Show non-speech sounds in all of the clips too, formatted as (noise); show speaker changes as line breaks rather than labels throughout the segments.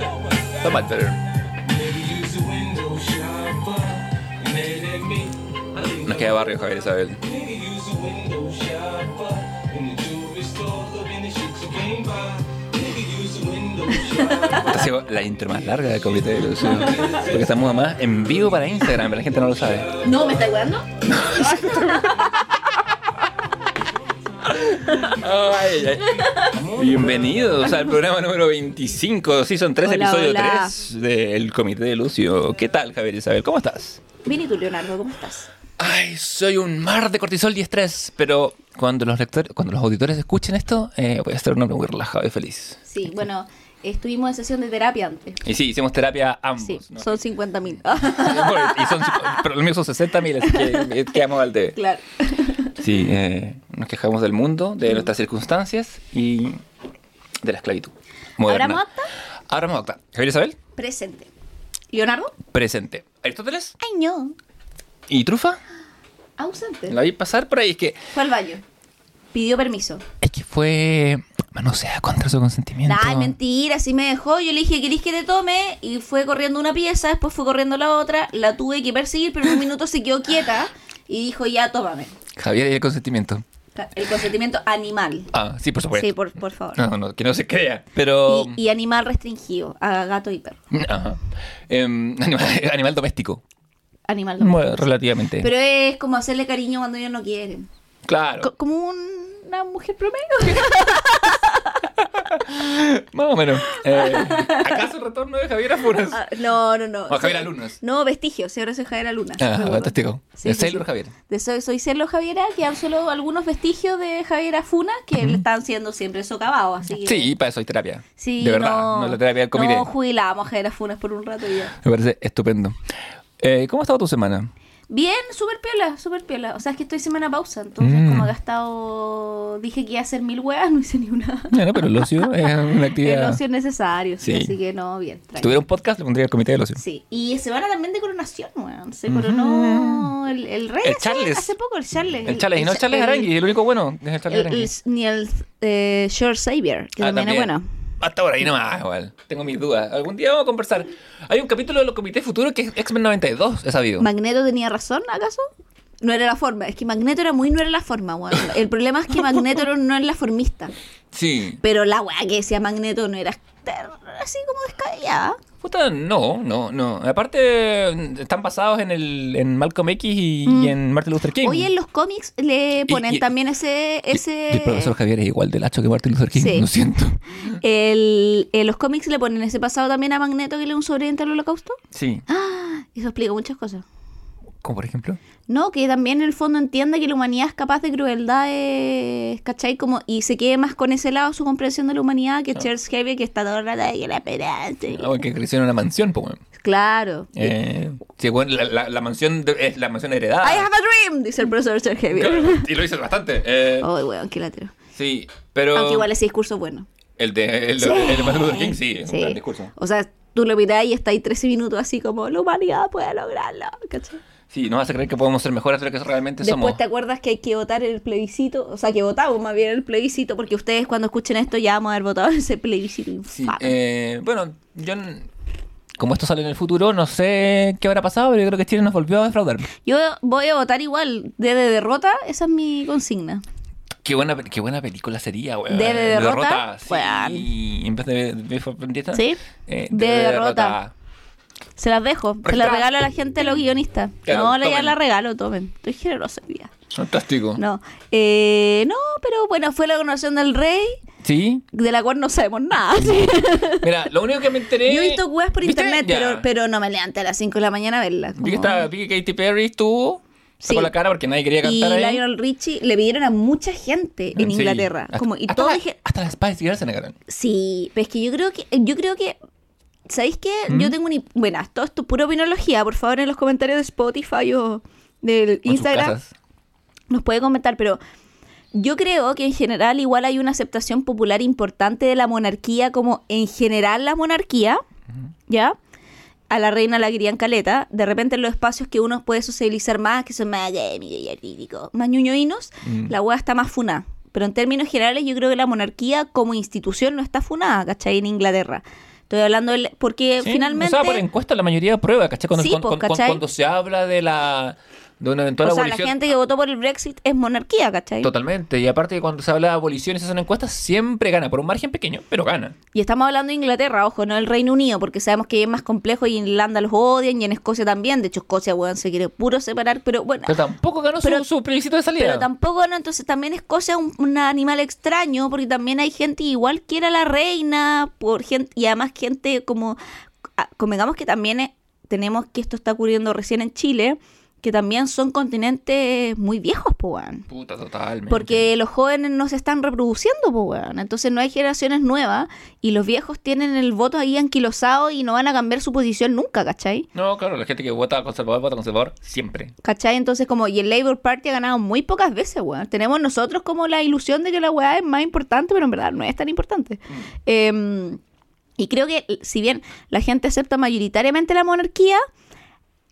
That might better. Nos queda barrio Javier Isabel. Esta ha sido la intro más larga del comité de ilusión. Porque estamos además en vivo para Instagram, pero la gente no lo sabe.
No, ¿me está ayudando?
Ay, ay. Bienvenidos al programa número 25, Season 3,
Hola,
episodio
hola.
3 del Comité de Lucio. ¿Qué tal, Javier Isabel? ¿Cómo estás?
Bien, ¿y tú, Leonardo? ¿Cómo estás?
Ay, soy un mar de cortisol y estrés, pero cuando los lectores, cuando los auditores escuchen esto, eh, voy a estar un hombre muy relajado y feliz.
Sí, bueno, estuvimos en sesión de terapia antes.
Y sí, hicimos terapia ambos.
Sí,
¿no?
son 50 mil.
(laughs) y son, pero los míos son 60 mil, así que eh, quedamos al debe.
(laughs) claro.
Sí, eh, nos quejamos del mundo, de nuestras circunstancias y de la esclavitud. Moderna.
¿Abraham Acta?
Abraham Acta. Javier Isabel,
Presente. ¿Leonardo?
presente. Aristóteles
Ay, no.
y Trufa,
Ausente.
la vi pasar por ahí. Es que,
Fue al baño. Pidió permiso.
es que fue manoseada contra su consentimiento.
Ay, mentira, si me dejó. Yo le dije, ¿querés que te tome? Y fue corriendo una pieza, después fue corriendo la otra. La tuve que perseguir, pero en un minuto se quedó quieta y dijo, ya, tómame.
Javier y el consentimiento.
El consentimiento animal.
Ah, sí, por supuesto.
Sí, por, por favor.
No, no, que no se crea. Pero. mm,
Y, y animal restringido, a gato y perro.
Ajá. Em, animal, (laughs) animal doméstico.
Animal doméstico.
Bueno, relativamente.
Pero es como hacerle cariño cuando ellos no quieren.
claro.
Co- como un- una mujer promedio.
Más o
(laughs)
menos. Eh, ¿Acaso el retorno de Javier Afuras?
Ah, (laughs) no, no, no.
O Javiera Luna.
No, vestigio. Sí, ahora soy Javiera Luna.
Ah,
Me acuerdo.
fantástico.
Sí,
De
sí,
Sailor
sí.
Javiera.
De soy, soy Celo Javiera, quedan solo algunos vestigios de Javiera Funa que le están siendo siempre socavados. Así que-
Sí, para eso hay terapia.
Sí,
de verdad,
no,
no, la terapia del comité.
No, jubilamos a Javiera Funas por un rato y ya.
Me parece estupendo. Eh, ¿Cómo ha estado tu semana?
Bien, súper piola, súper piola. O sea, es que estoy semana pausa, entonces
Mm.
como he gastado... Dije que iba a hacer mil weas, (laughs) no hice ni una.
Bueno, pero el ocio es una actividad.
(laughs) El ocio es necesario, sí,
Sí.
así que no, bien. tranqui.
Si tuviera un podcast, le pondría el comité del ocio.
Sí, y semana también de coronación, weón. Se coronó el, el rey
El
hace,
Charles.
hace poco, el Charles.
El Charles, y no el
Cha-
Charles
el-
Arangui, el único bueno es el Charles
el-
Arangui.
el- ni el eh, George Xavier, que
Ah,
también, es bueno. Mm.
Hasta por ahí nomás, igual. Tengo mis dudas. Algún día vamos a conversar. Hay un capítulo de los comités futuros que es X-Men 92, he sabido.
¿Magneto tenía razón, acaso? No era la forma, es que Magneto era muy no era la forma, weón. El
(laughs)
problema es que Magneto era un- no era la formista.
sí.
Pero la weá que decía Magneto no era ter- así como descabellada.
Puta, no, no, no. Aparte, están basados en, el, en Malcolm X y,
Mm.
y en Martin Luther King.
Hoy en los cómics le ponen
y-
también ese. ese
El profesor Javier es igual de lacho que Martin Luther King,
Sí.
lo siento.
el- en los cómics le ponen ese pasado también a Magneto que le un sobreviviente al holocausto.
Sí.
¡Ah! Eso explica muchas cosas.
Como por ejemplo.
No, que también en el fondo entienda que la humanidad es capaz de crueldades, ¿cachai? Como, y se quede más con ese lado su comprensión de la humanidad que Charles Xavier, que está todo el rato ahí que la esperanza.
Ah, bueno, que creció en una mansión, pues. bueno.
Claro.
Eh, sí, bueno, la, la- la mansión de- es la mansión heredada.
I have a dream, dice el profesor Charles Xavier.
(laughs) Claro, (laughs) y lo hizo bastante. Eh,
Ay, weón, qué latero.
Sí, pero.
Oh. Aunque igual ese discurso es bueno.
El de, el, de- el de Martin Luther King, sí, es un gran discurso.
O sea, tú lo mirás y está ahí 13 minutos así como, la humanidad puede lograrlo, ¿cachai?
Sí, nos hace creer que podemos ser mejores de lo que realmente
Después
somos.
te acuerdas que hay que votar en el plebiscito, o sea, que votamos más bien en el plebiscito, porque ustedes cuando escuchen esto ya vamos a haber votado (laughs) en ese plebiscito
Sí,
infame.
eh, bueno, yo. n- Como esto sale en el futuro, no sé qué habrá pasado, pero yo creo que Chile nos volvió a defraudar.
Yo voy a votar igual, D de derrota, esa es mi consigna.
Qué buena, qué buena película sería, weón.
¿De- de derrota?
sí.
Weón.
Y en vez de Before Vendetta,
Sí.
eh,
De derrota. Se las dejo, se las regalo a la gente, a los guionistas.
Claro,
no, la- ya
tomen.
la regalo, tomen. Estoy generosa hoy día.
Fantástico.
No, eh, no, pero bueno, fue la coronación del rey,
Sí.
de la cual no sabemos nada. (laughs) sí.
Mira, lo único que me enteré.
Yo he visto weas por
¿Viste?
internet,
Ya.
pero, pero no me levanté a las 5 de la mañana a verla.
Vi que,
como-
estaba, vi que Katy Perry estuvo. Sacó
Sí.
la cara porque nadie quería
Y
cantar ahí.
Lionel Richie le pidieron a mucha gente en
Sí.
Inglaterra.
Hasta-
Como, y
hasta
todos
la-
dije-
Hasta las Spice Girls se negaron.
Sí, pero es que yo creo que, yo creo que, ¿sabéis qué?
¿Mm?
Yo tengo una, hip- bueno, esto es tu pura opinología, por favor en los comentarios de Spotify o del
Con sus
Instagram
casas.
nos puede comentar, pero yo creo que en general igual hay una aceptación popular importante de la monarquía, como en general la monarquía, ¿ya? A la reina la querían caleta, de repente en los espacios que uno puede socializar más, que son más académicos y artísticos, más ñuñoínos,
Mm.
la hueá está más funada. Pero en términos generales yo creo que la monarquía como institución no está funada, ¿cachai? En Inglaterra. Estoy hablando del- porque
Sí,
eh, finalmente...
O sea, por encuesta la mayoría aprueba, ¿cachai? Cuando,
Sí,
cuando-
pues,
cuando-
¿cachai?
cuando se habla de la de una eventual
o sea, la
abolición.
gente que votó por el Brexit es monarquía, ¿cachai?
Totalmente. Y aparte que cuando se habla de abolición y se hacen encuestas, siempre gana, por un margen pequeño, pero gana.
Y estamos hablando de Inglaterra, ojo, no del Reino Unido, porque sabemos que es más complejo y en Irlanda los odian y en Escocia también. De hecho, Escocia, weón, se quiere puro separar, pero bueno.
Pero tampoco ganó su-
Pero-
su, plebiscito de salida.
Pero tampoco, no, entonces también Escocia es un, un animal extraño, porque también hay gente igual que era la reina, por gente, y además gente como, ah, convengamos que también eh, tenemos que esto está ocurriendo recién en Chile, que también son continentes muy viejos, po, weón.
Puta, totalmente.
Porque los jóvenes no se están reproduciendo, po, weón. Entonces no hay generaciones nuevas y los viejos tienen el voto ahí anquilosado y no van a cambiar su posición nunca, ¿cachai?
No, claro, la gente que vota conservador, vota conservador, siempre.
¿Cachai? Entonces como, y el Labour Party ha ganado muy pocas veces, weón. Tenemos nosotros como la ilusión de que la weá es más importante, pero en verdad no es tan importante. Em, y creo que si bien la gente acepta mayoritariamente la monarquía,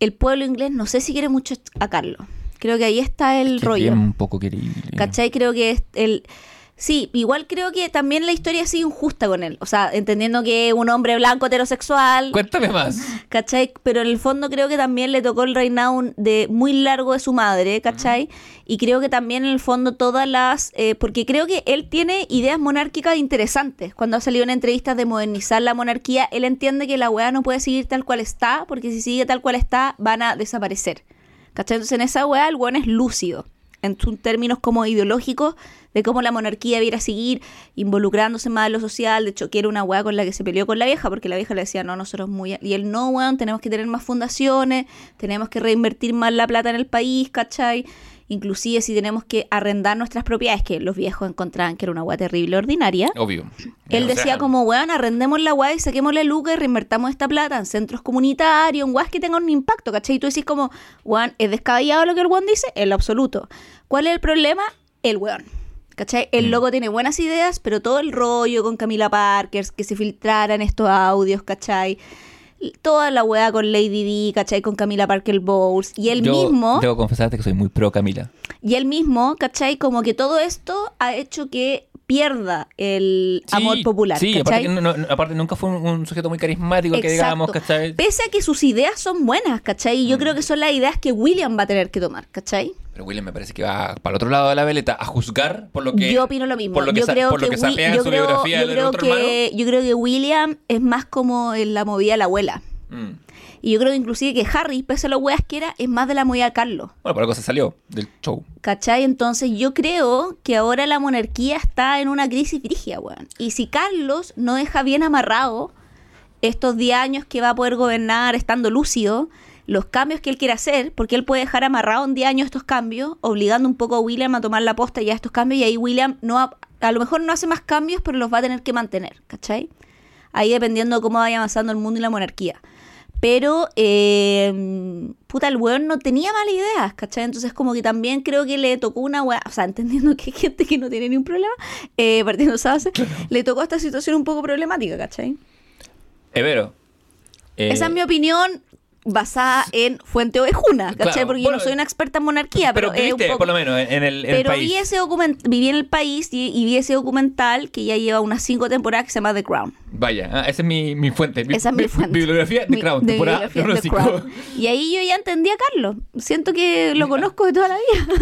el pueblo inglés no sé si quiere mucho a Carlos. Creo que ahí está el rollo.
un poco querible.
¿Cachai? Creo que es el... Sí, igual creo que también la historia ha sido injusta con él. O sea, entendiendo que es un hombre blanco heterosexual,
Cuéntame más.
¿cachai? Pero en el fondo creo que también le tocó el reinado un- de muy largo de su madre, ¿cachai? Y creo que también en el fondo todas las... eh, porque creo que él tiene ideas monárquicas interesantes. Cuando ha salido en entrevistas de modernizar la monarquía, él entiende que la weá no puede seguir tal cual está, porque si sigue tal cual está, van a desaparecer. ¿Cachai? Entonces en esa weá el weón es lúcido. En sus términos como ideológicos de cómo la monarquía debiera seguir involucrándose más en lo social. De hecho, que era una weá con la que se peleó con la vieja, porque la vieja le decía, no, nosotros muy... Y él, no, weón, tenemos que tener más fundaciones, tenemos que reinvertir más la plata en el país, ¿cachai? Inclusive si tenemos que arrendar nuestras propiedades, que los viejos encontraban que era una weá terrible, ordinaria.
Obvio.
Él
O sea,
decía como, weón, arrendemos la weá y saquemos la luca y reinvertamos esta plata en centros comunitarios, en weas que tengan un impacto, ¿cachai? Y tú decís como, weón, ¿es descabellado lo que el weón dice? En lo absoluto. ¿Cuál es el problema? El weón. ¿Cachai?
Mm.
El loco tiene buenas ideas, pero todo el rollo con Camila Parkers, que se filtraran estos audios, ¿cachai? Toda la weá con Lady Di, ¿cachai? Con Camila Parker Bowles. Y él
yo
mismo...
Debo confesarte que soy muy pro Camila.
Y él mismo, ¿cachai? Como que todo esto ha hecho que pierda el
Sí,
amor popular.
Sí, aparte,
¿cachai?
que no- no- aparte nunca fue un, un sujeto muy carismático que digamos,
Exacto.
¿cachai? Mm.
Pese a que sus ideas son buenas, ¿cachai? Y yo creo que son las ideas que William va a tener que tomar, ¿cachai?
Pero William me parece que va para el otro lado de la veleta a juzgar por lo que.
yo opino lo mismo.
Por lo que,
yo
sa-
creo
por lo que
Wi-
sapea en
yo
su
creo-
biografía
yo
del
creo
otro
que, yo creo que William es más como en la movida de la abuela.
hermano. Mm.
Y yo creo inclusive que Harry, pese a lo weas que era, es más de la movida de Carlos.
Bueno, por algo se salió del show.
¿Cachai? Entonces yo creo que ahora la monarquía está en una crisis frigia, weón. Y si Carlos no deja bien amarrado estos 10 años que va a poder gobernar estando lúcido, los cambios que él quiere hacer, porque él puede dejar amarrado en 10 años estos cambios, obligando un poco a William a tomar la posta ya a estos cambios, y ahí William no ha- a lo mejor no hace más cambios, pero los va a tener que mantener, ¿cachai? Ahí dependiendo de cómo vaya avanzando el mundo y la monarquía. Pero, eh, puta, el weón no tenía malas ideas, ¿cachai? Entonces, como que también creo que le tocó una weá, o sea, entendiendo que hay gente que no tiene ni un problema, eh, partiendo de esa base, le tocó esta situación un poco problemática, ¿cachai?
Evero. eh,
Esa es mi opinión basada en fuente ovejuna, ¿cachai?
Claro,
Porque yo
bueno,
no soy una experta en monarquía, pero,
que
es un
viste,
poco-
por lo menos, en en el, en el
pero
país.
vi ese document- viví en el país y, y vi ese documental que ya lleva unas cinco temporadas que se llama The Crown.
Vaya, ah, esa es mi, mi fuente. (laughs)
Esa es mi fuente.
Bibliografía de
Mi-
Crown,
de
temporada
bibliografía de
1-5. (laughs)
Crown. Y ahí yo ya entendí a Carlos. Siento que lo conozco de toda la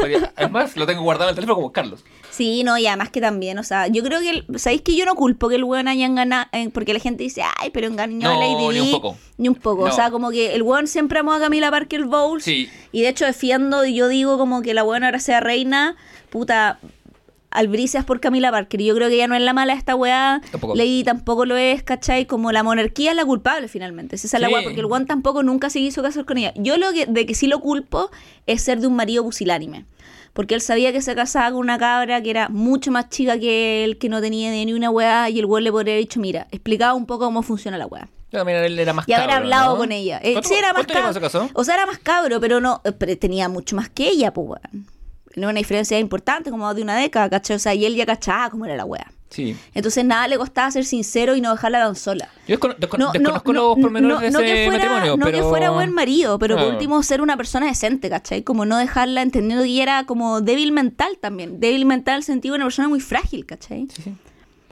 vida. (laughs)
Además, lo tengo guardado en el teléfono como Carlos.
Sí, no, y además que también, o sea, yo creo que, el- ¿sabéis que yo no culpo que el weón haya engañado? porque la gente dice, ay, pero engañó a
No,
Lady
ni un
Di".
poco.
Ni un poco, o
No.
sea, como que el weón siempre amó a Camila Parker Bowles.
Sí.
Y de hecho defiendo, y yo digo como que la weón ahora sea reina, puta, albricias por Camila Parker. Yo creo que ella no es la mala esta weá.
Tampoco.
Lady tampoco lo es, ¿cachai? Como la monarquía es la culpable finalmente. Esa es la
Sí.
weá, porque el weón tampoco nunca se quiso casar con ella. Yo lo que, de que sí lo culpo es ser de un marido pusilánime. Porque él sabía que se casaba con una cabra que era mucho más chica que él, que no tenía ni una weá, y el weón le podría haber dicho, mira, explicaba un poco cómo funciona la weá.
Yo también él era más
Y haber
cabro,
hablado
¿no?
con ella. Eh,
¿Cuánto-
sí, era más Oh.
cuánto tiempo
cabro.
se casó?
O sea, era más cabro, pero no, eh, pero tenía mucho más que ella, pues weón. Era una diferencia importante, como de una década, ¿cachai? O sea, y él ya cachaba cómo era la weá.
Sí.
Entonces nada le costaba ser sincero y no dejarla tan sola.
Yo descono- descono-
No, no,
desconozco
no,
los pormenores
no,
de
no
ese
que fuera,
matrimonio,
no
pero...
que fuera buen marido, pero por
Ah.
último ser una persona decente, ¿cachai? Como no dejarla entendiendo que ella era como débil mental también. Débil mental en el sentido de una persona muy frágil, ¿cachai?
Sí, sí.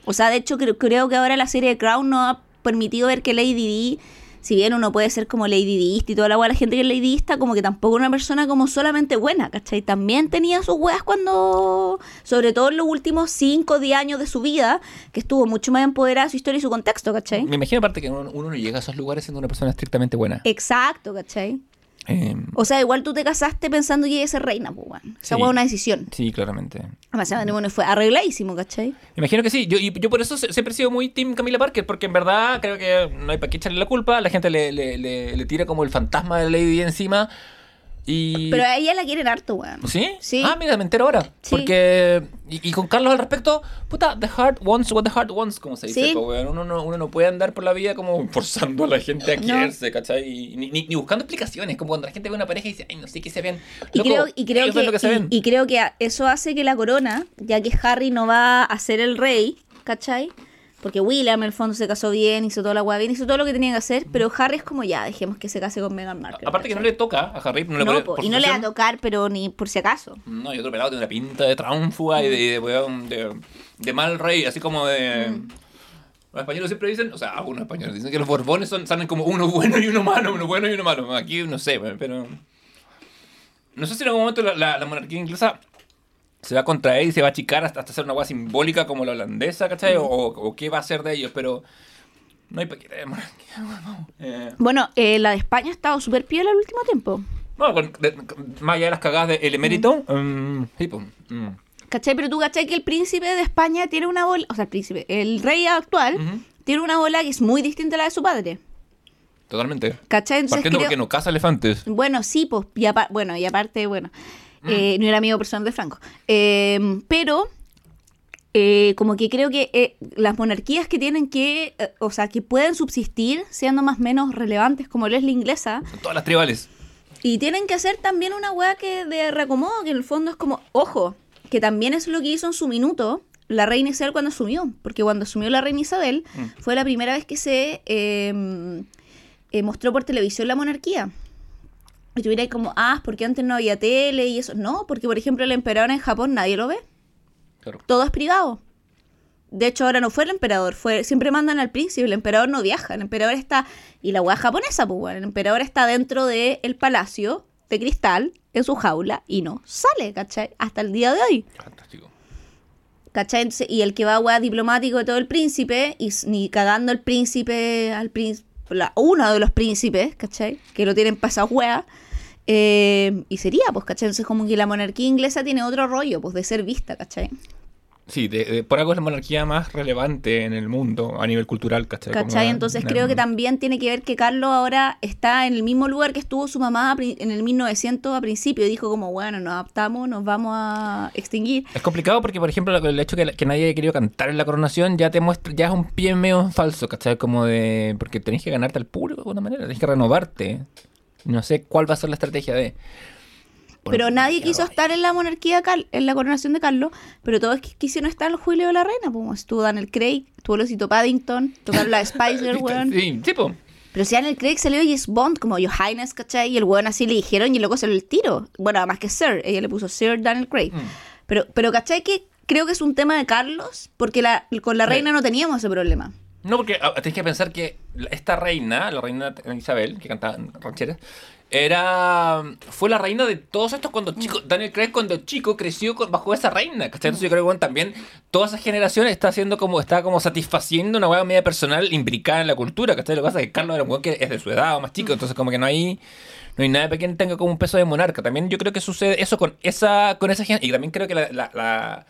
O sea, de hecho creo, creo que ahora la serie de Crown no ha permitido ver que Lady Di, si bien uno puede ser como Lady Dista y toda la hueá, la gente que es Lady Dista, como que tampoco era una persona como solamente buena, ¿cachai? También tenía sus weas cuando, sobre todo en los últimos 5 o 10 años de su vida, que estuvo mucho más empoderada de su historia y su contexto, ¿cachai?
Me imagino aparte que uno, uno no llega a esos lugares siendo una persona estrictamente buena.
Eh. Exacto, ¿cachai?
Eh,
O sea, igual tú te casaste pensando que iba a ser reina, pues, weón.
Sí.
Esa hueá es una decisión.
sí, claramente.
Además, ese matrimonio fue arregladísimo, ¿cachai?
Me imagino que sí. Yo, y yo por eso se- siempre he sido muy Team Camila Parker, porque en verdad creo que no hay para qué echarle la culpa. La gente le, le- le- le tira como el fantasma de Lady Di encima. Y...
Pero a ella la quieren harto, weón.
¿Sí?
Sí.
Ah, mira, me entero ahora.
Sí.
Porque. Y, y con Carlos al respecto, puta, the heart wants what the heart wants, como se dice.
Sí.
po, weón. Uno, no, uno no puede andar por la vida como forzando a la gente a
No.
quererse, ¿cachai? Y ni, ni- ni buscando explicaciones, como cuando la gente ve una pareja y dice, ay, no sé qué se ven.
Y
Loco,
creo, y, creo
ellos ven lo
que,
se ven.
y, y creo que a- eso hace que la corona, ya que Harry no va a ser el rey, ¿cachai? Porque William en el fondo se casó bien, hizo toda la hueá bien, hizo todo lo que tenía que hacer, pero Harry es como ya, dejemos que se case con Meghan Markle.
Mm. Aparte que no le toca a Harry, no le
No,
puede-
po,
por
y no le va a
sucesión.
tocar, pero ni por si acaso.
No, y otro pelado tiene una pinta de tránfuga y de, de, weón, de- de mal rey, así como de. Los españoles siempre dicen, o sea, algunos españoles dicen que los borbones son, salen como uno bueno y uno malo, uno bueno y uno malo. Aquí no sé, weón, pero. No sé si en algún momento la, la- la monarquía inglesa se va a contraer y se va a achicar hasta, hasta hacer una hueá simbólica como la holandesa, ¿cachai? O, o qué va a hacer de ellos, pero. No hay paquete de monarquía, weón, vamos. Eh,
Bueno, eh, la de España ha estado súper piola el último tiempo,
no, con- de- con- más allá de las cagadas de El Emérito, mm, sí, pues, mm.
¿cachai? Pero tú, ¿cachai? Que el príncipe de España tiene una bola, o sea, el príncipe, el rey actual
Ujú.
tiene una bola que es muy distinta a la de su padre,
totalmente.
¿cachai? Entonces,
Partiendo
creo-
porque no caza elefantes.
Bueno, sí, pues, y apa- bueno, y aparte, bueno, eh, no era amigo personal de Franco. Eh, pero, eh, como que creo que eh, las monarquías que tienen que, eh, o sea, que pueden subsistir siendo más o menos relevantes, como lo es la inglesa,
Son Todas las tribales.
y tienen que hacer también una weá que de reacomodo, que en el fondo es como, ojo, que también es lo que hizo en su minuto la reina Isabel cuando asumió. Porque cuando asumió la reina Isabel
Mm.
fue la primera vez que se eh, eh, mostró por televisión la monarquía. Y tuviera como, ah, porque antes no había tele y eso. No, porque por ejemplo el emperador en Japón nadie lo ve.
Claro.
Todo es privado. De hecho, ahora no fue el emperador, fue siempre mandan al príncipe, el emperador no viaja, el emperador está, y la hueá japonesa, pues bueno, el emperador está dentro del palacio de cristal, en su jaula, y no sale, ¿cachai? Hasta el día de hoy,
Fantástico.
¿cachai? Entonces, y el que va a hueá diplomático de todo el príncipe, y s- ni cagando el príncipe, al príncipe, la, uno de los príncipes, ¿cachai? Que lo tienen pasado hueá, eh, y sería, pues, ¿cachai? Entonces como que la monarquía inglesa tiene otro rollo, pues, de ser vista, ¿cachai?
Sí, de- de- por algo es la monarquía más relevante en el mundo a nivel cultural, ¿cachai? Como
¿Cachai?
la-
Entonces
la-
creo que también tiene que ver que Carlos ahora está en el mismo lugar que estuvo su mamá a pri- en el 1900 a principio. Dijo como, bueno, nos adaptamos, nos vamos a extinguir.
Es complicado porque, por ejemplo, el hecho que, que nadie haya querido cantar en la coronación ya te muestra, ya es un pie medio falso, ¿cachai? Como de. Porque tenés que ganarte al público de alguna manera, tenés que renovarte. No sé cuál va a ser la estrategia de.
pero nadie quiso
estar
estar en la monarquía, cal- en la coronación de Carlos, pero todos qui- quisieron estar en el Julio de la Reina. pues, Como estuvo Daniel Craig, estuvo el osito Paddington,
(laughs)
tocaron la Spicer, weón.
Sí, tipo.
Pero si Daniel Craig salió y es Bond, como Your Highness, ¿cachai? Y el weón así le dijeron y el loco salió el tiro. Bueno, además que Sir, ella le puso Sir Daniel Craig.
Mm.
Pero, pero ¿cachai? Que creo que es un tema de Carlos, porque la, con la
Sí.
reina no teníamos ese problema.
No, porque ah, tenés que pensar que la- esta reina, la reina Isabel, que cantaba rancheras, era, fue la reina de todos estos cuando chico. Daniel Craig cuando chico creció con- bajo esa reina, ¿cachai? Entonces yo creo que bueno, también toda esa generación está haciendo como, está como satisfaciendo una hueá media personal imbricada en la cultura, ¿cachai? Lo que pasa es que Carlos era un hueón que es de su edad o más chico, entonces como que no hay... No hay nada para quien tenga como un peso de monarca. También yo creo que sucede eso con esa, con esa gente. Y también creo que la, la- la-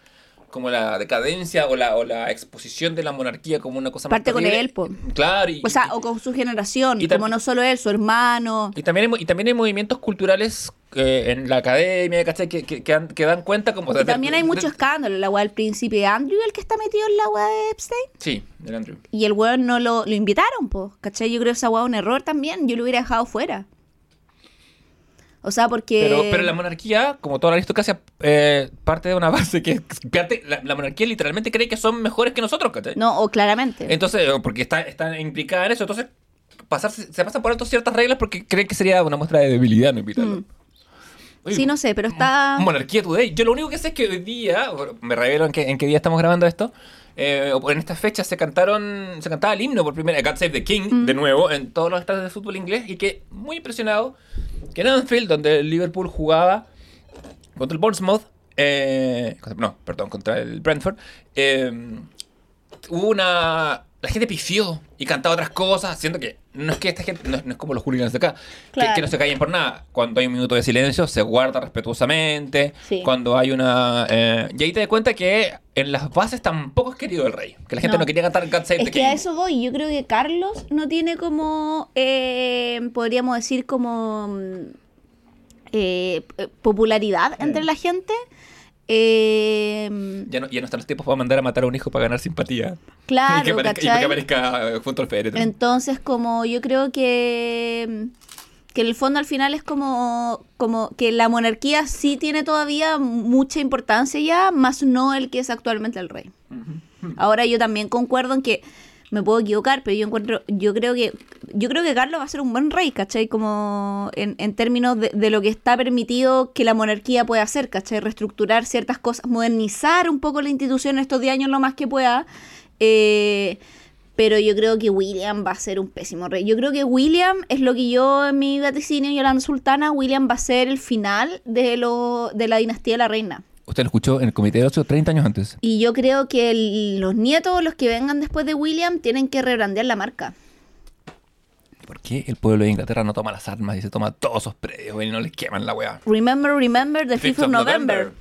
como la decadencia o la, o la exposición de la monarquía como una cosa
Parte con
terrible.
él, po.
Claro, y,
O sea, o con su generación,
Y tam-
como no solo él, su hermano.
y también hay, mo- y también hay movimientos culturales eh, en la academia, ¿cachai? Que, que, que dan- que dan cuenta como... o sea,
Y también hay
de-
mucho escándalo, la weá del príncipe Andrew, el que está metido en la weá de Epstein.
Sí, del Andrew.
Y el weón no lo, lo invitaron, po. ¿Cachai? Yo creo que esa weá es un error también. Yo lo hubiera dejado fuera. O sea, porque.
Pero, pero la monarquía, como toda la aristocracia, eh, parte de una (laughs) base que... fíjate, la, la monarquía literalmente cree que son mejores que nosotros, ¿cachai?
No, o claramente.
Entonces, eh, porque está, está implicada en eso, entonces pasarse, se pasan por alto ciertas reglas porque creen que sería una muestra de debilidad no invitarlo.
Mm.
Oye,
Sí, no sé, pero está...
Monarquía Today. Yo lo único que sé es que hoy día, me revelan en qué, en qué día estamos grabando esto, eh, o en estas fechas se cantaron, se cantaba el himno por primera God Save the King, de nuevo, en todos los estadios de fútbol inglés, y que muy impresionado que en Anfield, donde el Liverpool jugaba contra el Bournemouth, eh, contra- no, perdón, contra el Brentford, eh, hubo una... La gente pifió y cantaba otras cosas, siendo que no es que esta gente, no, es- no es como los hooligans de acá, que-
Claro.
que, no se callen por nada. Cuando hay un minuto de silencio, se guarda respetuosamente.
Sí.
Cuando hay una... eh, y ahí te das cuenta que en las bases tampoco es querido el rey, que la gente no,
No.
quería cantar God Save
Es
the
que a
King.
eso voy. Yo creo que Carlos no tiene como, eh, podríamos decir, como mm, eh, p- popularidad entre
(laughs)
la gente. Eh,
Ya no, ya no están los tiempos para mandar a matar a un hijo para ganar simpatía. (laughs) y que
claro,
aparezca, y
¿cachai?
que aparezca, eh, junto al féretro.
Entonces, como yo creo que mm, que en el fondo al final es como, como que la monarquía sí tiene todavía mucha importancia ya, más no el que es actualmente el rey. Ahora yo también concuerdo en que me puedo equivocar, pero yo encuentro, yo creo que, yo creo que Carlos va a ser un buen rey, ¿cachai? Como en, en términos de, de lo que está permitido que la monarquía pueda hacer, ¿cachai? Reestructurar ciertas cosas, modernizar un poco la institución en estos 10 años lo más que pueda. Eh, pero yo creo que William va a ser un pésimo rey. Yo creo que William es lo que yo en mi vaticinio y Yolanda Sultana, William va a ser el final de, lo, de la dinastía de la reina.
Usted lo escuchó en el comité de ocio 30 años antes.
Y yo creo que el- los nietos, los que vengan después de William, tienen que rebrandear la marca.
¿Por qué el pueblo de Inglaterra no toma las armas y se toma todos sus predios y no les queman la weá?
Remember, remember the 5th of November.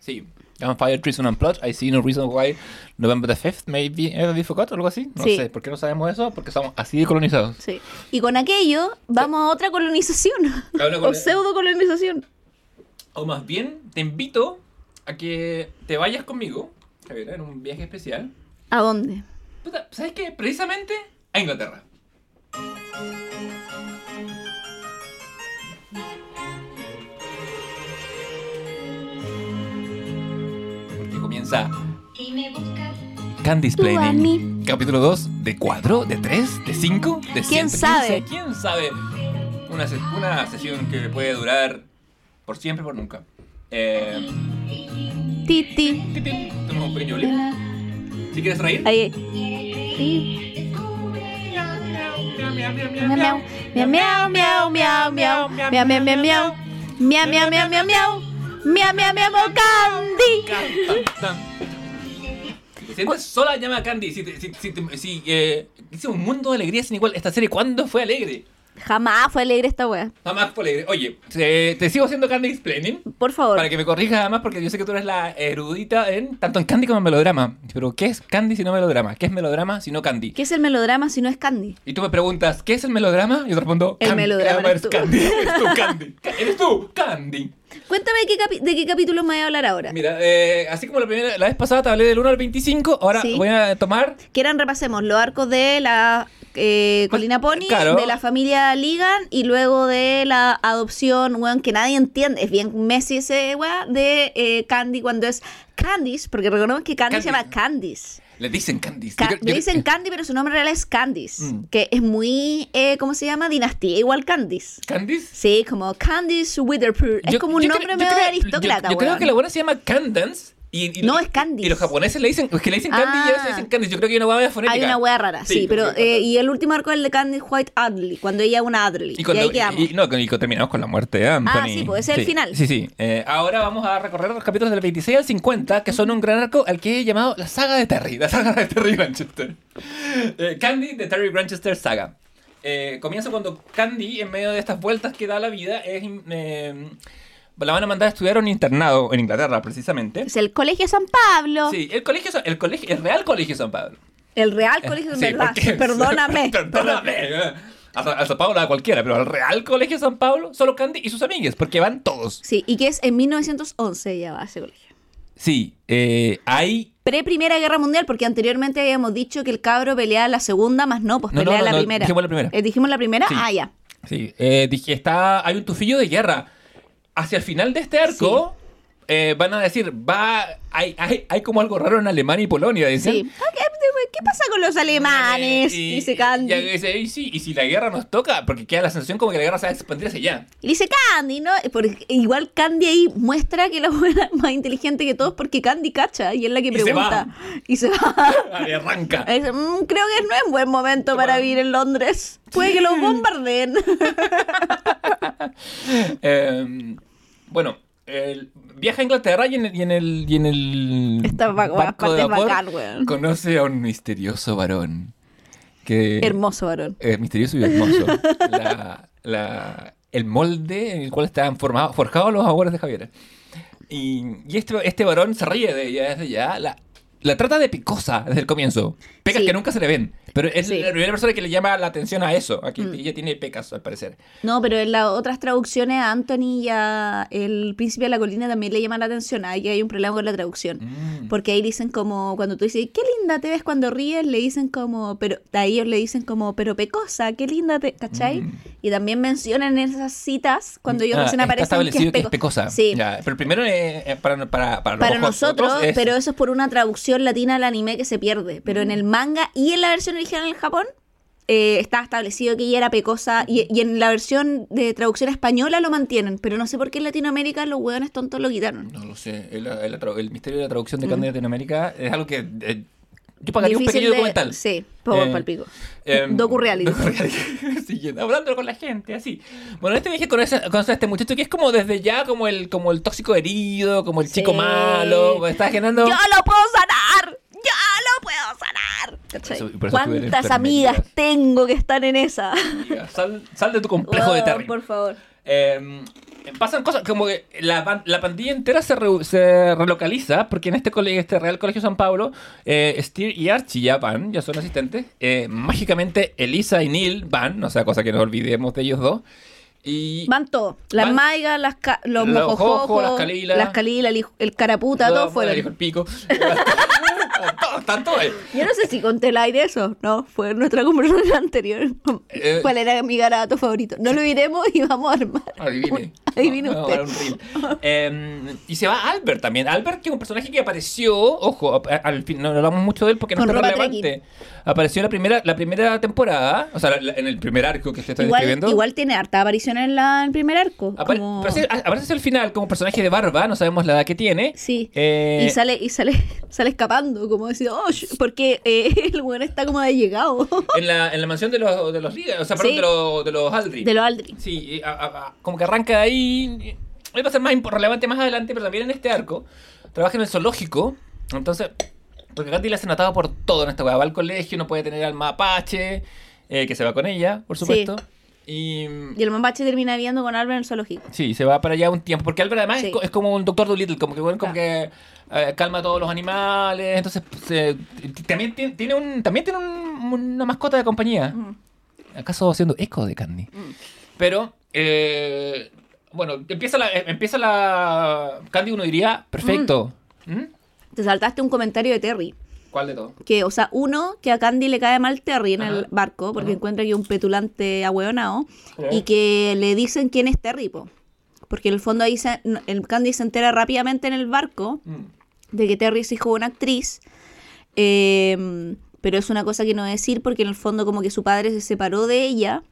Sí. On fire, treason and plot. I see no reason why November the 5th may be, ever be forgot o algo así. No
Sí.
sé, ¿por qué no sabemos eso? Porque estamos así de colonizados.
Sí. Y con aquello vamos a otra colonización.
A una
(laughs) o
colo-
pseudo colonización.
O más bien, te invito a que te vayas conmigo, Javier, en un viaje especial.
¿A dónde?
Puta, ¿sabes qué? Precisamente a Inglaterra. Porque comienza
Y me buscas
Candy's
Tú a
Planning.
mí.
Capítulo 2, de 4, de 3, de 5, de 115.
¿Quién sabe?
¿Quién sabe? Una, se- una sesión que puede durar por siempre, por nunca. Eh,
Titi.
ti, ti, toma un pequeño blip. Si quieres reír.
Ahí. Miau, miau, miau, miau, miau, miau, miau, miau, miau, miau, miau, miau, miau, miau, miau, miau, miau, miau, Candy.
Si te sientes sola, llama a Candy. Si, te- si, si, te- si, eh, hice un mundo de alegría sin igual. Esta serie, ¿cuándo fue alegre?
Jamás fue alegre esta wea.
Jamás fue alegre. Oye, te, te sigo haciendo Candy Explaining.
Por favor.
Para que me corrijas además, porque yo sé que tú eres la erudita en tanto en Candy como en melodrama. Pero, ¿qué es Candy si no melodrama? ¿Qué es melodrama si no Candy?
¿Qué es el melodrama si no es Candy?
Y tú me preguntas, ¿qué es el melodrama? Y yo te respondo,
El
Can- eres
melodrama eres tú.
Candy. (laughs) Eres tú, Candy. Ca- Eres tú, Candy.
Cuéntame de qué, capi- de qué capítulo me voy a hablar ahora.
Mira, eh, así como la, primera, la vez pasada te hablé del 1 al 25, ahora
Sí.
voy a tomar
Quieran repasemos los arcos de la eh, Colina Pony,
Pues, Claro.
de la familia Ligan y luego de la adopción, weón, que nadie entiende. Es bien Messi ese weón de eh, Candy cuando es Candice, porque recordemos que Candy, se
Candy.
llama Candice.
Le dicen Candy.
Ca- le dicen Candy, pero su nombre real es Candice,
Mm.
que es muy, eh, ¿cómo se llama? Dinastía, igual Candice.
Candice.
Sí, como Candice Witherpool. Es
Yo-
como un
yo
nombre
creo- yo
medio de
creo-
aristócrata,
Yo, yo creo
weón.
que la buena se llama Candance. Y, y-
No, es
y-
Candice.
Y los japoneses le dicen, es que le dicen Candy y a veces le dicen
Ah.
Candice. Yo creo que hay una hueá fonética.
Hay una wea rara, sí, pero... eh, y el último arco es el de Candice White Adley, cuando ella es una Adley.
Y,
Y,
cuando,
ahí quedamos.
y- y- no, y cuando terminamos con la muerte de Anthony.
sí, pues, ese es el final.
Sí, sí. Eh, ahora vamos a recorrer los capítulos del 26 al 50, que son un gran arco al que he llamado la saga de Terry, la saga de Terry Granchester. Eh, Candy de Terry Granchester Saga. Eh, comienza cuando Candy, en medio de estas vueltas que da la vida, es, eh, la van a mandar a estudiar a un internado en Inglaterra, precisamente.
Es el Colegio San Pablo.
Sí, el colegio, San- el colegio, el Real Colegio San Pablo.
El Real Colegio de
Eh, Sí,
Verdad. (laughs)
porque- (laughs)
Perdóname.
Perdóname. eh. A, Sa- a San Pablo a cualquiera, pero al Real Colegio San Pablo, solo Candy y sus amigues, porque van todos.
Sí, y que es en 1911 ya va ese colegio.
Sí, eh, hay.
Pre-Primera Guerra Mundial, porque anteriormente habíamos dicho que el cabro peleaba la segunda, más no, pues
No, no,
pelea
no,
la
no,
primera.
dijimos la primera.
Eh, dijimos la primera,
Sí.
ah, ya.
Sí, eh, dije, está, hay un tufillo de guerra. Hacia el final de este arco, eh, van a decir, va. Hay, hay, hay como algo raro en Alemania y Polonia,
Sí.
dicen.
Ok, ¿qué pasa con los alemanes?
Y-
dice Candy.
Y, dice, y sí, y si la guerra nos toca, porque queda la sensación como que la guerra se va a expandir hacia allá.
Y dice Candy, ¿no? Porque igual Candy ahí muestra que la (laughs) buena es más inteligente que todos porque Candy cacha y es la que
Y se
pregunta. Y se va. (laughs)
Ahí arranca.
Y dice, "Mm, creo que no es buen momento para
Claro.
vivir en Londres. Puede que los bombardeen.
(laughs) Eh, bueno, el- viaja a Inglaterra y en el, y en el, y en el
Esta va-
barco de
parte
vapor
bacán, weón.
conoce a un misterioso varón. Que,
Hermoso varón.
eh, misterioso y hermoso. La- la- el molde en el cual estaban formados, forjados los abuelos de Javiera. Y, y este, este varón se ríe de ella desde ya. La, la trata de picosa desde el comienzo. Pecas
Sí.
que nunca se le ven. Pero es
Sí. Mm.
la primera persona que le llama la atención a eso. Aquí ella tiene pecas, al parecer.
No, pero en las otras traducciones a Anthony y a el príncipe de la colina también le llama la atención. Ahí hay un problema con la traducción.
Mm.
Porque ahí dicen como, cuando tú dices, qué linda te ves cuando ríes, le dicen como, pero a ellos le dicen como, pero pecosa, qué linda te, ¿cachai?
Mm.
Y también mencionan en esas citas cuando ellos
Ah,
recién
está
aparecen que es,
establecido que es
peco-
pecosa.
Sí.
Ya, pero primero eh, eh, para, para, para,
Para
ojos-
nosotros,
otros es-
pero eso es por una traducción latina del anime que se pierde. Pero en el
Mm.
manga y en la versión original en Japón eh, está establecido que ella era pecosa. Y, y en la versión de traducción española lo mantienen. Pero no sé por qué en Latinoamérica los hueones tontos lo quitaron.
No lo sé. El, el- el misterio de la traducción de Candy Latinoamérica es algo que. eh, yo pagaría un
Difícil
pequeño
de-
documental.
Sí, por
Eh,
palpico.
Em,
Docu-reality.
docu-reality. (laughs) Siguiendo, hablando con la gente, así. Bueno, este viaje conoce, conoce a este muchacho que es como desde ya como el, como el tóxico herido, como el chico
Sí.
malo. Está generando.
¡Yo lo puedo sanar! ¡Yo lo puedo sanar! ¿Cachai?
eso- y por eso estuve en
¿Cuántas
enfermería?
amigas tengo que están en esa?
Amiga, Sal, sal de tu complejo de
Oh,
Terry.
Por favor.
Eh, pasan cosas como que la, pan- la pandilla entera se, reu- se relocaliza porque en este, colegio, este Real Colegio San Pablo, eh, Steer y Archie ya van, ya son asistentes. Eh, mágicamente Elisa y Neil van, o sea, cosa que nos olvidemos de ellos dos. Y
Van todos. Las
Van-
maigas, las ca- los
Los
mojojojos,
jojos, las calilas.
las calilas, el, hij- el caraputa,
Todos
todos
dijo el
fueron.
pico. (laughs) Todos, eh. están todos ahí.
Yo no sé si conté el aire eso, no, fue en nuestra (laughs) conversación anterior.
Eh.
¿Cuál era mi garabato favorito? No lo diremos y vamos a armar.
Adivine.
Adivine
Vamos
usted.
a dar un reel. Eh, y se va Albert también. Albert, que es un personaje que apareció, ojo, a- al fin, no hablamos mucho de él porque no
Con
es tan
ropa
relevante. Apareció en la primera, la primera temporada, o sea, la- la- en el primer arco que usted está
Igual,
describiendo.
igual tiene harta aparición en, la, en el primer arco.
Apare-
como-
aparece, a- aparece al final como personaje de barba, no sabemos la edad que tiene.
Sí.
Eh,
Y sale, y sale, (laughs) sale escapando, como decir, oh, sh-", porque eh, (laughs) el weón está como de llegado
en, la, en la mansión de los, de los Liga, o sea, perdón,
Sí.
de los, de los Aldrin.
de los Aldrin.
Sí, y a- a- a- como que arranca de ahí. Él va a ser más impo- relevante más adelante, pero también en este arco. Trabaja en el zoológico. Entonces, porque Katy la hacen atado por todo en esta weá. Va al colegio, no puede tener al mapache, eh, que se va con ella, por supuesto. Y.
Y el mapache termina viendo con Albert en el zoológico.
Sí, se va para allá un tiempo. Porque Albert además
Sí.
es, co- es como un doctor Dolittle, como que, bueno, como
Ah.
que eh, calma a todos los animales. Entonces, pues, eh, t- t- también tiene, tiene un, también tiene un- una mascota de compañía.
Mm.
¿Acaso haciendo eco de Candy? Pero, eh, bueno, empieza la, eh, empieza la... Candy uno diría, perfecto. ¿Mm?
Te saltaste un comentario de Terry.
¿Cuál de todos?
que, o sea, uno, que a Candy le cae mal Terry en el
Ajá.
barco, porque
Ajá.
encuentra que es un petulante ahueonao,
Ajá.
y que le dicen quién es Terry, po. Porque en el fondo ahí se- el Candy se entera rápidamente en el barco
Mm.
de que Terry es hijo de una actriz, eh, pero es una cosa que no decir, porque en el fondo como que su padre se separó de ella,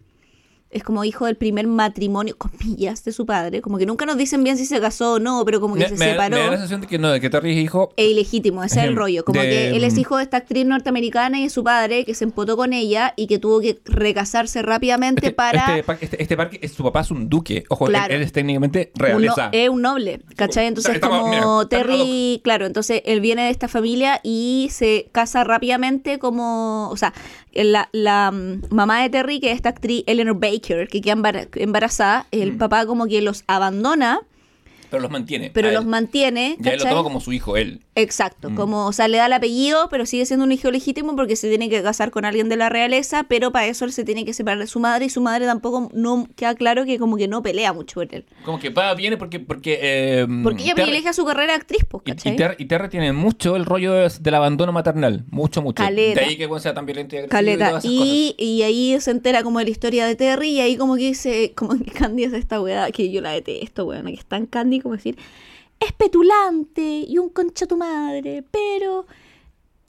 es como hijo del primer matrimonio, comillas, de su padre, como que nunca nos dicen bien si se casó o no, pero como que
Me,
se
me-
separó
me da la sensación de que no, de que Terry es hijo...
e ilegítimo, ese es el
Ejem,
rollo. Como
de- mm.
que él es hijo de esta actriz norteamericana y es su padre que se empotó con ella y que tuvo que recasarse rápidamente para.
Este, par- este- este parque, es- su papá es un duque. Ojo,
Claro.
él, él es técnicamente
un no-
realeza.
es un noble, ¿cachai? Entonces,
Está- está-
como
mira, está
Terry, claro, entonces él viene de esta familia y se casa rápidamente como, o sea, la, la, mm, mamá de Terry, que es esta actriz Eleanor Baker, que queda embara- embarazada, el
Mm.
papá como que los abandona,
pero los mantiene.
pero
a él.
los mantiene.
Ya él lo
¿cachai?
toma como su hijo, él.
Exacto,
Mm.
como, o sea, le da el apellido, pero sigue siendo un hijo legítimo porque se tiene que casar con alguien de la realeza, pero para eso él se tiene que separar de su madre y su madre tampoco no queda claro que como que no pelea mucho por él.
Como que va, viene porque... Porque, eh,
Porque ella
Terry-
privilegia su carrera de actriz, pues,
Y, y,
¿cachai?
Ter- y Terry tiene mucho el rollo es del abandono maternal. Mucho, mucho.
Caleta.
De ahí que bueno, sea tan violento y agresivo y
Caleta.
todas esas cosas.
Y, y ahí se entera como de la historia de Terry y ahí como que dice, como que Candy es esta weá que yo la detesto, weón, que está en Candy como decir, es petulante y un concha tu madre, pero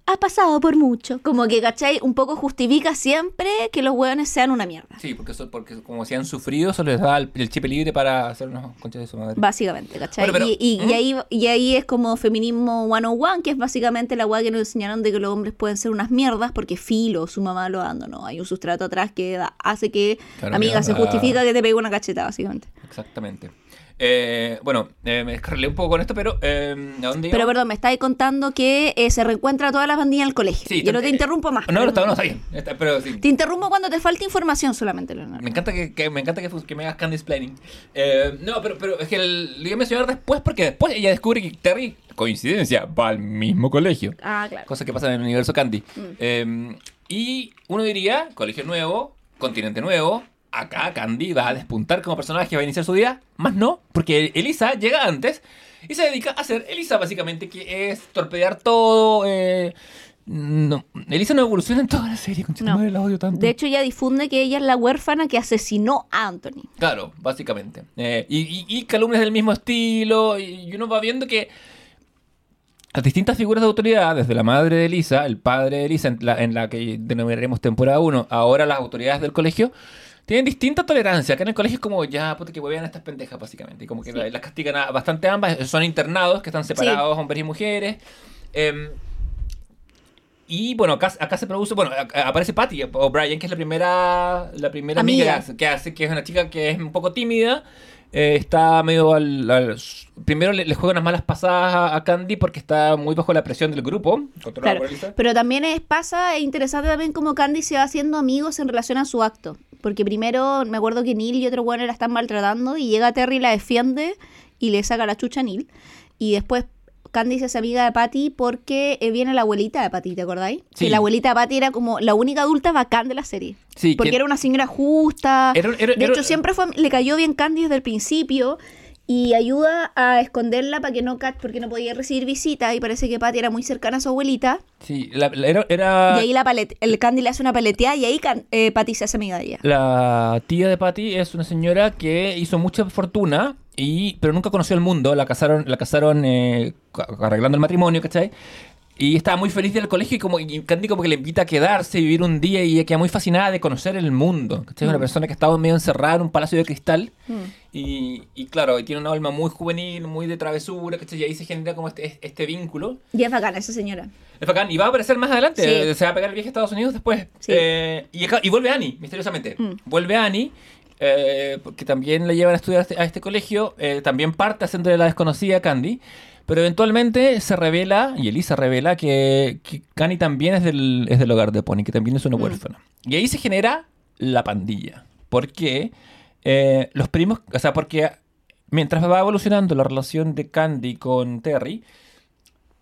ha pasado por mucho. Como que, ¿cachai? Un poco justifica siempre que los hueones sean una mierda.
Sí, porque, eso- porque como si han sufrido, solo les da el, el chip libre para hacer unos conchas de su madre.
Básicamente, ¿cachai?
Bueno, pero- ¿Mm?
y, y- y ahí, y ahí es como feminismo 101, que es básicamente la weá que nos enseñaron de que los hombres pueden ser unas mierdas porque filo, su mamá lo abandonó. Hay un sustrato atrás que da- hace que,
Claro, ah.
amiga, se
mierda.
justifica que te pegue una cacheta, básicamente. Exactamente.
Exactamente. Eh, bueno, eh, me descarrilé un poco con esto, pero eh, ¿a dónde iba?
Pero perdón, me estáis contando que eh, se reencuentra todas las bandillas en el colegio.
Sí,
Yo no
tan-
te interrumpo más.
No, no, está, no, está bien. Está- pero sí.
Te interrumpo cuando te falta información solamente, Leonardo.
Me encanta que, que- me encanta que, fus- que me hagas candy planning. Eh, no, pero, pero es que el- lo iba a mencionar después porque después ella descubre que Terry, coincidencia, va al mismo colegio.
Ah, claro.
Cosa que pasa en el universo Candy.
Mm.
Eh, y uno diría, colegio nuevo, continente nuevo, acá Candy va a despuntar como personaje, va a iniciar su día, más no, porque Elisa llega antes y se dedica a ser Elisa básicamente, que es torpedear todo. eh, no, Elisa no evoluciona en toda la serie, con
No.
la odio tanto.
De hecho, ella difunde que ella es la huérfana que asesinó a Anthony.
Claro, básicamente. Eh, y, y, y calumnias del mismo estilo, y, y uno va viendo que las distintas figuras de autoridad, desde la madre de Elisa, el padre de Elisa, en la, en la que denominaremos temporada 1, ahora las autoridades del colegio, tienen distinta tolerancia. Acá en el colegio es como, ya, puta, que huevean a estas pendejas, básicamente. Y como que la- las castigan a- bastante ambas. Son internados que están separados, hombres y mujeres. Em, y bueno, acá, acá se produce, bueno, a- a- aparece Patty O'Brien, que es la primera, la primera amiga, que
Amiga.
hace- que hace, que es una chica que es un poco tímida. eh, está medio al, al- primero le, le juega unas malas pasadas a, a Candy porque está muy bajo la presión del grupo. controlado
Claro.
por Elisa.
Pero también es, pasa, es interesante también como Candy se va haciendo amigos en relación a su acto. Porque primero me acuerdo que Neil y otro bueno la están maltratando y llega Terry y la defiende y le saca la chucha a Neil. Y después Candy se hace amiga de Patty porque eh, viene la abuelita de Patty, ¿te acordáis?
Sí.
Que la abuelita de Patty era como la única adulta bacán de la serie.
Sí,
porque
que-
era una señora justa.
Era- era-
de
era-
hecho, siempre fue, le cayó bien Candy desde el principio y ayuda a esconderla para que no ca- porque no podía recibir visitas y parece que Patty era muy cercana a su abuelita.
Sí, la- la- era, era-
Y ahí la palet- el Candy le hace una paleteada y ahí can- eh, Patty se hace amiga de ella.
La tía de Patty es una señora que hizo mucha fortuna, y, pero nunca conoció el mundo. La casaron, la casaron eh, ca- arreglando el matrimonio, ¿cachai? Y estaba muy feliz del colegio y como y Candy como que le invita a quedarse, vivir un día y ella queda muy fascinada de conocer el mundo. ¿cachai? Una persona que estaba medio encerrada en un palacio de cristal.
Mm.
Y, y claro, y tiene una alma muy juvenil, muy de travesura, ¿cachai? Y ahí se genera como este, este vínculo.
Y es bacana esa señora.
Es bacán, y va a aparecer más adelante.
Sí.
Se va a pegar el viaje a Estados Unidos después.
Sí.
Eh, y, acá- y vuelve Annie, misteriosamente.
Mm.
Vuelve Annie, eh, porque también la llevan a estudiar a este, a este colegio. eh, también parte haciéndole la desconocida a Candy. Pero eventualmente se revela, y Elisa revela, que, que Annie también es del, es del hogar de Pony, que también es
Mm.
una huérfana. Y ahí se genera la pandilla. Porque eh, los primos, o sea, porque mientras va evolucionando la relación de Candy con Terry,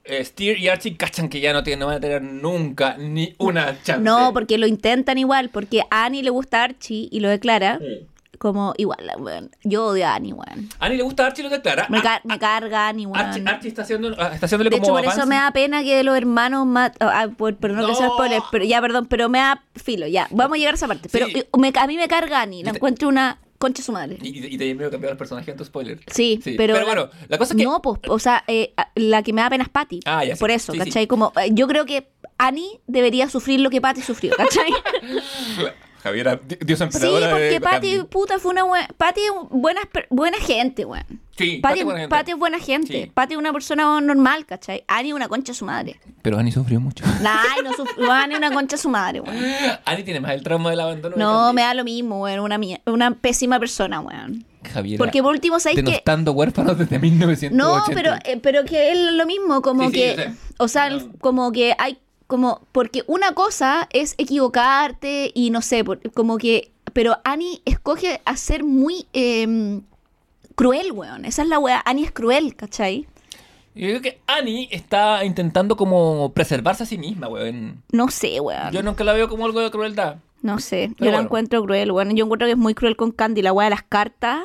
eh, Steer y Archie cachan que ya no, tienen, no van a tener nunca ni una chance.
No, porque lo intentan igual, porque a Annie le gusta Archie y lo declara
Sí.
como igual, weón. Yo odio a Annie, weón.
A Annie le gusta Archie, lo declara.
Me,
Ar-
ca- me carga Annie,
Ah, Archie,
weón.
Archie está, haciendo, ah, está haciéndole
De
como
hecho, por eso
avance.
me da pena que los hermanos mat- ah, ah, por- pero no, que sea
No.
spoiler, pero ya, perdón, pero me da filo, ya. Vamos a llegar a esa parte. Pero
Sí.
eh, me- a mí me carga Annie, la
Y te-
encuentro una concha de su madre.
Y, y- y te medio cambiado el personaje en tu spoiler.
Sí,
Sí,
pero,
pero bueno, la cosa es que-
No, pues, o sea, eh, a- la que me da pena es Patty.
Ah, ya, sí.
Por eso,
Sí, sí.
¿cachai? Como, eh, yo creo que Annie debería sufrir lo que Patty sufrió, ¿cachai?
(laughs) Javiera, di- Dios
sí,
emperadora
porque
de
Patty,
Candy.
puta, fue una buena... Patty es un- buena, buena gente, weón.
Sí, Patty
Patty,
es buena gente.
Patty es buena gente.
Sí.
Patty es una persona normal, ¿cachai? Annie es una concha de su madre.
Pero Annie sufrió mucho. (laughs)
Ay, no sufrió Annie es una concha de su madre, weón.
Annie tiene más el trauma del abandono. de
No,
Candy.
me da lo mismo, weón. Una, mie- una pésima persona, weón.
Javiera.
Porque por último, ¿sabéis que
denostando huérfanos desde 1980.
No, pero, eh, pero que es lo mismo, como
Sí, sí,
que,
yo sé.
o sea,
No.
el- como que hay, como, porque una cosa es equivocarte y no sé, por- como que, pero Annie escoge a ser muy eh, cruel, weón, esa es la weá, Annie es cruel, ¿cachai?
Yo creo que Annie está intentando como preservarse a sí misma, weón.
No sé, weón,
Yo nunca la veo como algo de crueldad.
no sé, yo
Pero
la
bueno.
encuentro cruel, weón, yo encuentro que es muy cruel con Candy, la weá de las cartas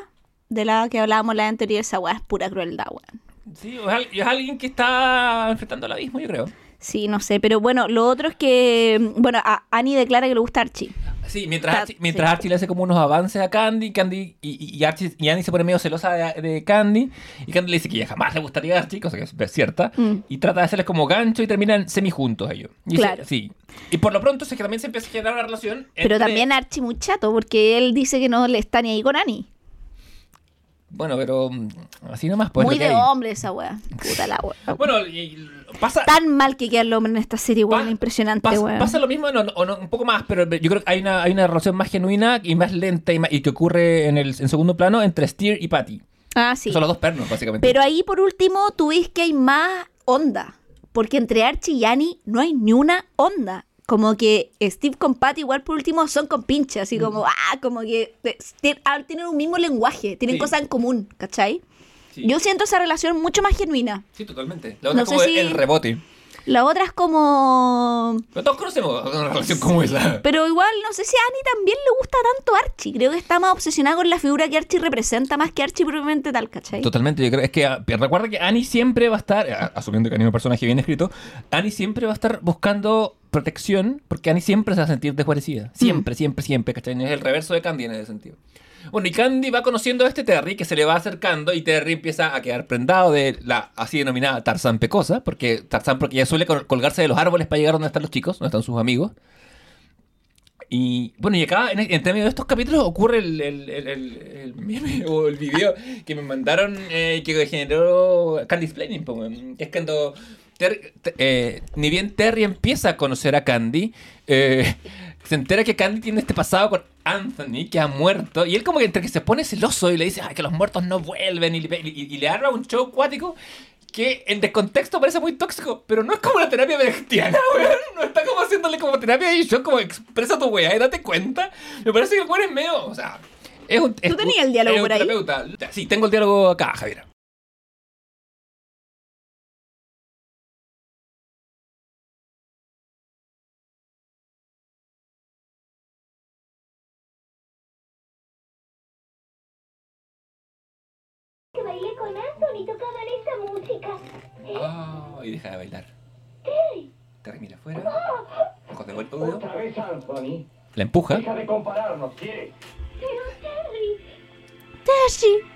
de la que hablábamos la anterior, esa weá es pura crueldad, weón.
Sí, es, al- es alguien que está enfrentando el abismo, yo creo.
Sí, no sé, pero bueno, lo otro es que, bueno, a Annie declara que le gusta Archie.
Sí, mientras,
Ta-
Archie, mientras
sí.
Archie le hace como unos avances a Candy, Candy y, y Archie y Annie se pone medio celosa de, de Candy y Candy le dice que ya jamás le gustaría a Archie, cosa que es cierta,
Mm.
y trata de hacerles como gancho y terminan semi juntos ellos. Y se-
Claro.
sí. Y por lo pronto es que también se empieza a generar una relación.
Pero
entre-
también Archie muy chato, porque él dice que no le está ni ahí con Annie.
Bueno, pero mm, así nomás pues.
muy
lo que
de
hay.
hombre esa wea. Puta la wea.
Bueno, y- y pasa
Tan mal que queda el hombre en esta serie,
Pa-
weón. Impresionante,
Pas-
weón.
Pasa lo mismo, no, no, o no, un poco más, pero yo creo que hay una, hay una relación más genuina y más lenta y, más- y que ocurre en el en segundo plano entre Steer y Patty.
Ah, sí.
Son los dos pernos, básicamente.
Pero ahí por último tú ves que hay más onda. Porque entre Archie y Annie no hay ni una onda. Como que Steve con Patty igual por último son
Mm.
compinches, así como, ah, como que eh, tien- ah, tienen un mismo lenguaje, tienen
Sí.
cosas en común, ¿cachai?
sí,
Yo siento esa relación mucho más genuina.
Sí, totalmente. La otra
no
es
sé
como
si-
el rebote.
La otra es como...
Pero todos conocemos una relación como esa.
Pero igual, no sé si a Annie también le gusta tanto Archie. Creo que está más obsesionada con la figura que Archie representa más que Archie propiamente tal, ¿cachai?
Totalmente, yo creo es que ah, recuerda que Annie siempre va a estar, ah, asumiendo que Annie es un personaje bien escrito, Annie siempre va a estar buscando protección porque Annie siempre se va a sentir desguarecida. Siempre, siempre, siempre, ¿cachai? Es el reverso de Candy en ese sentido. Bueno, y Candy va conociendo a este Terry que se le va acercando y Terry empieza a quedar prendado de la así denominada Tarzán Pecosa, porque Tarzán porque ya suele col- colgarse de los árboles para llegar donde están los chicos, donde están sus amigos. Y bueno, y acá en, entre medio de estos capítulos ocurre el, el, el- el- el meme (laughs) o el video que me mandaron eh, que generó Candy's Planning, po, weón. que es cuando Ter- te- eh, ni bien Terry empieza a conocer a Candy, eh, (laughs) se entera que Candy tiene este pasado con Anthony que ha muerto y él como que entre que se pone celoso y le dice "Ay, que los muertos no vuelven y, le- y- y le arma un show cuático que en descontexto parece muy tóxico, pero no es como la terapia bechtiana, (laughs) weón. No está como haciéndole como terapia y yo como expresa tu weá y date cuenta. Me parece que el weón es medio, o sea, es un... es un-
tenías el diálogo
es un
por ahí?
terapeuta. Sí, tengo el diálogo acá, Javier.
que bailé con Anthony tocaban esa música.
Ah, y deja de bailar.
Terry,
Terry mira afuera. Ojos de vuelto,
Otra vez, Anthony.
La empuja.
Deja de compararnos, ¿quieres?
pero Terry,
Archie,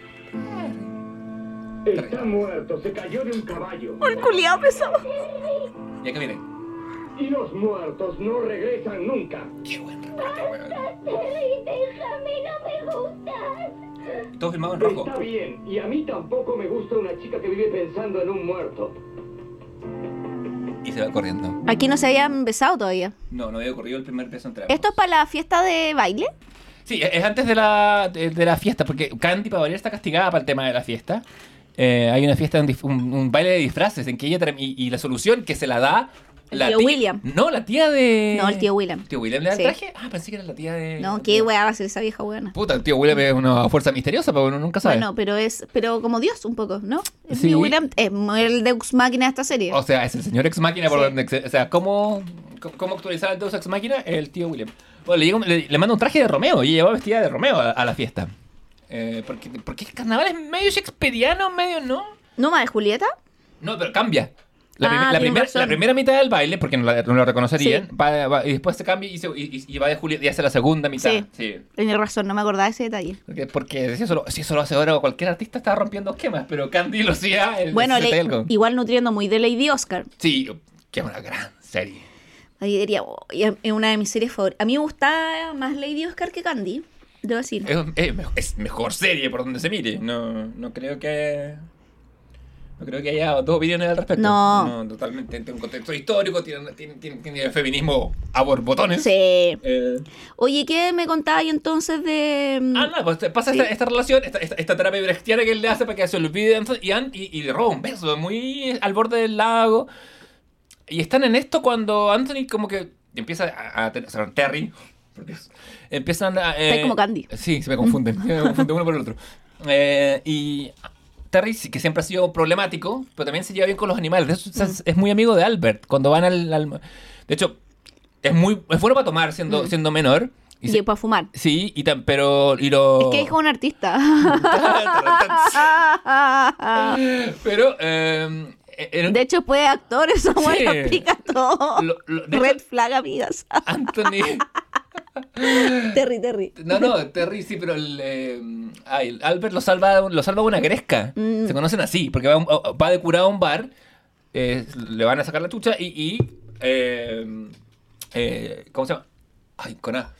Está muerto, se cayó de un caballo.
el culiao pesado.
Y acá viene.
Y los muertos no regresan nunca.
Qué buen remate, weón.
Terry, déjame, no me gustas.
Todo filmado en rojo.
Está bien, y a mí tampoco me gusta una chica que vive pensando en un muerto.
Y se va corriendo.
Aquí no se habían besado todavía.
No, no había ocurrido el primer beso entre ambos.
¿Esto es para la fiesta de baile?
Sí, e-, es antes de la, de, de la fiesta, porque Candy para variar está castigada para el tema de la fiesta. Eh, hay una fiesta, un, dif- un- un baile de disfraces en que ella term- y, y la solución que se la da
El
la
tío
tía-
William.
No, la tía de.
No, el tío William.
¿Tío William le da el
Sí.
traje? Ah, pensé que era la tía de.
No, qué weá va a ser esa vieja buena.
Puta, el tío William es una fuerza misteriosa, pero uno nunca sabe.
Bueno, pero es pero como Dios un poco, ¿no? Es
Sí.
mi William es el Deus Máquina de esta serie.
O sea, es el señor ex máquina por
Sí.
donde. se- O sea, ¿cómo, cómo- cómo actualizar el Deus ex máquina? El tío William. Bueno, le, llega un- le, le manda un traje de Romeo y ella va vestida de Romeo a, a la fiesta. Eh, porque, porque el carnaval es medio shakespeariano, medio no.
¿No más de Julieta?
No, pero cambia. La, primer-
Ah,
la
tienes
primera,
razón.
la primera mitad del baile, porque no la, no la reconocerían, va- va- y después se cambia y, se- y- y va de Julieta y hace la segunda mitad.
Sí. Tienes razón, no me acordaba de ese detalle.
Porque, porque si, eso lo, si eso lo hace ahora cualquier artista está rompiendo esquemas, pero Candy lo hacía el
Bueno, le-
60 y algo.
igual nutriendo muy de Lady Oscar.
Sí, que es una gran serie.
Ahí diría, oh, y es es una de mis series favoritas. A mí me gusta más Lady Oscar que Candy, debo decir.
Es, es me- es mejor serie por donde se mire. No, no creo que. No creo que haya dos opiniones al respecto.
No.
totalmente. Tiene un contexto histórico, tiene, tiene, tiene- tiene el feminismo a borbotones.
Sí.
Eh,
Oye, ¿qué me contabas entonces de... mm,
Ah, no, pues te pasa esta, esta relación, esta, esta, esta terapia brechtiana que él le hace para que se olvide entonces, y, Ann- y, y le roba un beso, muy al borde del lago. Y están en esto cuando Anthony como que empieza a, a tener, o sea, Terry, porque es- empiezan a... eh,
Está ahí como Candy. Mm.
Sí, se me confunden, (laughs) se me confunden uno por el otro. Eh, y Terry, sí que siempre ha sido problemático, pero también se lleva bien con los animales. De hecho,
Mm.
es, es muy amigo de Albert, cuando van al... al- de hecho, es, muy, es bueno para tomar
Mm.
siendo, siendo menor.
y
Y se-
para fumar.
Sí, y tan, pero. Y lo...
Es que dijo
(laughs)
un artista. (laughs)
pero. eh, en-
De hecho, puede actores, (laughs) eso
Sí.
bueno, explica todo.
lo- lo- de hecho,
Red flag, amigas.
(laughs) Anthony.
(laughs) Terry, Terry.
No, no, Terry sí, pero el, eh, ay, el Albert lo salva, lo salva una gresca.
Mm.
Se conocen así, porque va, a un- va de curado a un bar, eh, le van a sacar la chucha y... y eh, eh, ¿Cómo se llama? Ay, con A.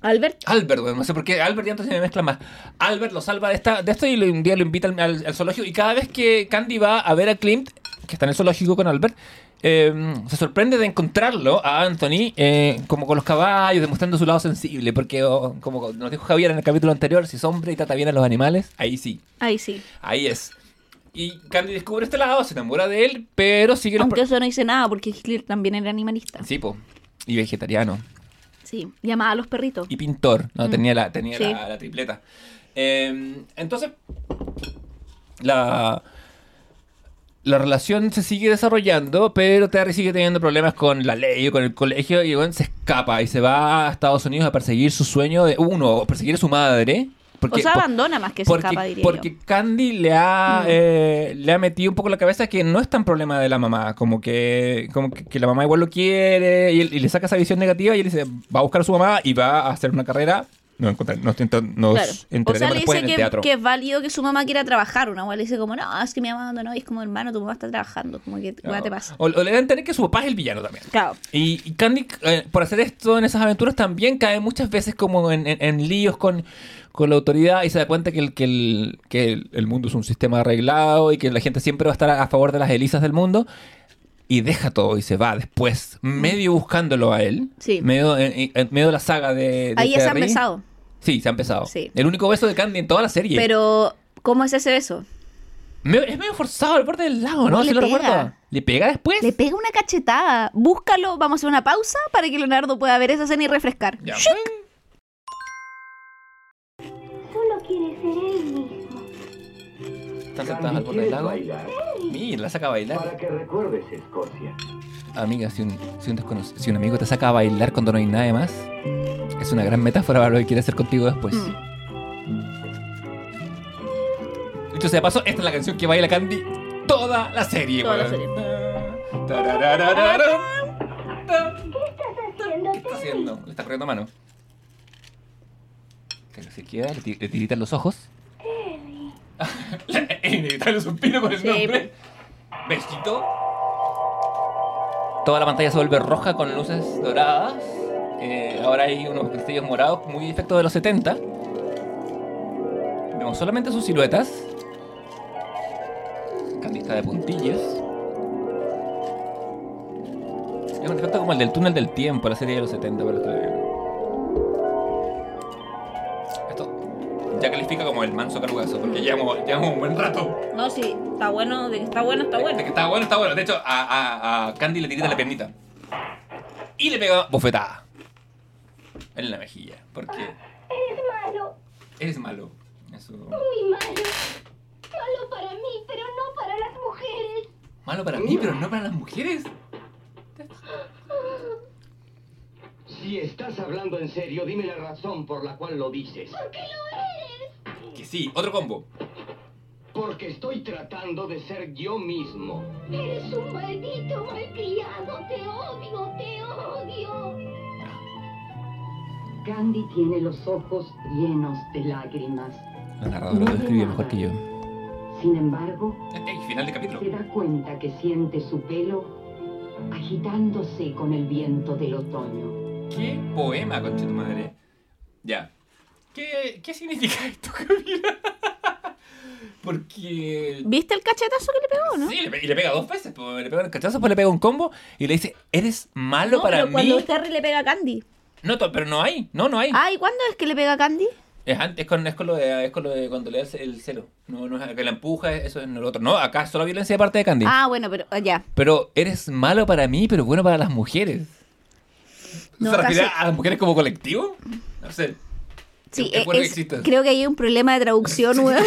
Albert.
Albert, weón, no sé por qué Albert ya entonces me mezcla más. Albert lo salva de, esta, de esto y le- un día lo invita al, al- al zoológico. Y cada vez que Candy va a ver a Klimt, que está en el zoológico con Albert, eh, se sorprende de encontrarlo a Anthony eh, como con los caballos, demostrando su lado sensible. Porque, oh, como nos dijo Javier en el capítulo anterior, si es hombre y trata bien a los animales, ahí sí,
Ahí sí.
ahí es. Y Candy descubre este lado, se enamora de él, pero sigue los.
Aunque
pro-
eso no dice nada porque Hitler también era animalista.
Sí, po. Y vegetariano.
Sí. Llamaba a los perritos.
y pintor. No,
Mm.
tenía la, tenía
Sí.
la, la tripleta. Eh, entonces, la, la relación se sigue desarrollando, pero Terry sigue teniendo problemas con la ley o con el colegio y bueno, se escapa y se va a Estados Unidos a perseguir su sueño de uno, perseguir a su madre. Porque,
o sea,
por-
abandona más que se
porque,
escapa, diría
porque
yo.
Candy le ha,
Mm.
eh, le ha metido un poco en la cabeza que no es tan problema de la mamá, como que, como que, que la mamá igual lo quiere y, él- y le saca esa visión negativa y él dice, va a buscar a su mamá y va a hacer una carrera. No, encontrar- nos, ento- nos
Claro. O sea,
entretenemos
le
después
dice
en el
que,
teatro.
que es válido que su mamá quiera trabajar. Una abuela le dice como, no, es que mi mamá abandonó y es como, hermano, tu mamá está trabajando. Como que,
Claro.
¿qué te pasa?
O, o le dan a entender que su papá es el villano también.
Claro.
Y, y Candy, eh, por hacer esto en esas aventuras, también cae muchas veces como en, en- en líos con, con la autoridad y se da cuenta que, el, que, el, que el, el mundo es un sistema arreglado y que la gente siempre va a estar a, a favor de las elisas del mundo. Y deja todo y se va después, medio buscándolo a él.
Sí.
Medio, eh, en, en medio de la saga de. de
Ahí ya se han
Terry.
besado.
Sí, se han empezado.
Sí.
El único beso de Candy en toda la serie.
Pero, ¿cómo es ese beso?
Medio- es medio forzado el borde del lago, ¿no?
No,
Sí
le
lo
pega.
recuerdo. ¿Le pega después?
Le pega una cachetada. Búscalo, vamos a hacer una pausa para que Leonardo pueda ver esa escena y refrescar.
Ya.
¡Shuk!
Solo quiere ser él mismo.
Están sentadas al borde del
¿quieres
lago.
bailar?
Mira, la saca a bailar.
Para que recuerdes Escocia.
Amiga, si un, si, un desconoc- si un amigo te saca a bailar cuando no hay nadie más, es una gran metáfora para lo que quiere hacer contigo después.
Mm.
Mm. Dicho sea de paso, esta es la canción que baila Candy toda la serie.
Toda la
weón.
serie.
Tarararararam.
¿Qué estás haciendo,
¿Qué está
Terry?
haciendo? Le está corriendo mano. Pero se queda, le, ti- le tiritan los ojos.
Terry.
(laughs) Inevitable suspiro con el
Sí.
nombre. Besito. Toda la pantalla se vuelve roja con luces doradas. Eh, ahora hay unos castillos morados muy efectos de los 70. Vemos solamente sus siluetas. Candista de puntillas. Es un efecto como el del túnel del tiempo, la serie de los 70 para los que la vieron. Esto ya califica como el manso cargazo, porque llevamos, llevamos un buen rato.
No, sí, está bueno, de que está bueno, está
De que está bueno, está bueno. De hecho, a, a- a Candy le tirita la piernita. Y le pega bofetada. En la mejilla. Porque
Eres malo.
eres malo. Eso.
Muy malo. Malo para mí, pero no para las mujeres.
Malo para mí, pero no para las mujeres.
Si estás hablando en serio, dime la razón por la cual lo dices.
Porque lo eres.
Que sí, otro combo.
Porque estoy tratando de ser yo mismo.
Eres un maldito malcriado. Te odio, te odio.
Candy tiene los ojos llenos de lágrimas.
La narradora lo describe mejor que yo.
Sin embargo,
Ey, Este final de capítulo.
se da cuenta que siente su pelo agitándose con el viento del otoño.
¿Qué poema, concha tu madre? Ya. ¿Qué, qué significa esto, Camila? (laughs) Porque.
¿Viste el cachetazo que le pegó, no?
Sí, le pe- y le pega dos veces. po. Le pega un cachazo, pues le pega un combo y le dice: Eres malo
No,
para
pero
mí.
cuando Terry le pega a Candy.
No, to- pero no hay, no, no hay.
Ah, ¿y cuándo es que le pega a Candy?
Es, antes, es, con, es con lo de, es con lo de cuando le das el cero. No, no es que la empuja, eso es lo otro. No, acá solo violencia de parte de Candy.
Ah, bueno, pero ah, ya.
Pero eres malo para mí, pero bueno para las mujeres.
No,
¿Se refiere
casi-
a las mujeres como colectivo? No
(laughs)
sé.
Sí,
Qué
eh,
bueno que
es-
existe.
creo que hay un problema de traducción,
(laughs)
weón.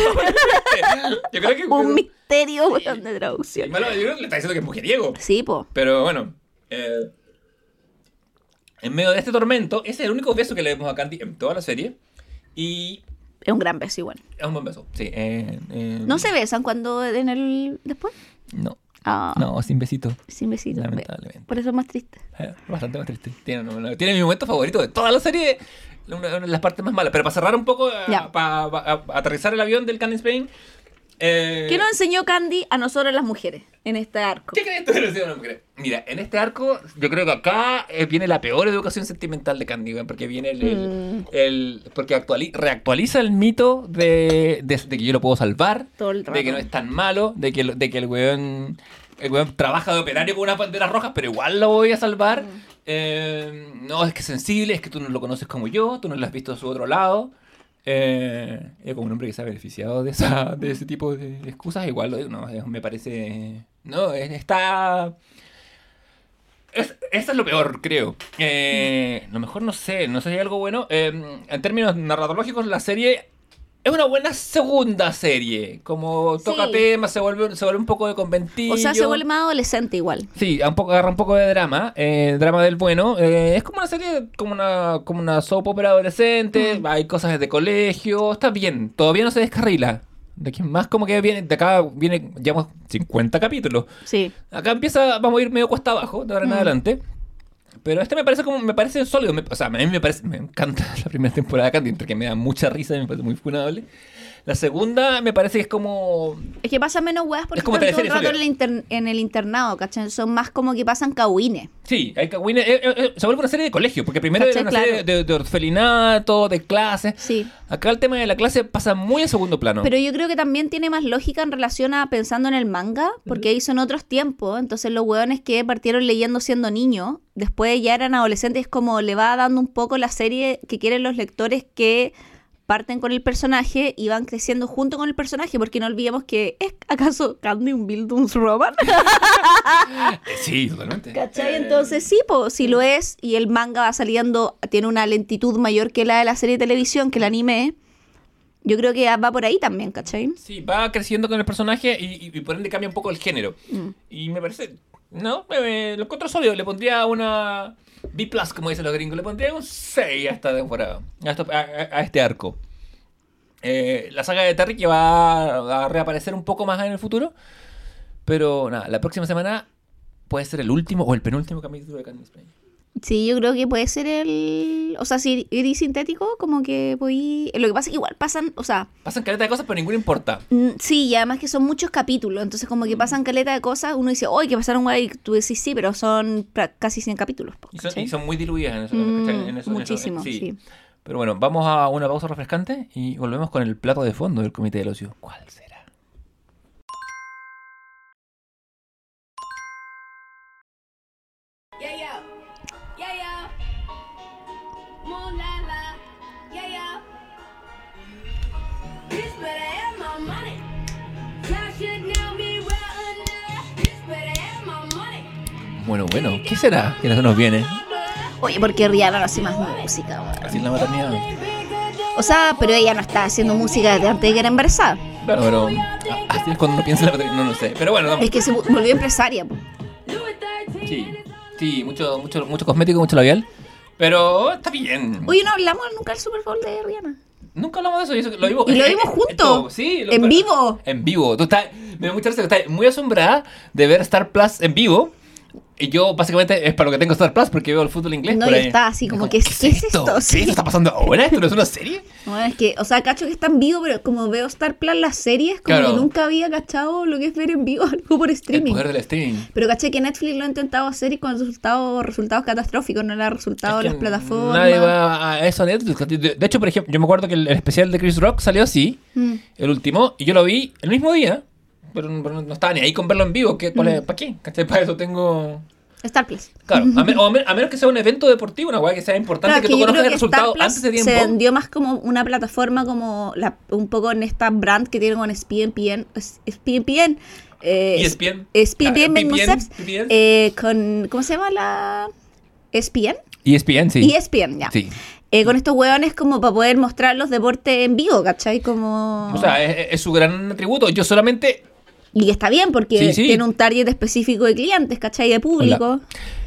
Yo creo que.
(laughs) un misterio, weón, de
el
traducción.
malo de Dios le está diciendo que es mujeriego.
Sí, po.
Pero bueno. eh, en medio de este tormento, ese es el único beso que le vemos a Candy en toda la serie. Y.
Es un gran beso igual.
Es un buen beso. Sí. eh, eh,
¿No se besan cuando en el... después?
No.
Ah,
No, sin besito.
Sin besitos.
Lamentablemente.
Por eso es más triste.
Eh, Bastante más triste. Tiene, no, no, tiene mi momento favorito de toda la serie. Una, una de las partes más malas. Pero para cerrar un poco,
Ya.
para aterrizar el avión del Candy Spain. eh,
¿Qué nos enseñó Candy a nosotros las mujeres en este arco?
¿Qué crees tú de la educación de la mujer? Mira, en este arco, yo creo que acá eh, viene la peor educación sentimental de Candy, weón, porque viene el. el- el- porque actuali- reactualiza el mito de, de- de que yo lo puedo salvar,
Todo el
de que
rato.
no es tan malo, de que, lo- de que el weón. El weón trabaja de operario con unas banderas rojas, pero igual lo voy a salvar.
Mm.
Eh, no, es que es sensible, es que tú no lo conoces como yo, tú no lo has visto de su otro lado. Eh, eh, como un hombre que se ha beneficiado de, esa, de ese tipo de excusas, igual eh, no, eh, me parece. No, eh, está. Es, eso es lo peor, creo. Eh, lo mejor no sé, no sé si hay algo bueno. Eh, en términos narratológicos, la serie es una buena segunda serie. Como toca
Sí.
temas, se vuelve, se vuelve un poco de conventillo.
O sea, se vuelve más adolescente igual.
Sí, un poco, agarra un poco de drama, eh, drama del bueno. Eh, es como una serie, como una, como una soap opera adolescente. Hay cosas de colegio, está bien. Todavía no se descarrila. De aquí en más como que viene, de acá viene, llevamos 50 capítulos.
Sí.
Acá empieza, vamos a ir medio cuesta abajo, de ahora en
Mm.
adelante. Pero este me parece como, me parece sólido. me- o sea, a mí me parece, me encanta (laughs) la primera temporada de Candy, entre que me da mucha risa y me parece muy funable. La segunda me parece que es como,
Es que pasa menos weas porque
Es como
están todo el
teleserie
rato en el, inter- en el internado, ¿cachai? Son más como que pasan cagüines.
Sí, hay que- Winnie- eh, eh, eh, se vuelve una serie de colegio, porque primero era
¿Cachai?
una
Claro.
serie de, de orfelinato, de clases.
Sí.
Acá el tema de la clase pasa muy en segundo plano.
Pero yo creo que también tiene más lógica en relación a pensando en el manga, porque ahí son otros tiempos. Entonces los hueones que partieron leyendo siendo niños, después ya eran adolescentes, es como le va dando un poco la serie que quieren los lectores que parten con el personaje y van creciendo junto con el personaje, porque no olvidemos que es acaso Candy un (laughs) Bildungsroman.
Eh, sí, totalmente.
¿Cachai? Entonces Eh, sí, pues si lo es y el manga va saliendo, tiene una lentitud mayor que la de la serie de televisión, que el anime es, yo creo que va por ahí también, ¿cachai?
Sí, va creciendo con el personaje y, y- y por ende cambia un poco el género.
Mm.
Y me parece, no, eh, lo encuentro sólido. Le pondría una B+, como dicen los gringos. Le pondría un 6 a esta temporada, a, esto- a- a- a este arco. Eh, la saga de Terry que va a reaparecer un poco más en el futuro. Pero nada, la próxima semana puede ser el último o el penúltimo capítulo de Candy Spring.
Sí, yo creo que puede ser el... O sea, si eres sintético, como que voy... Lo que pasa es que igual pasan, o sea,
Pasan caleta de cosas, pero ninguna importa.
mm, sí, y además que son muchos capítulos, entonces como que pasan caleta de cosas, uno dice, ¡ay, que pasaron guay! Y tú decís, sí, pero son pra- casi 100 capítulos. po,
Y son,
¿cachai?
y son muy diluidas en eso.
Mm,
¿cachai? En eso- en eso-
muchísimo, sí.
Pero bueno, vamos a una pausa refrescante y volvemos con el plato de fondo del Comité del Ocio. ¿Cuál será?
Yeah, yeah. Yeah, yeah. Moon la la. Yeah, yeah. This better have my money. Y'all should know me well enough. This better have my money.
Bueno, bueno, ¿qué será que no nos viene?
Oye, porque Rihanna no hace más música, weón?
Así es la maternidad.
O sea, pero ella no está haciendo música desde antes de que era embarazada.
Claro, pero a- Ah, así es cuando uno piensa en la maternidad. No, no sé. Pero bueno, vamos.
Es que se vu- volvió empresaria, po.
Louis 13.
Sí, sí, mucho, mucho, mucho cosmético, mucho labial. Pero está bien.
Oye, no hablamos nunca del Super Bowl de Rihanna.
Nunca hablamos de eso. Y, eso que lo vimos,
Y lo
eh,
vimos
eh,
juntos.
todo, sí, lo-
En vivo.
En vivo. Tú estás, me da mucha risa que estás muy asombrada de ver Star Plus en vivo. Y yo, básicamente, es para lo que tengo Star Plus porque veo el fútbol inglés.
No,
por
y
ahí.
está así
Es
como que, ¿qué es esto?
¿Qué
Sí.
esto está pasando ahora? ¿Esto no es una serie?
Bueno, es que, o sea, cacho que está en vivo, pero como veo Star Plus las series, como
Claro.
que nunca había cachado lo que es ver en vivo (laughs) algo por
El
streaming.
poder del streaming.
Pero caché que Netflix lo ha intentado hacer y con resultados, resultados catastróficos, no le ha resultado
Es que
las plataformas.
Nadie va a eso a Netflix. De de hecho, por ejemplo, yo me acuerdo que el, el especial de Chris Rock salió así,
Mm.
el último, y yo lo vi el mismo día, pero, no- pero no estaba ni ahí con verlo en vivo. ¿qué, cuál
Mm.
es- ¿Para qué? ¿Cachai? Para eso tengo...
Star Plus.
Claro, a, men- o a men- a menos que sea un evento deportivo, una weá que sea importante,
Claro,
que
que
tú
yo creo
conozcas el
que Star
resultado
Plus
antes de
se
tiempo.
vendió más como una plataforma como la- un poco en esta brand que tiene con E SPNPN, SPNPN, eh,
ESPN.
SPNPN,
Ah,
Ben
PPN,
Moses,
PPN.
eh, con, ¿cómo se llama la? E SPN,
ESPN, sí.
ESPN, ya.
Sí.
Eh, con estos hueones como para poder mostrar los deportes en vivo, ¿cachai? Como...
O sea, es, es su gran atributo. Yo solamente
y está bien porque
Sí, sí.
tiene un target específico de clientes, ¿cachai? De público.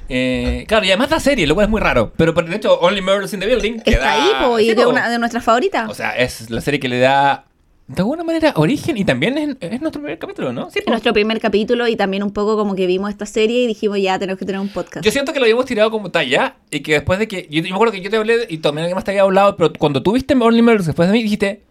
Eh, claro, y además la serie, lo cual es muy raro. Pero, pero de hecho, Only Murders in the Building. que
Está
da-
ahí, po, y
Sí,
que es
po.
una de nuestras favoritas.
O sea, es la serie que le da de alguna manera origen y también es, es nuestro primer capítulo, ¿no? Sí,
En
po.
nuestro primer capítulo y también un poco como que vimos esta serie y dijimos ya tenemos que tener un podcast.
Yo siento que lo habíamos tirado como talla y que después de que. Yo, yo me acuerdo que yo te hablé y también alguien más te había hablado, pero cuando tú viste Only Murders después de mí, dijiste.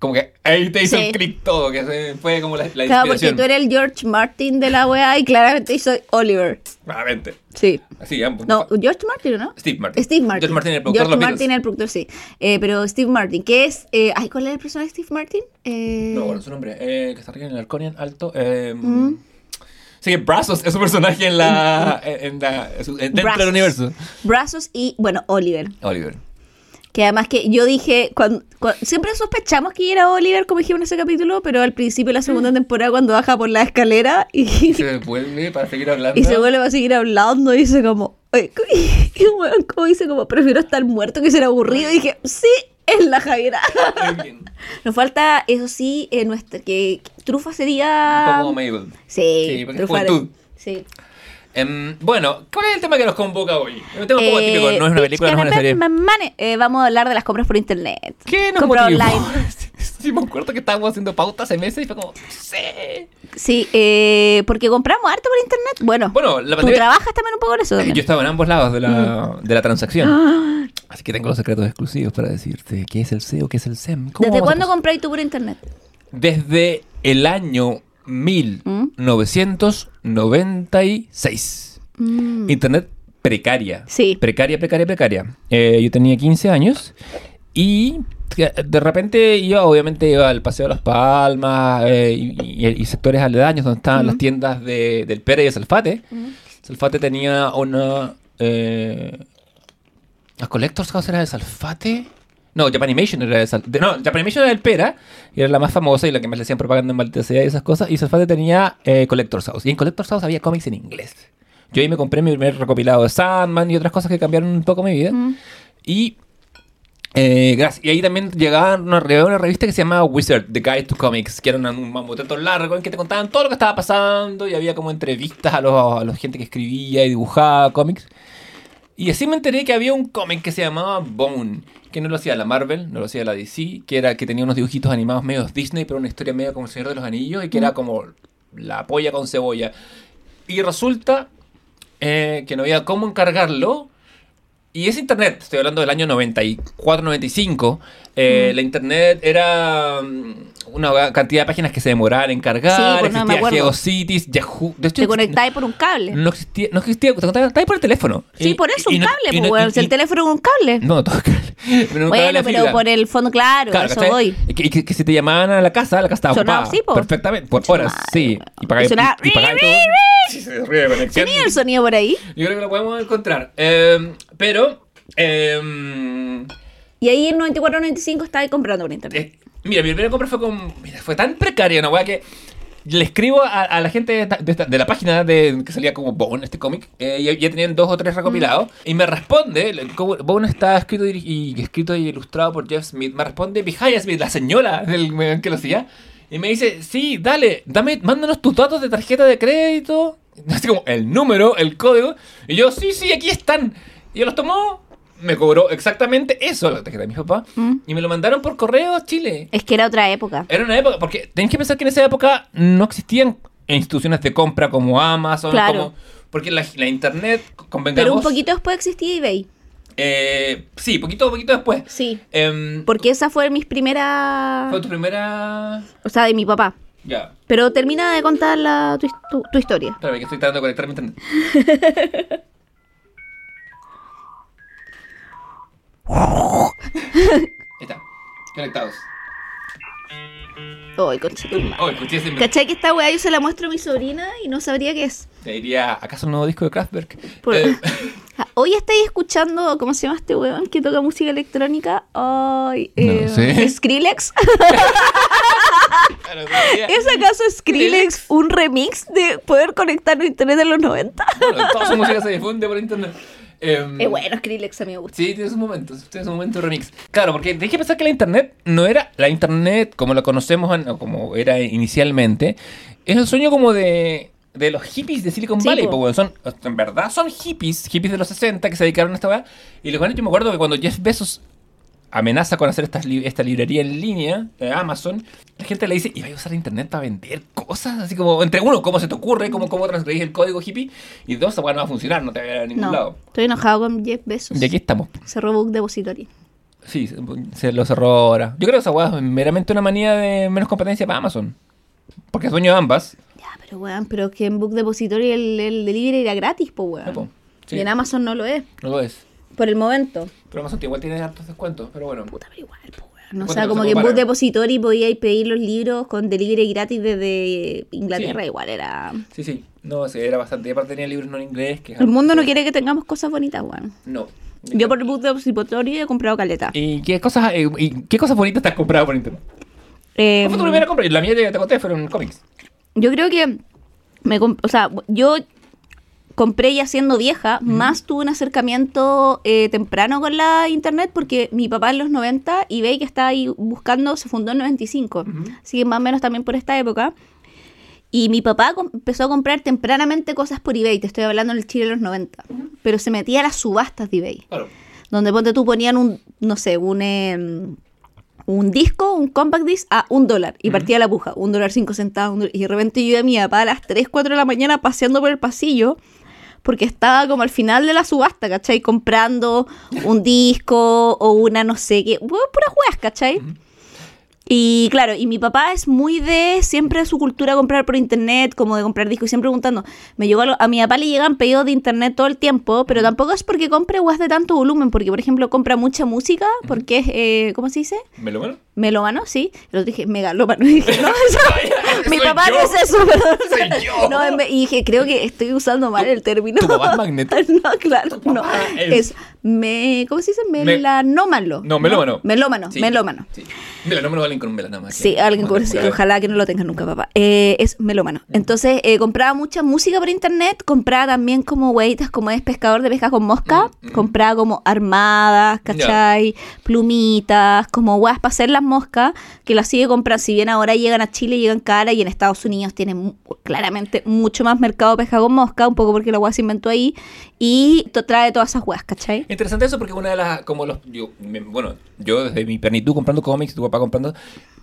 Como que ahí te hizo
Sí.
el clic todo, que se- fue como la, la
claro, porque
inspiración.
tú eres el George Martin de la weá y claramente yo soy Oliver.
Claramente.
Sí.
Así, ambos.
No, George Martin, ¿no?
Steve Martin.
Steve Martin.
George Martin, el productor de
George
los
Martin,
Beatles.
el productor, sí. Eh, pero Steve Martin, que es... eh, ay, ¿cuál es el personaje de Steve Martin? Eh,
No, bueno, su nombre. Eh, que está arriba en el Arconian alto. Eh, Sí, que Brazos es su personaje en la. eh, En, en la en su- en- dentro
Brazos.
del universo.
Brazos y, bueno, Oliver.
Oliver.
Que además que yo dije, cuan- cua- siempre sospechamos que era Oliver, como dijimos en ese capítulo, pero al principio de la
Mm.
segunda temporada cuando baja por la escalera y, (laughs)
Se vuelve para seguir hablando.
y se vuelve a seguir hablando y dice como, "Oye, ¿cómo- (laughs) y el weón como dice como, prefiero estar muerto que ser aburrido. Y dije, sí, es la Javiera.
Muy bien.
(laughs) Nos falta, eso sí, eh, nuestra, que, que trufa sería...
Como Mabel.
Sí,
Sí, porque
trufa-
juventud.
Sí.
Em, bueno, ¿cuál es el tema que nos convoca hoy? Un tema un poco
Eh,
típico, no es una
bitch,
película, no es una
can I
serie.
bet my money? Eh, vamos a hablar de las compras por internet.
¿Qué nos
Compra
motivó?
online.
(laughs) sí, me acuerdo que estábamos haciendo pautas hace meses y fue como, sí.
Sí, eh, porque compramos harto por internet. Bueno,
Bueno, la
tú
pandemia-
trabajas también un poco en eso.
(laughs)
también.
Yo estaba en ambos lados de la,
Mm.
de la
Ah.
transacción. Así que tengo los secretos exclusivos para decirte qué es el SEO, qué es el SEM. ¿Cómo
¿Desde
vamos a
cuándo compráis tú por internet?
Desde el
Mm.
año 1996.
Mm.
Internet precaria.
Sí.
Precaria, precaria, precaria. Eh, yo tenía 15 años y eh, de repente iba, obviamente, iba al Paseo de las Palmas eh, y, y- y sectores aledaños donde estaban las tiendas de- del Pérez y el Salfate. Salfate tenía una... eh, ¿Las Collectors House era de Salfate? No, Japanimation era de Salfate. No, Japanimation era del Pera. Y era la más famosa y la que más le hacían propaganda en maldita Sea y esas cosas. Y Salfate tenía eh, Collector's House. Y en Collector's House había cómics en inglés. Yo ahí me compré mi primer recopilado de Sandman y otras cosas que cambiaron un poco mi vida. Y... eh, gracias. Y ahí también llegaba una, llegaba una revista que se llamaba Wizard, The Guide to Comics, que era una- un mamotreto largo en que te contaban todo lo que estaba pasando y había como entrevistas a los, a la gente que escribía y dibujaba cómics. Y así me enteré que había un cómic que se llamaba Bone, que no lo hacía la Marvel, no lo hacía la DC, que era que tenía unos dibujitos animados medio Disney, pero una historia medio como El Señor de los Anillos, y que era como la polla con cebolla. Y resulta eh, que no había cómo encargarlo. Y es internet, estoy hablando del año 94, 95. eh, La internet era mm, una cantidad de páginas que se demoraban en cargar.
Sí, pues no,
existía
me acuerdo.
GeoCities, Yahoo. De hecho,
Te conectáis por un cable.
no existía, no existía, te conectabas ahí por el teléfono.
sí,
Y-
por eso,
y
un
no-
cable.
y
pues,
no-
weón,
y-
si el
y-
teléfono es un cable.
No, (laughs) todo cable. Pero un cable
bueno,
de
pero
fibra.
por el fondo, claro,
Claro,
a eso
¿cachai?
voy.
Y Que, que- que si te llamaban a la casa, la casa estaba
Sonaba,
ocupada.
sí, po.
Perfectamente, por
Chuta
horas,
madre,
sí.
weón.
Y pagaba
Y sonaba,
y, y pagaba
"Ri,
todo.
ri,
Sí, se ríe de conexión.
¿Tenía el sonido por ahí?
Yo creo que lo podemos encontrar. Eh, pero, eh,
Y ahí en 94-95 estáis comprando por internet.
eh, mira, mi primera compra fue con. Mira, fue tan precaria una weá que. Le escribo a, a la gente de, esta- de esta- de la página de, que salía como Bone, este cómic. eh, ya, ya tenían dos o tres recopilados. Y me responde, le- como Bone está escrito y, y escrito y ilustrado por Jeff Smith. Me responde Vijaya Smith, la señora del weón que lo hacía. Y me dice, sí, dale, dame, mándanos tus datos de tarjeta de crédito. (laughs) Así como el número, el código. Y yo, sí, sí, aquí están. Y yo los tomó. Me cobró exactamente eso, la tarjeta de mi papá.
Mm.
Y me lo mandaron por correo a Chile.
Es que era otra época.
Era una época, porque tenés que pensar que en esa época no existían instituciones de compra como Amazon,
Claro.
como- porque la, la internet, convengamos.
Pero un poquito después existía eBay.
eh, sí, poquito, poquito después.
Sí.
Em,
Porque esa fue mis
Fue
primeras.
tu primera.
O sea, de mi papá.
Ya.
Pero termina de contar la- tu, tu- tu historia.
Espérame, que estoy tratando de conectar mi internet.
(laughs)
Ahí está. Conectados.
Ay, concha tu madre.
Oh, escuché ese.
¿Cachai que esta weá yo se la muestro a mi sobrina y no sabría qué es?
Te diría, ¿acaso un nuevo disco de Kraftwerk?
Por-
Eh, (laughs)
(laughs) Ah, Hoy estáis escuchando, ¿cómo se llama este weón que toca música electrónica? Ay, eh,
No sé. (laughs)
(laughs) ¿Skrillex?
claro, diría-
(laughs) ¿Es acaso Skrillex un remix de poder conectar a internet de los 90?
Bueno, toda su música se difunde por internet. Em,
Es bueno, Skrillex a mí me gusta.
Sí, tiene sus momentos, tiene sus momentos remix. Claro, porque tenés que pensar que la internet no era la internet como la conocemos an- o como era inicialmente. Es el sueño como de, de los hippies de Silicon
Sí,
Valley.
po.
po, weón. son, en verdad son hippies, hippies de los 60 que se dedicaron a esta weá. Y los bueno, yo me acuerdo que cuando Jeff Bezos amenaza con hacer esta, esta librería en línea, eh, Amazon, la gente le dice, y vais a usar internet para vender cosas, así como, entre uno, ¿cómo se te ocurre? ¿Cómo, cómo transgredís el código hippie? Y dos, esa weá no va a funcionar, no te va a llegar a ningún
No,
lado.
estoy enojado con Jeff Bezos.
Y aquí estamos.
Cerró Book Depository.
Sí, se- se lo cerró ahora. Yo creo que esa weá es meramente una manía de menos competencia para Amazon. Porque es dueño de ambas.
Ya, pero weón, pero que en Book Depository el, el delivery era gratis, pues
No, Ah, po.
weón.
Sí.
Y en Amazon no lo es,
No lo es.
por el momento.
Pero Amazon igual tiene hartos descuentos, pero bueno.
Puta, pero igual, pues weón. No, o
Bueno,
sea,
pero
como
se
que en
compara.
Book Depository podíais pedir los libros con delivery gratis desde Inglaterra,
Sí.
igual era...
Sí, sí. No, sí, era bastante. Y aparte tenía libros no en inglés. Que
El mundo no quiere que tengamos cosas bonitas, weón.
No.
Yo por el Book Depository he comprado caleta.
¿Y qué cosas, eh, y qué cosas bonitas te has comprado por internet?
Eh,
¿Cuál fue tu primera compra? La mía ya te conté, fueron cómics.
Yo creo que me comp- o sea, yo compré ya siendo vieja, más tuve un acercamiento eh, temprano con la internet porque mi papá en los 90 y ve que estaba ahí buscando, se fundó en 95, así que más o menos también por esta época. Y mi papá com- empezó a comprar tempranamente cosas por eBay, te estoy hablando del Chile de los 90, pero se metía a las subastas de eBay
Claro.
donde ponte tú ponían un, no sé, un, em, un disco, un compact disc a un dólar y partía la puja, un dólar cinco centavos, un dólar, y de repente yo y mi papá a las 3, 4 de la mañana paseando por el pasillo porque estaba como al final de la subasta, ¿cachai? Comprando un disco o una no sé qué, bueno, puras juegas, ¿cachai? Y claro, y mi papá es muy de siempre su cultura comprar por internet, como de comprar discos, y siempre preguntando. Me llegó algo- a mi papá le llegan pedidos de internet todo el tiempo, pero tampoco es porque compre guas de tanto volumen, porque por ejemplo compra mucha música, porque es, eh, ¿cómo se dice?
¿Me lo bueno?
Melómano, sí. El otro dije, megalómano. (laughs) Y
(laughs)
dije, no, eso- (laughs) mi
Soy
papá
yo.
no es eso, perdón.
Soy yo.
No, en vez- y dije, creo que estoy usando mal el término.
tu papá es magneto.
(laughs) No, claro, no.
es-
Es, me, ¿cómo se dice? Melanómalo.
No, melómano.
Melómano,
Sí.
melómano.
Sí. Melómano alguien con un melanoma.
Sí, alguien con sí, ojalá que no lo tenga nunca, papá. Eh, es melómano. Entonces, eh, compraba mucha música por internet, compraba también como huevitas, como es pescador de pesca con mosca, compraba como armadas, ¿cachai? Plumitas, como huevas para hacer las moscas, que las sigue comprando. Si bien ahora llegan a Chile, llegan cara y en Estados Unidos tienen mu- claramente mucho más mercado pesca con mosca, un poco porque la hueá se inventó ahí, y to- trae todas esas huevas, ¿cachai?
Interesante eso porque una de las, como los, yo, me- bueno, yo desde mi pernitud comprando cómics, tu papá comprando,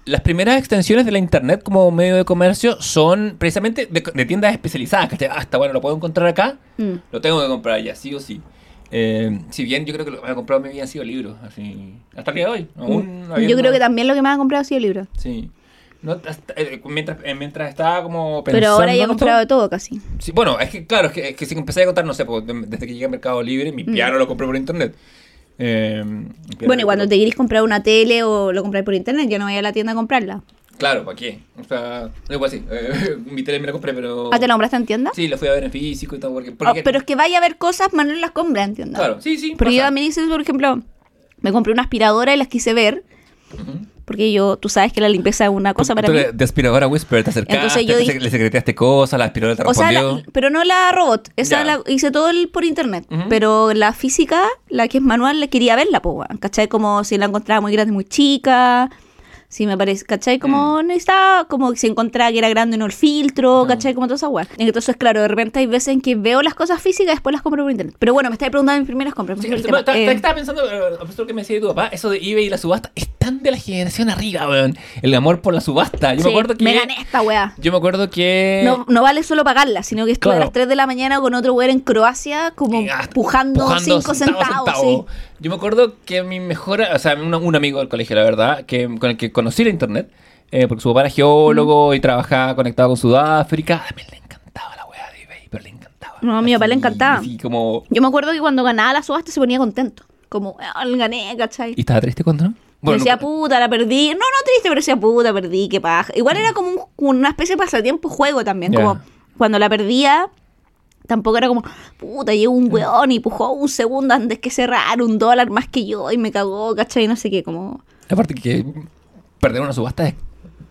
las primeras extensiones de la internet como medio de comercio son precisamente de, de tiendas especializadas, ¿cachai? Hasta bueno, lo puedo encontrar acá,
Mm.
lo tengo que comprar allá, sí o sí. Eh, si bien yo creo que lo que he comprado me habían sido libros, así, hasta el día de hoy. Aún
Mm, Yo
habiendo-
creo que también lo que más ha comprado ha sido libros.
Sí. No, hasta- eh, mientras, eh, mientras estaba como pensando...
Pero ahora ya ha
en esto-
comprado de todo casi.
Sí, bueno, es que claro, es que, es que si empecé a contar, no sé, pues, de- desde que llegué a Mercado Libre, mi piano lo compré por internet. Eh, mi piano
Mm. Bueno, y
lo
cuando te
compré-
querís comprar una tele o lo compráis por internet, ya no vayas a la tienda a comprarla.
Claro, ¿para qué? O sea, no igual sí, eh, (laughs) mi tele me la compré, pero...
Ah, ¿te la compraste en tienda?
Oh. Sí, la fui a ver en físico y todo, porque...
Ah,
porque-
pero es que vaya a ver cosas, más no las compra en tienda.
Claro, sí, sí,
Porque
pasa.
yo también hice eso, por ejemplo, me compré una aspiradora y las quise ver. Porque yo, tú sabes que la limpieza es una cosa para
Tú
mí.
le- De aspiradora Whisper te acercaste,
Entonces yo
te
dije-
sec- le secreteaste cosas, la aspiradora te
O sea,
respondió.
la- pero no la robot, esa
Ya.
la hice todo el- por internet.
Ujú.
Pero la física, la que es manual, la quería verla, pues, weón, ¿cachai? Como si la encontraba muy grande, muy chica. Si me parece, ¿cachai? Como
Mm.
necesitaba, como si encontraba que era grande no el filtro, ¿cachai? Como toda esa weá. Entonces, claro, de repente hay veces en que veo las cosas físicas y después las compro por internet. Pero bueno, me estáis preguntando mis primeras compras.
Sí,
me fue el
estaba,
tema.
estaba-
Eh,
estaba pensando, eh, a pesar de lo que me decía tu papá, eso de eBay y la subasta, están de la generación arriba, weón. El amor por la subasta. Yo
sí,
me acuerdo que...
me gané esta weá.
Yo me acuerdo que...
No, no vale solo pagarla, sino que estuve
Claro.
a las 3 de la mañana con otro weón en Croacia, como
Y hasta-
pujando
pujando
5
centavo a
centavos.
centavo.
sí.
Yo me acuerdo que mi mejor, o sea, un, un amigo del colegio, la verdad, que, con el que conocí la internet, eh, porque su papá era geólogo y trabajaba conectado con Sudáfrica. A mí le encantaba la weá de eBay, pero le encantaba.
No, a mi papá le encantaba.
Sí, como.
Yo me acuerdo que cuando ganaba la subasta se ponía contento. Como, "Weón, gané, ¿cachai?
¿Y estaba triste cuando no?
Bueno, decía,
nunca-
puta, la perdí. No, no triste, pero decía, puta, perdí, qué paja. Igual era como un- como una especie de pasatiempo juego también.
Ya.
Como cuando la perdía, tampoco era como, puta, llegó un weón y pujó un segundo antes que cerrar un dólar más que yo y me cagó, ¿cachai? No sé qué, como...
Aparte que perder una subasta es,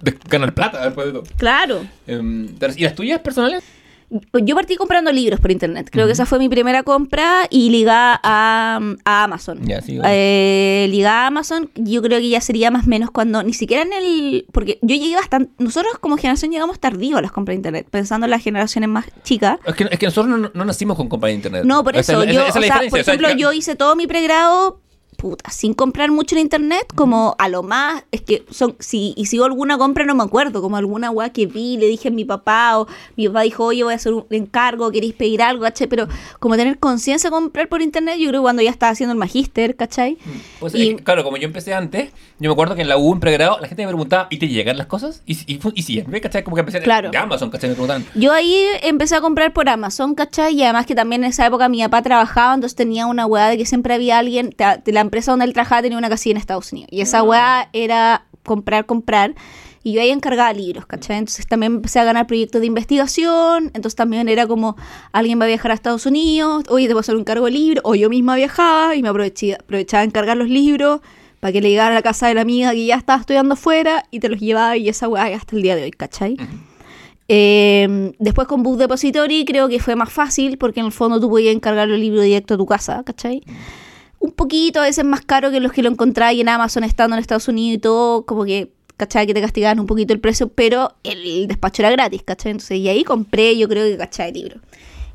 es ganar plata después de todo.
Claro.
Em, pero- ¿Y las tuyas personales?
Yo partí comprando libros por internet. Creo que esa fue mi primera compra y ligada a, a Amazon.
Ya, sí, bueno.
eh, ligada a Amazon, yo creo que ya sería más o menos cuando ni siquiera en el. Porque yo llegué bastante. Nosotros como generación llegamos tardío a las compras de internet, pensando en las generaciones más chicas.
Es que, es que nosotros no, no nacimos con compañía de internet.
No, por
Esa
eso.
es la-
yo,
esa es la
o sea,
diferencia,
por
o sea,
ejemplo,
ya-
yo hice todo mi pregrado puta, sin comprar mucho en internet, como a lo más, es que son, si y si hubo alguna compra no me acuerdo, como alguna weá que vi, le dije a mi papá, o mi papá dijo, oye, voy a hacer un encargo, queréis pedir algo, ¿cachai? Pero como tener conciencia de comprar por internet, yo creo que cuando ya estaba haciendo el magíster, ¿cachai?
Pues,
Y-
eh, claro, como yo empecé antes, yo me acuerdo que en la U, en pregrado, la gente me preguntaba, ¿y te llegan las cosas? Y, y, y siempre, ¿cachai? Como que empecé
Claro.
de Amazon, ¿cachai? Me preguntaban,
Yo ahí empecé a comprar por Amazon, ¿cachai? Y además que también en esa época mi papá trabajaba, entonces tenía una weá de que siempre había alguien, ta- de la empresa donde él trabajaba tenía una casilla en Estados Unidos. Y esa weá era comprar, comprar. Y yo ahí encargaba libros, ¿cachai? Entonces también empecé a ganar proyectos de investigación, entonces también era como, alguien va a viajar a Estados Unidos, oye, te voy a hacer un cargo de libro, o yo misma viajaba y me aproveché- aprovechaba de encargar los libros para que le llegaran a la casa de la amiga que ya estaba estudiando afuera y te los llevaba y esa weá hasta el día de hoy, ¿cachai? Eh, después con Book Depository creo que fue más fácil porque en el fondo tú podías encargar el libro directo a tu casa, ¿cachai? Un poquito a veces más caro que los que lo encontráis en Amazon estando en Estados Unidos y todo, como que, ¿cachai? Que te castigaban un poquito el precio, pero el despacho era gratis, ¿cachai? Entonces, y ahí compré yo creo que, ¿cachai? Libro.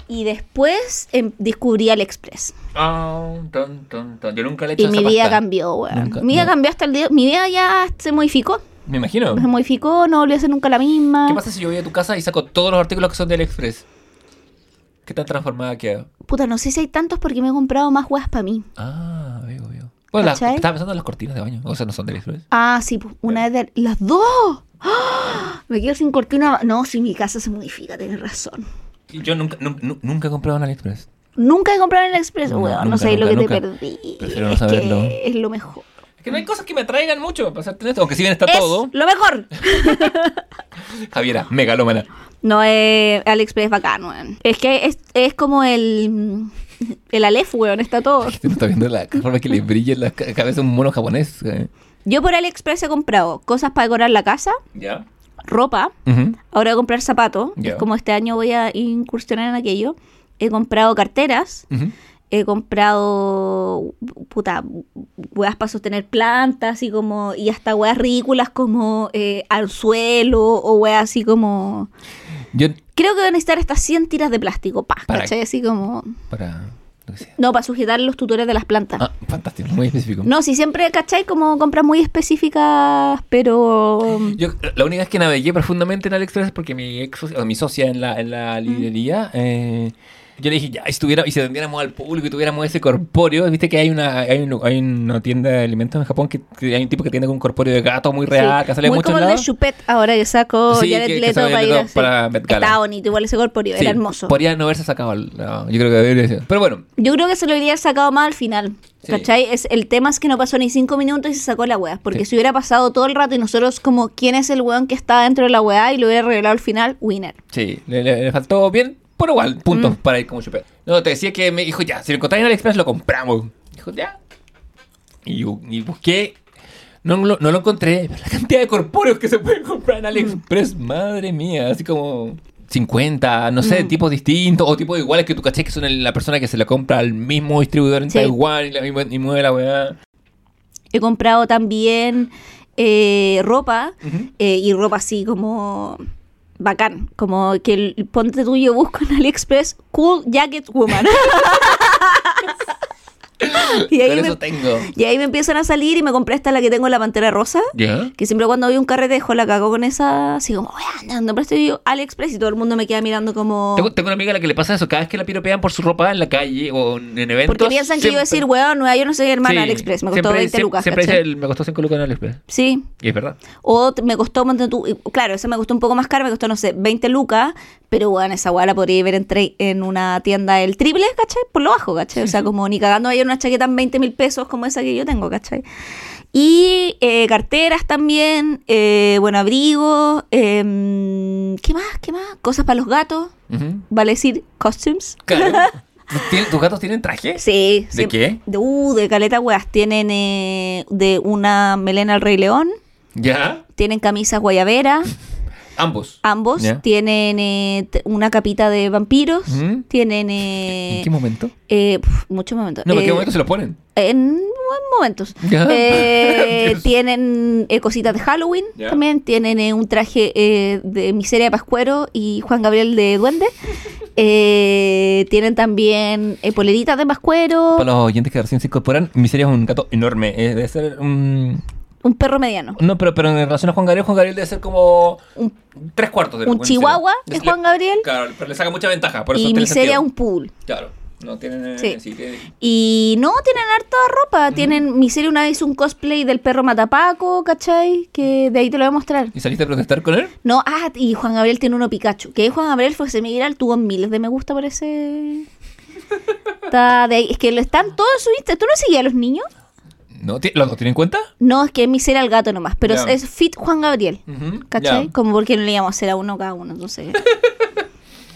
Y después em, descubrí AliExpress.
"Ah, tan, tan, tan". Yo nunca le he hecho
Y mi
esa
vida
pasta.
cambió, weón.
Nunca-
mi vida
no.
cambió hasta el día. Mi vida ya se modificó.
Me imagino.
Se modificó, no volvió a ser nunca la misma.
¿Qué pasa si yo voy a tu casa y saco todos los artículos que son del Express? ¿Qué tan transformada queda?
Puta, no sé si hay tantos porque me he comprado más weas para mí.
Ah, veo, veo. Bueno, las-
¿Cachai?
estaba pensando en las cortinas de baño. O sea, no son del Express.
Ah, sí, pues, una vez de las dos. ¡Ah! Me quedo sin cortina. No, si mi casa se modifica, tienes razón.
Y Yo nunca, nun- nu- nunca he comprado en AliExpress.
Nunca he comprado en el Express,
No,
weón. No,
nunca,
sé lo que
nunca,
te
nunca.
perdí.
Prefiero no
es que
saberlo.
es lo mejor.
Es que no hay cosas que me atraigan mucho para ser honesto. Aunque si bien está
es
todo, (laughs)
lo mejor.
Javiera, megalómana.
no es AliExpress bacán, weón. Es que es, es como el. El Aleph, weón, está todo.
Este no está viendo la forma que le brilla en la ca- cabeza un mono japonés. eh.
Yo por AliExpress he comprado cosas para decorar la casa,
¿Ya?
ropa.
Ujú.
Ahora voy a comprar zapatos.
Ya.
Es como este año voy a incursionar en aquello. He comprado carteras.
Ujú.
He comprado, puta, huevas para sostener plantas y como, y hasta huevas ridículas como eh, anzuelo o huevas así como...
Yo,
Creo que voy a necesitar estas 100 tiras de plástico, pa,
Para-
¿cachai? Así como...
para lo que sea.
No, para sujetar los tutores de las plantas.
Ah, fantástico, muy específico.
No, si siempre, ¿cachai? Como compras muy específicas, pero...
Yo, la única vez que navegué profundamente en AliExpress es porque mi ex socia- o mi socia en la, en la
Mm.
librería, eh, yo le dije, ya, y si tuviera- y si vendiéramos al público y tuviéramos ese corpóreo, viste que hay una, hay un- hay una tienda de alimentos en Japón que, que hay un tipo que tiene un corpóreo de gato muy real,
Sí.
que sale
Muy
mucho
como
en
el de
lados.
Chupet ahora que sacó
Sí,
Jared
que- que
Leto
sacó
para
Jared
ir
Leto
así.
para Met Gala.
Estaba bonito, igual ese corpóreo,
Sí,
era hermoso.
Podría no haberse sacado, al- no, yo creo que debería ser. Pero bueno,
Yo creo que se lo hubiera sacado más al final.
Sí.
¿Cachai? Es, el tema es que no pasó ni cinco minutos y se sacó la weá. Porque si hubiera pasado todo el rato y nosotros como quién es el weón que está dentro de la weá y lo hubiera revelado al final, winner.
Sí, le, le- le faltó bien, pero igual,
Mm.
puntos para ir como chupé. No, te decía que me dijo, ya, si lo encontráis en AliExpress lo compramos. Dijo, ya. Y, yo- y busqué, no, lo- no lo encontré, pero la cantidad de corpóreos que se pueden comprar
Mm.
en AliExpress, madre mía, así como 50, no
Mm.
sé, tipos distintos o tipos iguales que tú caché que son el- la persona que se la compra al mismo distribuidor en
Sí.
Taiwán y, la misma- y mueve la weá.
He comprado también eh, ropa eh, y ropa así como bacán. Como que el, ponte tú yo busco en AliExpress Cool Jacket
(laughs)
Woman. y,
Con
ahí
eso
me,
tengo.
y ahí me empiezan a salir y me compré esta la que tengo la pantera rosa.
¿Ya?
Que siempre cuando voy a un carretejo la cago con esa, así como, voy andando, pero estoy yo AliExpress y todo el mundo me queda mirando como...
Tengo, tengo una amiga a la que le pasa eso, cada vez que la piropean por su ropa en la calle o en en eventos.
Porque piensan que yo voy a
siempre-
decir, weón, Nueva York no soy hermana
Sí,
AliExpress, me costó
siempre-
20
siem-
lucas,
Siempre
¿cachai?
dice, el- me costó 5 lucas en AliExpress.
Sí,
Y es verdad.
o t- me costó, ponte tú- y- claro, esa me costó un poco más cara, me costó, no sé, 20 lucas, pero weón, esa weá la podría ver en, tre- en una tienda el triple, ¿cachai? Por lo bajo, ¿cachai?
(laughs)
O sea, como ni cagando ayer una chaqueta en 20 mil pesos como esa que yo tengo, ¿cachai? Y eh, carteras también, eh, bueno, abrigos, em, ¿qué más? ¿Qué más? Cosas para los gatos.
Ujú.
vale decir costumes.
(laughs) Claro. ¿Tien- ¿Tus gatos tienen traje?
Sí.
¿De qué?
De, uh, de caleta weas. Tienen eh, de una melena al Rey León,
¿Ya?
tienen camisas guayabera,
Ambos.
ambos,
Ya.
tienen eh, t- una capita de vampiros,
Ujú.
tienen... eh,
¿Mm? ¿En qué momento?
eh, pf, muchos momentos.
No, ¿en qué
Eh,
momento se los ponen?
En buen momentos.
Ya. (laughs)
Eh,
Dios.
tienen eh, cositas de Halloween
Ya. (laughs)
también. Tienen eh, un traje eh, de Miseria de Pascuero y Juan Gabriel de Duende. Eh, tienen también eh, poleritas de más cuero,
Para los oyentes que recién se incorporan, Miseria es un gato enorme. eh, debe ser un.
un perro mediano.
No, pero, pero en relación a Juan Gabriel, Juan Gabriel debe ser como.
Un-
tres cuartos de
un
lo que en Miseria.
chihuahua
Les-
es Juan Gabriel.
Claro, pero le saca mucha ventaja. Por eso
y
tiene
miseria
sentido.
un pool.
Claro, no tienen.
Sí.
Sí. que...
Y no, tienen harta ropa. Tienen, Miseria una vez hizo un cosplay del perro Matapaco, ¿cachai? Que de ahí te lo voy a mostrar.
¿Y saliste a protestar con él?
No, ah, y Juan Gabriel tiene uno Pikachu. Que Juan Gabriel fue semiviral, tuvo miles de me gusta
(laughs)
por ese... Está de ahí. Es que lo están todos en su Insta. ¿Tú no seguías a los niños?
No, ti- ¿Los dos tienen cuenta?
No, es que es Miseria el gato nomás. Pero
Ya.
es, es Fit Juan Gabriel.
Ujú,
¿Cachai?
ya.
Como porque no le íbamos a hacer a uno cada uno, entonces.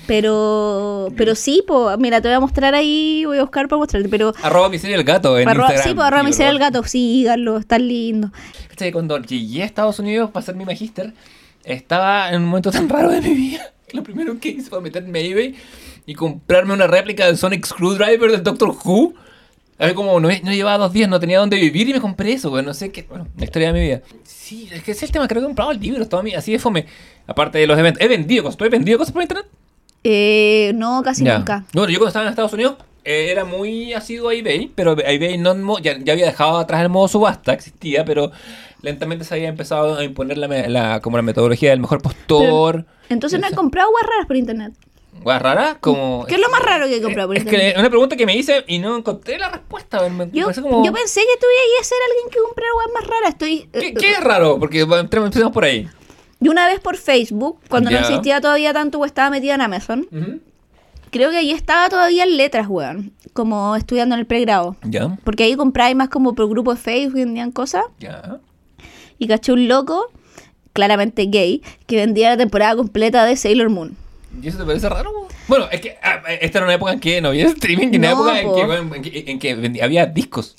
pero, pero sí, po, mira, te voy a mostrar ahí, voy a buscar para mostrarte. Pero
Arroba Miseria el gato en
Arroba-
Instagram.
sí, pues arroba
Sí,
miseria el gato, síganlo, está lindo.
¿Cachai? Cuando llegué a Estados Unidos para hacer mi magíster, estaba en un momento tan raro de mi vida que lo primero que hice fue meterme a eBay y comprarme una réplica del Sonic Screwdriver del Doctor Who. A ver, como no, no llevaba dos días, no tenía dónde vivir y me compré eso, güey. No sé qué. Bueno, la historia de mi vida. Sí, es que ese es el tema. Creo que he comprado libros, todo mi, así de fome. Aparte de los eventos. He vendido cosas. ¿Tú has vendido cosas por internet?
Eh, no, casi
Ya.
nunca.
Bueno, yo cuando estaba en Estados Unidos eh, era muy asiduo a eBay, pero eBay no, en mo- ya, ya había dejado atrás el modo subasta, existía, pero lentamente se había empezado a imponer la, me- la- como la metodología del mejor postor.
Entonces no he
Esa-
comprado guas raras por internet.
¿Guas rara? Como...
¿Qué es lo más raro que he comprado por
es que
internet?
es una pregunta que me hice y no encontré la respuesta. Me me
Yo,
parece como...
yo pensé que tú ibas a ser alguien que comprara guas más raras. Estoy,
¿Qué,
eh,
qué es raro? Porque va- entremos- empecemos por ahí.
Yo una vez por Facebook, cuando
Ya.
no existía todavía tanto o estaba metida en Amazon,
Ujú.
creo que ahí estaba todavía en letras, weón, como estudiando en el pregrado.
Ya,
Porque ahí compráis más como por grupo de Facebook y vendían cosas.
ya.
Y caché un loco, claramente gay, que vendía la temporada completa de Sailor Moon.
¿Y eso te parece raro? güey? Bueno, es que ah, esta era una época en que no había streaming, en una
No,
época en
po.
que, bueno, en que- en que vendi- había discos.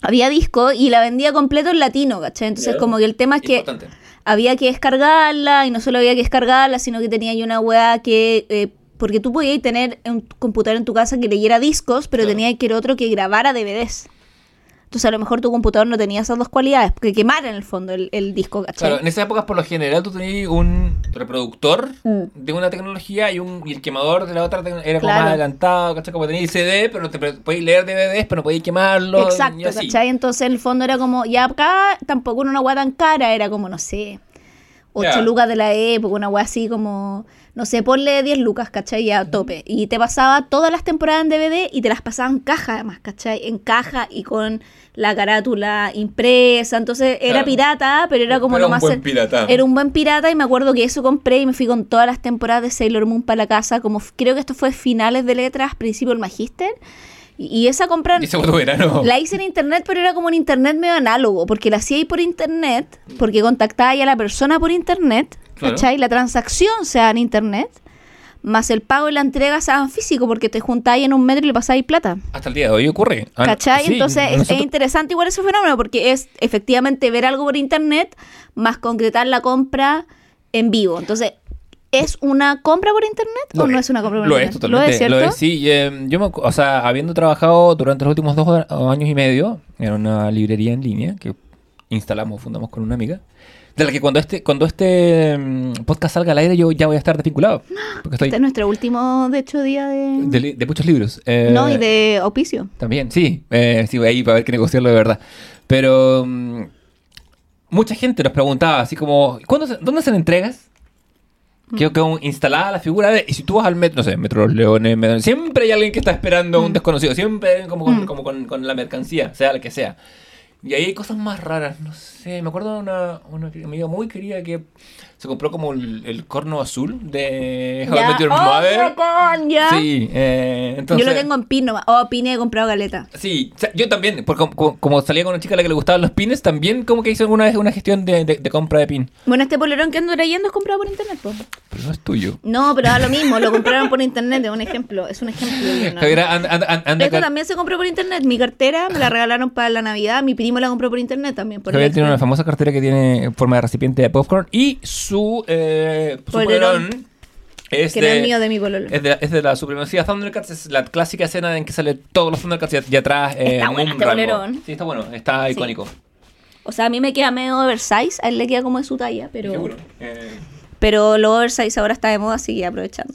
había disco y la vendía completo en latino, ¿cachai? Entonces,
Ya.
como que el tema es que
Importante.
había que descargarla y no solo había que descargarla, sino que tenía ahí una weá que. eh, porque tú podías tener un computador en tu casa que leyera discos, pero
Claro.
tenía que ir otro que grabara DVDs. Entonces, a lo mejor tu computador no tenía esas dos cualidades, porque quemara en el fondo el, el disco, ¿cachai?
Claro, en esas épocas por lo general tú tenías un reproductor
Mm.
de una tecnología y, un, y el quemador de la otra tec- era como
Claro.
más adelantado, ¿cachai? Como tenías CD, pero no te pero podías leer DVDs, pero no podías quemarlo. y
Exacto,
así.
¿cachai? Entonces en el fondo era como, ya acá tampoco era una weá tan cara, era como, no sé, 8
Ya.
lucas de la época, una weá así como, no sé, ponle 10 lucas, ¿cachai? Ya a tope. Y te pasaba todas las temporadas en DVD y te las pasaban en caja además, ¿cachai? En caja y con la carátula impresa, entonces era
Claro.
pirata, pero era como
Pero
lo
un
más...
buen
cer-
pirata.
Era un buen pirata y me acuerdo que eso compré y me fui con todas las temporadas de Sailor Moon para la casa, como f- creo que esto fue finales de letras, principio del magíster. Y, y esa compra...
Y ese fue tu verano.
La hice en internet, pero era como un internet medio análogo, porque la hacía ahí por internet, porque contactaba ya a la persona por internet,
Claro.
¿cachai? La transacción se da en internet, más el pago y la entrega se dan físico, porque te juntáis en un metro y le pasáis plata,
Hasta el día de hoy ocurre. Ah,
¿cachai?
sí,
Entonces es- es
nosotros-
interesante igual ese fenómeno, porque es efectivamente ver algo por internet, más concretar la compra en vivo. Entonces, ¿es una compra por internet
Lo
o no es una compra por
Lo es,
internet?
totalmente. Lo es,
¿cierto?
sí. y, em, yo me acu- o sea, habiendo trabajado durante los últimos dos hora- o años y medio en una librería en línea que instalamos, fundamos con una amiga, de la que cuando este, cuando este em, podcast salga al aire yo ya voy a estar desvinculado. Porque estoy
Este es nuestro último, de hecho, día de...
de, li- de muchos libros. Eh,
no, y de oficio.
También, sí. Eh, sí, ahí para ver qué negociarlo de verdad. Pero mm, mucha gente nos preguntaba así como, ¿cuándo se- ¿dónde hacen entregas?
Mm.
Que, que aún instalada la figura de... Y si tú vas al metro, no sé, Metro Los Leones, Metro- siempre hay alguien que está esperando a un desconocido, siempre hay alguien como, con,
Mm.
como con, con la mercancía, sea la que sea. Y ahí hay cosas más raras, no sé, me acuerdo de una, una amiga muy querida que se compró como el, el corno azul de How I Met Your Mother.
ya.
Sí, eh, entonces...
oh, Yo lo tengo en pin nomás. Oh, pin he comprado galeta.
Sí, o sea, yo también, porque como, como- como salía con una chica a la que le gustaban los pines, también como que hice alguna vez una gestión de, de- de compra de pin.
Bueno, este polerón que ando trayendo es comprado por internet, po.
Pero no es tuyo.
No, pero da lo mismo, lo compraron por internet, es un ejemplo, es un ejemplo. ¿no?
Javiera, anda, anda, anda- anda
Esto
acá.
también se compró por internet, mi cartera
(laughs)
me la regalaron para la Navidad, mi primo la compró por internet también. Por
Javiera
el-
tiene una famosa cartera que tiene forma de recipiente de popcorn y su, eh, su
Polerón.
polerón es
que no es mío
de,
de mi pololo.
este- es, de, es de la supremacía Thundercats, es la clásica escena en que sale todos los Thundercats y, at- y atrás eh,
Está
en
bueno
un
este
rango.
polerón.
Sí, está bueno, está icónico.
O sea, a mí me queda medio oversize, a él le queda como de su talla, pero,
Seguro. Eh,
pero lo oversize ahora está de moda, así que aprovechando.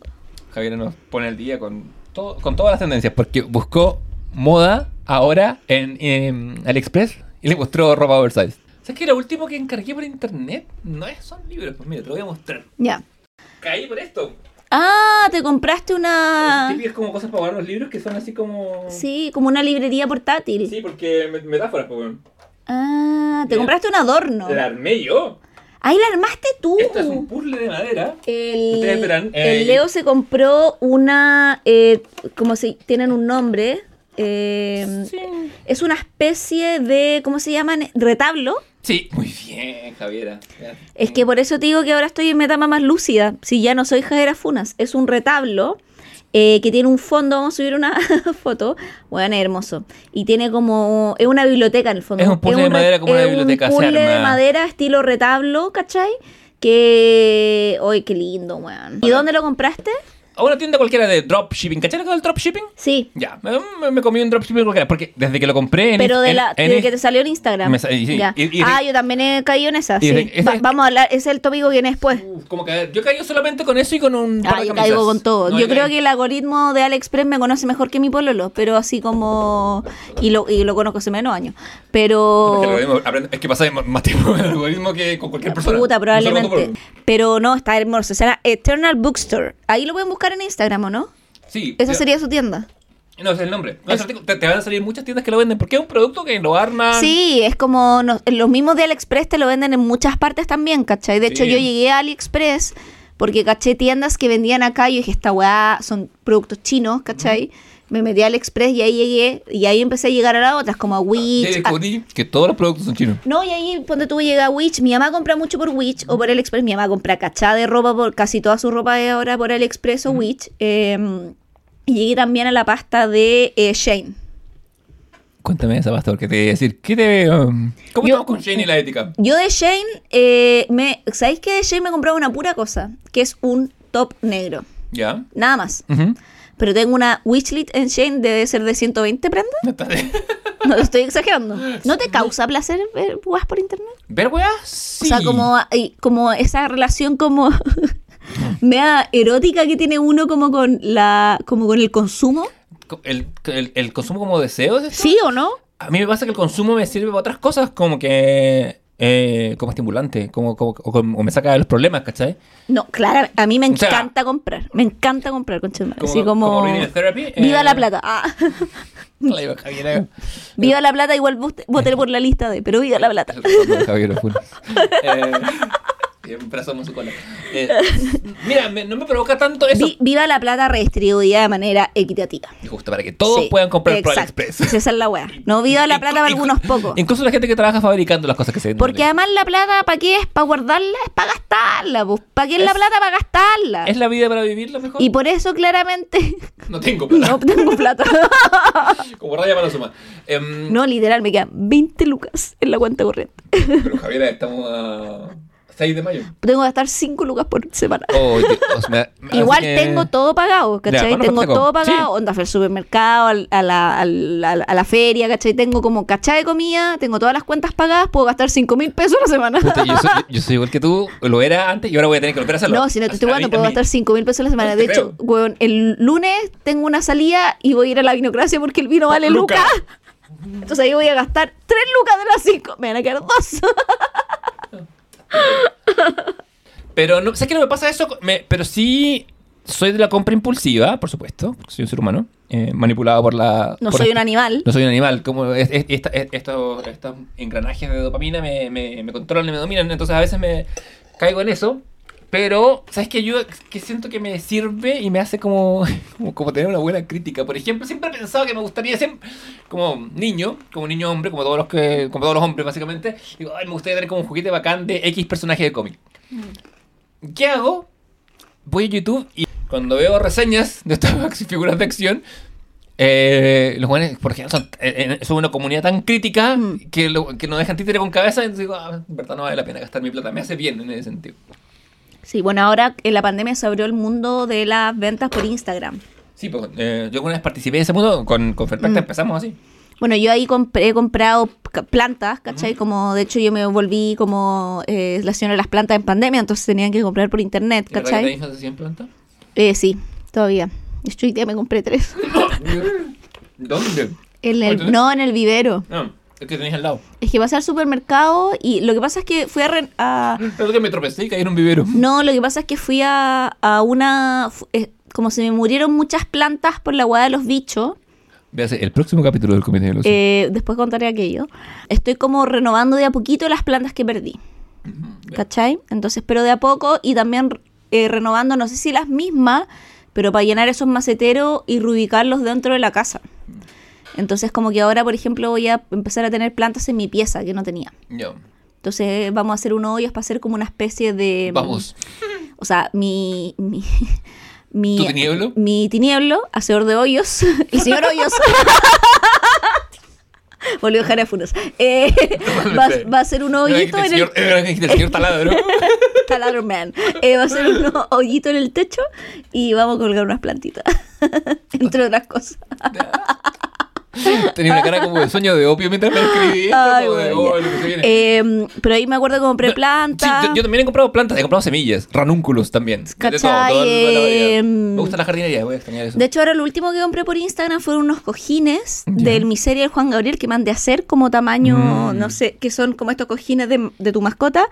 Javier nos pone al día con, todo- con todas las tendencias, porque buscó moda ahora en, em, AliExpress y le mostró ropa oversize. ¿Sabes que lo último que encargué por internet no es, son libros? Pues mira, te lo voy a mostrar.
Ya.
Caí por esto.
Ah, te compraste una.
Es como cosas para guardar los libros que son así como...
Ah. Sí, como una librería portátil.
Sí, porque me- metáforas, pues, weón.
Ah, te
Mira.
compraste un adorno.
La armé yo.
Ahí la armaste tú.
Esto es un puzzle de madera.
El,
Ustedes verán, eh,
el Leo se compró una, eh, como si tienen un nombre, eh, es una especie de, ¿cómo se llaman? Retablo.
Sí, muy bien, Javiera. Ya.
Es que por eso te digo que ahora estoy en mi etapa más lúcida, si ya no soy Javiera Funas, es un retablo eh, que tiene un fondo, vamos a subir una (laughs) foto, bueno, es hermoso, y tiene como, es una biblioteca en el fondo.
Es un puzzle de
re-
madera como una
es
biblioteca, se
Un puzzle de
arma.
madera estilo retablo, ¿cachai? Que, hoy qué lindo, weón. ¿Y dónde lo compraste?
A una tienda cualquiera de dropshipping. ¿Cachai lo que es el dropshipping?
Sí,
Ya, me, me- me comí un dropshipping cualquiera. Porque desde que lo compré en
pero de
en-
la
en-
desde que te salió en Instagram.
Me sa- y- y-
Ya.
y- y-
ah, yo también he caído en esa.
y-
sí.
y-
Va-
es-
vamos a hablar, ese es el tópico que viene después.
Uf, como que yo caí solamente con eso y con un par
Ah,
de
yo
camisas.
caigo con todo.
No,
yo creo
caí-
que el algoritmo de AliExpress me conoce mejor que mi pololo, pero así como... Y lo, y lo conozco hace menos años. Pero...
Porque el algoritmo aprende- es que pasa más- más tiempo con el algoritmo que con cualquier persona.
Puta,
No solo con tu
probablemente.
pololo.
Pero no, está hermoso. Será Eternal Bookstore. Ahí lo pueden buscar en Instagram, ¿o no?
Sí.
Esa
yo-
sería su tienda.
No, ese es el nombre. No, ese artículo- te, te van a salir muchas tiendas que lo venden. Porque es un producto que lo arman.
Sí, es como no- los mismos de AliExpress te lo venden en muchas partes también, ¿cachai? De hecho,
Sí.
yo llegué a AliExpress porque caché tiendas que vendían acá y yo dije, esta weá son productos chinos, ¿cachai? Me metí a AliExpress y ahí llegué y ahí empecé a llegar a las otras, como a
Y
Witch. a-
descubrí que todos los productos son chinos.
No, y ahí ponte tú llega a Witch. Mi mamá compra mucho por Witch o por AliExpress. Mi mamá compra cachada de ropa, por casi toda su ropa es ahora por AliExpress o Witch. Eh, y llegué también a la pasta de eh, Shane.
Cuéntame esa pasta, porque te voy a decir, ¿qué te. um, ¿Cómo
Yo-
estamos con Shane y la ética?
Yo de Shane, eh, me, ¿sabéis que de Shane me compraba una pura cosa? Que es un top negro.
Ya.
Nada más. (laughs)
Ujú.
Pero tengo una wishlist en Shane, debe ser de
(laughs)
120 prendas. No te estoy exagerando. ¿No te causa placer ver weas por internet?
¿Ver weas? Sí.
O sea, como, y como esa relación como (laughs) mea erótica que tiene uno como con la como con el consumo.
¿El, el, el consumo como deseos? ¿esto?
¿Sí o no?
A mí me pasa que el consumo me sirve para otras cosas, como que. eh, como estimulante, como, como, o, como- o me saca de los problemas, ¿cachai?
No, claro, a mí me
O sea,
encanta comprar. Me encanta comprar, conchetumare.
como-
Así como...
como Reading Therapy,
Viva
eh,
la plata. Ah.
Claro, Javier,
Viva la plata, igual vote- voté por la lista de, pero viva la plata.
Javier
(laughs)
Funes. Eh, Siempre somos su cola. Eh, mira, me- no me provoca tanto eso.
Vi- viva la plata redistribuida de manera equitativa.
Y Justo para que todos
Sí,
puedan comprar por
exacto.
AliExpress.
Esa es la weá. No viva la plata para
Incu-
algunos pocos.
Incluso la gente que trabaja fabricando las cosas que se venden.
Porque además la plata, ¿para qué es? ¿Para guardarla? Es para gastarla. pues. ¿Para qué es la
Es-
plata? Para gastarla.
¿Es la vida para vivirla mejor?
Y por eso claramente
(laughs) No tengo plata.
(laughs) no tengo
(laughs)
plata.
Como raya para la suma. Em,
No, literal, me quedan 20 lucas en la cuenta corriente.
Pero Javiera, estamos a 6 de mayo.
Tengo que gastar 5 lucas por semana.
Oh, Dios, me- me-
Igual
así que-
tengo todo pagado, ¿cachai?
bueno,
tengo
perfecto.
todo pagado.
Sí.
Onda, fui al supermercado, al- a la, al- a la- a la feria, ¿cachai? Tengo como cachá de comida, tengo todas las cuentas pagadas, puedo gastar 5 mil pesos a la semana. (laughs)
Puta, yo, soy, yo soy igual que tú, lo era antes y ahora voy a tener que volver a hacerlo.
No, si no te estoy
A
jugando,
mí-
puedo
a mí-
gastar 5 mil pesos a la semana.
No
De
te
hecho,
creo.
weón, el lunes tengo una salida y voy a ir a la vinocracia porque el vino vale
Luca.
lucas. Entonces ahí voy a gastar 3 lucas de las 5. Me van a quedar 2.
Pero no, ¿sabes qué no me pasa eso? Me- pero sí soy de la compra impulsiva, por supuesto, porque soy un ser humano, eh, manipulado por la...
(laughs) No
por este
soy
la-
un animal.
No soy un animal, como es- es- esta- es- estos- estos engranajes de dopamina me, me- me controlan y me dominan, entonces a veces me caigo en eso, pero ¿sabes qué ayuda? Que siento que me sirve y me hace como, (laughs) como, como tener una buena crítica. Por ejemplo, siempre he pensado que me gustaría ser como niño, como niño hombre, como todos los que como todos los hombres básicamente, digo, "Ay, me gustaría tener como un juguete bacán de X personaje de cómic. ¿Qué hago? Voy a YouTube y cuando veo reseñas de estas (laughs) figuras de acción, eh, los jóvenes, por ejemplo, son, eh, eh, son una comunidad tan crítica
Mm.
que, lo- que no dejan títere con cabeza. Entonces digo, ah, en verdad no vale la pena gastar mi plata. Me hace bien en ese sentido.
Sí, bueno, ahora en la pandemia se abrió el mundo de las ventas por Instagram.
Sí, pues eh, yo alguna vez participé de ese mundo. Con, con Ferpacta
Mm.
empezamos así.
Bueno, yo ahí comp- he comprado ca- plantas, ¿cachai? Como, de hecho, yo me volví como eh, la señora de las plantas en pandemia, entonces tenían que comprar por internet,
¿Y la verdad que
¿cachai?
tenéis más de 100 plantas?
Eh, sí, todavía. Yo hoy día me compré (laughs) tres.
¿Dónde?
En
Oye,
el-
¿tú tenés?
no, en el vivero.
No, es que tenéis al lado.
Es que pasé al supermercado y lo que pasa es que fui a... re- a-
El otro día me tropecé y caí en un vivero.
no, lo que pasa es que fui a, a una... fu- eh, como se me murieron muchas plantas por la hueá de los bichos.
Véase, el próximo capítulo del Comité de los...
Eh, después contaré aquello. Estoy como renovando de a poquito las plantas que perdí. ¿Cachai? Entonces, pero de a poco y también eh, renovando, no sé si las mismas, pero para llenar esos maceteros y reubicarlos dentro de la casa. Entonces, como que ahora, por ejemplo, voy a empezar a tener plantas en mi pieza que no tenía.
Ya.
Entonces, vamos a hacer unos hoyos para hacer como una especie de.
Vamos.
O sea, mi. mi (laughs) mi,
¿Tu tinieblo?
Mi tinieblo, hacedor de hoyos. (laughs) El señor hoyos. Volvió a Funes. Eh, va, va a ser un
No,
hoyito
dijiste
en
el
el.
señor, eh, dijiste el
(laughs)
señor taladro.
Taladro Man. Eh, va a ser un hoyito en el techo y vamos a colgar unas plantitas. (laughs) Entre otras cosas.
Tenía una cara como de sueño de opio mientras me escribía.
Ay,
como de,
bueno,
oh,
ya.
lo que se viene.
Eh, pero ahí me acuerdo como compré
Sí,
planta.
yo, yo también he comprado plantas, he comprado semillas, ranúnculos también. de todo,
¿Cachai?
toda la- toda la variedad.
Em,
Me gusta la jardinería, voy a extrañar eso.
De hecho, ahora lo último que compré por Instagram fueron unos cojines
Ya.
del miseria del Juan Gabriel que mandé a hacer como tamaño,
Mm.
no sé, que son como estos cojines de, de tu mascota,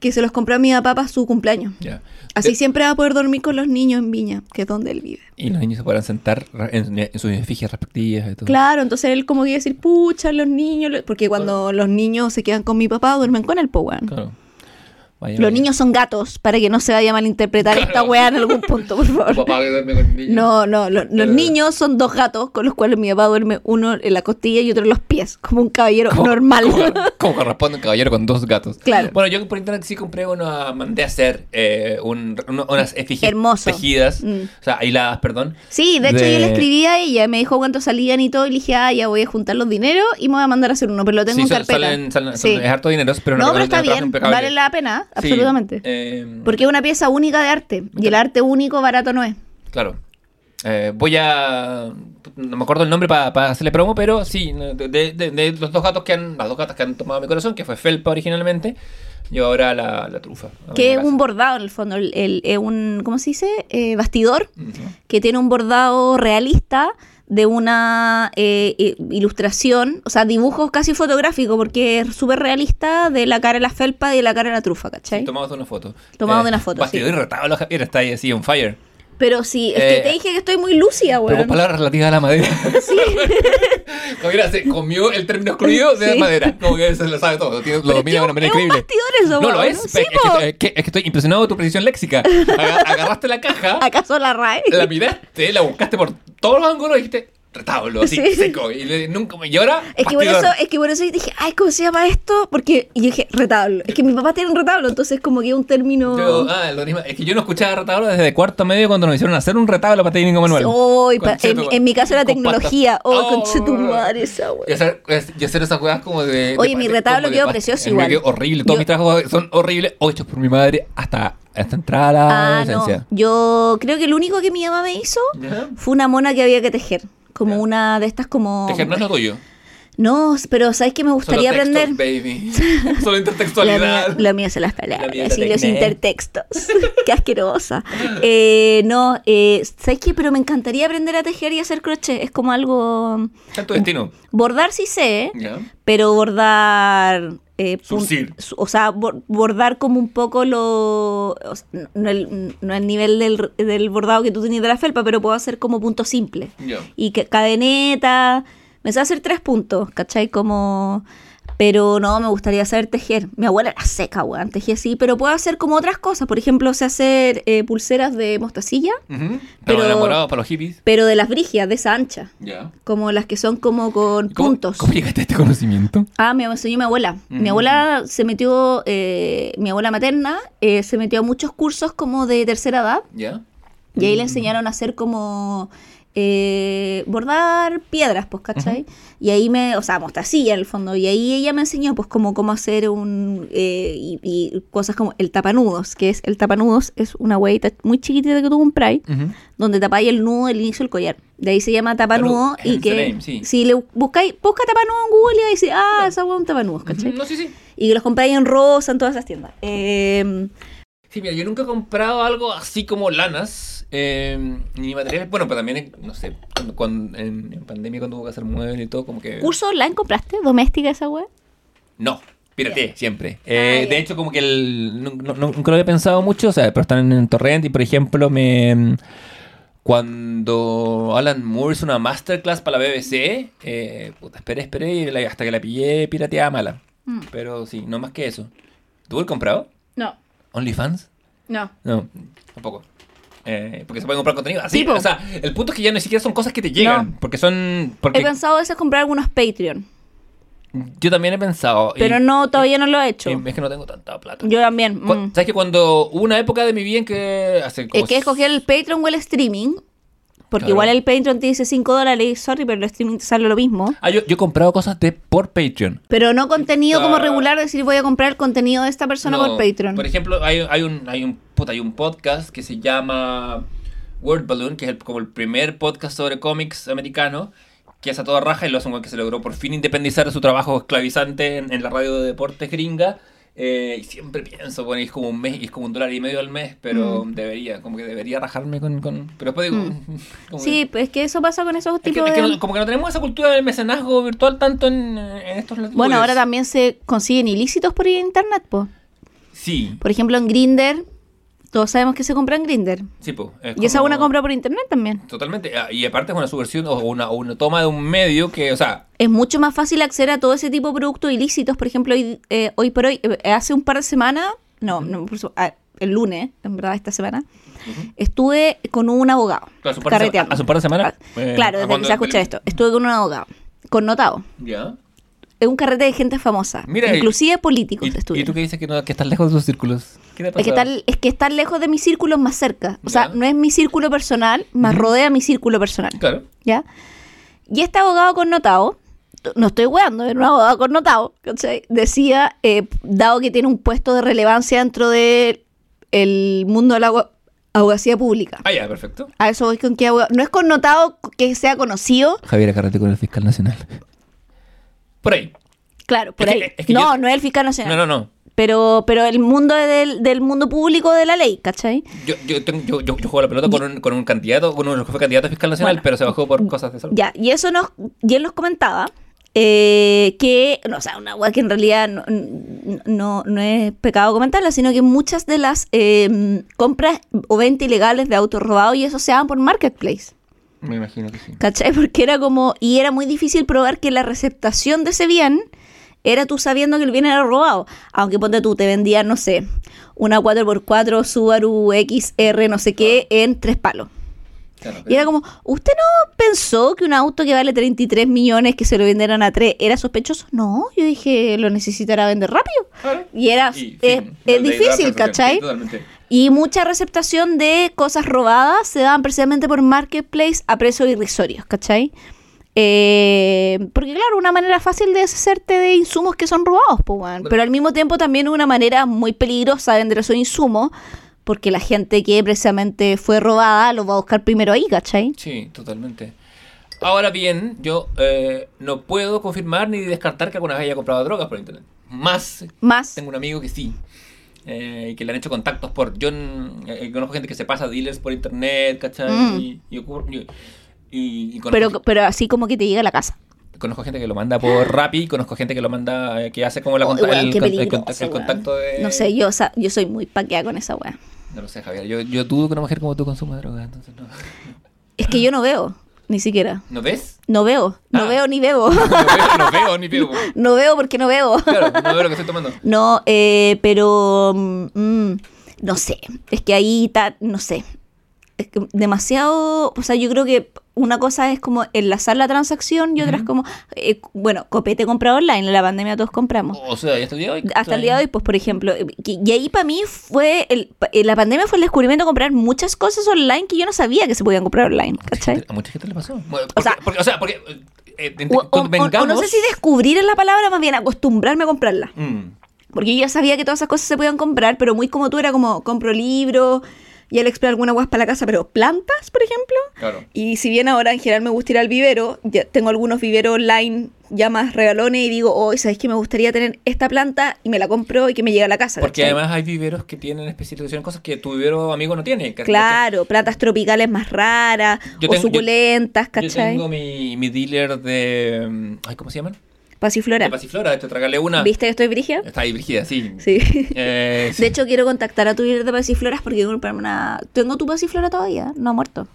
que se los compró a mi papá para su cumpleaños.
Ya. Eh.
Así
De-
siempre va a poder dormir con los niños en Viña, que es donde él vive.
Y los niños se podrán sentar ra- en, en sus efigies respectivas y todo.
Claro, entonces él como que iba a decir, pucha, los niños, lo-". porque cuando los niños se quedan con mi papá, duermen con el Powan.
Claro. Vaya, vaya.
Los niños son gatos, para que no se vaya a malinterpretar esta weá en algún punto, por
Tu
favor.
papá que duerme con niños.
No, no, lo- los
Claro.
niños son dos gatos con los cuales mi papá duerme uno en la costilla y otro en los pies, como un caballero
Como-
normal.
Como, como corresponde a un caballero con dos gatos.
Claro.
Bueno, yo por internet sí compré una, mandé a hacer eh, un- uno- unas efigies
Hermoso.
tejidas,
Mm.
o sea, hiladas, perdón.
(laughs) Sí, de hecho yo
De-
le escribí a ella, me dijo cuánto salían y todo, y le dije, ah, ya voy a juntar los dineros y me voy a mandar a hacer uno, pero lo tengo
sí,
en
son-
carpeta.
salen- salen-
Sí.
son- es harto dinero, pero
no,
una cosa
pero está
que trabaja
bien,
impecable.
vale la pena,
Sí,
absolutamente.
eh,
Porque es una pieza única de arte, y el arte único barato no es.
Claro. Eh, voy a. No me acuerdo el nombre para hacerle promo, pero sí, de, de- de los dos gatos que han. Las dos gatas que han tomado mi corazón, que fue Felpa originalmente, y ahora la, la trufa.
Que es
Gracias.
un bordado en el fondo, el- el- es un, ¿cómo se dice? Eh, bastidor,
Ujú.
que tiene un bordado realista de una eh, eh, ilustración, o sea, dibujos casi fotográficos, porque es súper realista de la cara de la felpa y de la cara de la trufa, ¿cachai?
Tomados de una foto. Eh,
Tomados de una foto,
Bastidor
sí.
irritado, la Javier está ahí así, on fire.
Pero sí, es
Eh,
que te dije que estoy muy lúcida,
Pero
weón.
con
(laughs)
palabras relativas a la madera. (laughs) Javier se comió el término excluido de
Sí.
madera. Como que se lo sabe todo, lo, tiene- lo domina de una manera
es un
increíble.
bastidor eso,
No lo
weón.
es.
Sí,
es, que-
po.
es que, es que estoy impresionado de tu precisión léxica. Aga- agarraste la caja.
¿Acaso la RAE?
la miraste, la buscaste por todos los ángulos y dijiste, retablo, así,
Sí.
seco. Y, le- nunca, y ahora,
Es que, por
bastidor.
eso, es que por eso yo dije, ay, ¿cómo se llama esto? Porque y yo dije, retablo. Es que mi papá tiene un retablo, entonces como que un término...
Yo, ah, lo mismo, es que yo no escuchaba retablo desde cuarto medio cuando nos hicieron hacer un retablo para técnico manual.
Oh, y pa-
Conchetu-
en, en mi caso era
con
tecnología.
pasta.
Oh, conchetumare, esa
Y
wea.
hacer, es- y hacer esas jugadas como de. de
Oye, mi
pa- de-
retablo
como de
quedó
pasta.
precioso
El mío
igual.
quedó horrible. Todos
Yo-
mis trabajos son horribles, o hechos por mi madre hasta, hasta entrar a la
Ah, no.
adolescencia.
Yo creo que el único que mi mamá me hizo
Ajá.
fue una mona que había que tejer. Como una de estas como...
Tejer no es lo tuyo.
No, pero ¿sabes qué me
Solo
gustaría
textos,
aprender?
baby.
(laughs)
Solo
La
intertextualidad.
mía, la mía son las
La mía
palabras
es la
y los
tecné.
intertextos. (laughs) Qué asquerosa. Eh, no, eh, ¿sabes qué? Pero me encantaría aprender a tejer y hacer crochet. Es como algo...
Está en tu destino.
Bordar sí sé, ¿eh?
Ya.
pero bordar... eh, pun-
Surcir.
su- O sea, bor- bordar como un poco lo... o sea, no- no el, no el nivel del, del bordado que tú tenías de la felpa, pero puedo hacer como punto simple
Ya.
y que, cadeneta. Me sé hacer tres puntos, ¿cachai? Como. Pero no, me gustaría saber tejer. Mi abuela era seca, weón. Tejía sí, pero puedo hacer como otras cosas. Por ejemplo, sé hacer eh, pulseras de mostacilla,
Ujú. Para
Pero-
los enamorados, para los hippies.
pero de las brigias, de esa ancha.
Ya.
Como las que son como con
¿Cómo-
puntos.
¿Cómo llegaste a este conocimiento?
Ah, me enseñó mi abuela.
Mm.
Mi abuela se metió, eh, mi abuela materna, eh, se metió a muchos cursos como de tercera edad.
Ya.
Y ahí le enseñaron a hacer como eh, bordar piedras, pues, ¿cachai? Y ahí me, o sea, mostacilla en el fondo. Y ahí ella me enseñó, pues, como cómo hacer un. eh, y, y cosas como el tapanudos, que es el tapanudos, es una huevita muy chiquitita que tú compráis, donde tapáis el nudo del inicio del collar. De ahí se llama
Tapanudo,
tapanudo. Y
hence
que.
name, sí.
Si le buscáis, busca tapanudo en Google y vais a decir, ah, esa hueá es un tapanudo, ¿cachai?
No, sí, sí.
Y que los compráis en Rosa, en todas esas tiendas. Eh,
Sí, mira, yo nunca he comprado algo así como lanas, eh, ni materiales. Bueno, pero también, eh, no sé, cuando, cuando- en, en pandemia cuando hubo que hacer muebles y todo, como que...
¿Curso online compraste? ¿Doméstica esa web?
No, pirateé siempre. Eh,
Ah,
de
ya.
hecho, como que el, nu- nu- nu- nunca lo había pensado mucho, o sea, pero están en Torrent y, por ejemplo, me... Cuando Alan Moore hizo una masterclass para la BBC, eh, puta, esperé, esperé y la- hasta que la pillé pirateada mala.
Mm.
Pero sí, no más que eso. ¿Tú lo has comprado?
No,
¿OnlyFans?
no.
No, tampoco. Eh, porque se puede comprar contenido así.
Sí, po.
o sea, el punto es que ya ni siquiera son cosas que te llegan. Porque son.
He
Porque
pensado a veces comprar algunos Patreon,
yo también he pensado. y-
pero no, todavía no lo he hecho.
y es que no tengo tanta plata.
Yo también.
Cu-
mm.
¿Sabes que cuando hubo una época de mi vida en que. Hace como
Es que escoger el Patreon o el streaming, porque
Claro.
igual el Patreon te dice 5 dólares, sorry, pero el streaming te sale lo mismo.
Ah, yo, yo he comprado cosas de por Patreon.
Pero no contenido como
Ah.
regular, decir voy a comprar el contenido de esta persona
No,
por Patreon.
Por ejemplo, hay, hay un hay un puta, hay un podcast que se llama Word Balloon, que es el- como el primer podcast sobre cómics americano, que es a toda raja y lo hace un weón que se logró por fin independizar de su trabajo esclavizante en, en la radio de deportes gringa. Eh, y siempre pienso, bueno, y es como un mes, y es como un dólar y medio al mes, pero
Mm.
debería, como que debería rajarme con. con- pero después digo. (laughs) como
sí, pues es que eso pasa con esos
que- es que-
tipos
es que
de...
no- como que no tenemos esa cultura del mecenazgo virtual tanto en, en estos latitudes.
bueno, ahora también se consiguen ilícitos por internet, po.
Sí,
Por ejemplo, en Grinder, todos sabemos que se compra en Grinder.
sí, po, es
Y esa es
como-
una compra por internet también.
Totalmente. Ah, Y aparte es una subversión o una, o una toma de un medio que, o sea,
Es mucho más fácil acceder a todo ese tipo de productos ilícitos. Por ejemplo, hoy, eh, hoy por hoy, eh, hace un par de semanas, no, no, por su- ah, el lunes, en verdad, esta semana, estuve con un abogado.
Claro, hace un par de sema- hace un par de semanas,
Ah,
eh,
claro, desde que
cuando-
se escucha esto. Estuve con un abogado, connotado.
ya.
Es un carrete de gente famosa,
Mira, y-
inclusive políticos.
¿Y,
estuvieron.
y tú que dices que, no, que estás lejos de tus círculos? ¿Qué te ha
Es que,
pasado?
tal, es que estar lejos de mi círculo es más cerca. O sea,
Ya.
no es mi círculo personal, más rodea mi círculo personal.
Claro.
¿Ya? Y este abogado connotado, t- no estoy weando, era un abogado connotado, ¿cachai? Decía, eh, dado que tiene un puesto de relevancia dentro del el mundo de la abog- abogacía pública.
Ah, ya, perfecto.
A eso voy con que abogado. No es connotado que sea conocido,
Javier Acarrete con el fiscal nacional. Por ahí.
claro, por
Es
ahí.
que- es que
no,
yo-
no es el fiscal nacional.
No, no, no.
Pero, pero el mundo del, del mundo público de la ley, ¿cachai?
Yo, yo, tengo- yo, yo, yo juego a la pelota con un, con un candidato, con uno de los que fue candidato a fiscal nacional,
Bueno.
pero se bajó por cosas de salud.
Ya, y eso nos, y él nos comentaba eh, que, no, o sea, una agua que en realidad no, no, no es pecado comentarla, sino que muchas de las eh, compras o ventas ilegales de autos robados y eso se daban por marketplace.
Me imagino que sí.
¿Cachai? Porque era como, y era muy difícil probar que la receptación de ese bien era tú sabiendo que el bien era robado. Aunque ponte tú, te vendían, no sé, una 4x4 Subaru XR, no sé qué, en tres palos.
Claro,
Y era como, ¿usted no pensó que un auto que vale 33 millones que se lo vendieran a 3 era sospechoso? No, yo dije, lo necesitará vender rápido.
Claro.
Y era
Y fin,
es, es
de- de- de-
difícil,
de-
¿cachai?
sí, totalmente.
Y mucha receptación de cosas robadas se daban precisamente por marketplace a precios irrisorios, ¿cachai? Eh, porque claro, una manera fácil de deshacerte de insumos que son robados, pues, weón. pero al mismo tiempo también una manera muy peligrosa de vender esos insumos, porque la gente que precisamente fue robada los va a buscar primero ahí, ¿cachai?
Sí, totalmente. Ahora bien, yo eh, no puedo confirmar ni descartar que alguna vez haya comprado drogas por internet. Más,
Más.
tengo un amigo que sí. eh, y que le han hecho contactos por... Yo n- eh, conozco gente que se pasa dealers por internet, ¿cachai?
Mm.
Y, y ocurre- y- y- y conozco,
Pero, pero así como que te llega a la casa.
conozco gente que lo manda
(gasps)
por Rappi, conozco gente que lo manda, eh, que hace como la
Oh,
conta-
weón,
el,
qué
con- el
peligroso,
contacto, el
weón.
contacto de...
No sé, yo, o sea, yo soy muy paqueada con esa weá.
No lo sé, Javier. Yo, yo dudo que una mujer como tú consuma drogas, entonces
(laughs)
no.
Es que yo no veo, ni siquiera.
¿No ves?
No veo, no
Ah.
veo ni bebo. (laughs)
No veo, no veo ni veo.
No veo porque no veo.
Claro, no veo lo que estoy tomando.
(laughs) No, eh, pero mm, no sé. Es que ahí está, no sé. Es que demasiado. O sea, yo creo que una cosa es como enlazar la transacción y otra es como. eh, bueno, copete comprado online. En la pandemia todos compramos.
O sea, ¿y hasta el día de hoy.
Hasta el día de hoy, pues, por ejemplo, eh, que- y ahí para mí fue, el, pa- eh, la pandemia fue el descubrimiento de comprar muchas cosas online que yo no sabía que se podían comprar online, ¿cachai?
A mucha gente le pasó. Bueno, porque-
pues. sea-
porque- o sea, porque. eh, ent-
O, o- o- o
convengamos-
no sé si descubrir es la palabra, más bien acostumbrarme a comprarla.
Mm,
Porque yo ya sabía que todas esas cosas se podían comprar, pero muy como tú era como compro libros, ya le expré alguna guas para la casa, pero plantas, por ejemplo.
claro.
Y si bien ahora en general me gusta ir al vivero, ya tengo algunos viveros online ya más regalones y digo, hoy sabes que me gustaría tener esta planta y me la compro y que me llegue a la casa.
Porque
¿cachai?
además hay viveros que tienen especialización, cosas que tu vivero amigo no tiene. ¿cachai?
Claro, plantas tropicales más raras
Yo
o
tengo- yo-
suculentas,
Yo
¿cachai?
tengo mi, mi dealer de. mm, Ay, ¿Cómo se llaman?
Pasiflora.
De pasiflora, de hecho, tragarle una.
¿Viste que estoy brígida?
Está ahí, Brigida, sí.
Sí. (laughs)
Eh, sí.
De hecho, quiero contactar a tu líder de pasifloras porque quiero comprarme una... Tengo tu pasiflora todavía, no ha muerto.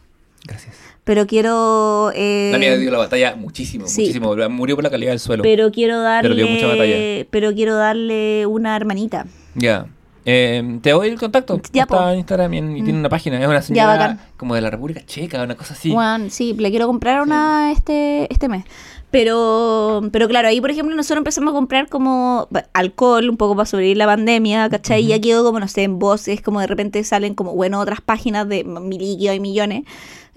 Gracias.
Pero quiero... eh,
La mía dio la batalla muchísimo,
sí.
muchísimo. Murió por la calidad del suelo.
Pero quiero darle...
Pero dio mucha batalla.
pero quiero darle una hermanita.
Ya. Eh, te doy el contacto.
Ya, po. Mm.
Está en Instagram y, en- y tiene una página. Es una señora
bacán.
como de la República Checa, una cosa así.
Juan, sí, le quiero comprar una este, este mes. Pero, pero claro, ahí por ejemplo nosotros empezamos a comprar como ba- alcohol, un poco para sobrevivir la pandemia, ¿cachai? Y ya quedó como, no sé, en voces, como de repente salen como, bueno, otras páginas de m- mi líquido y millones.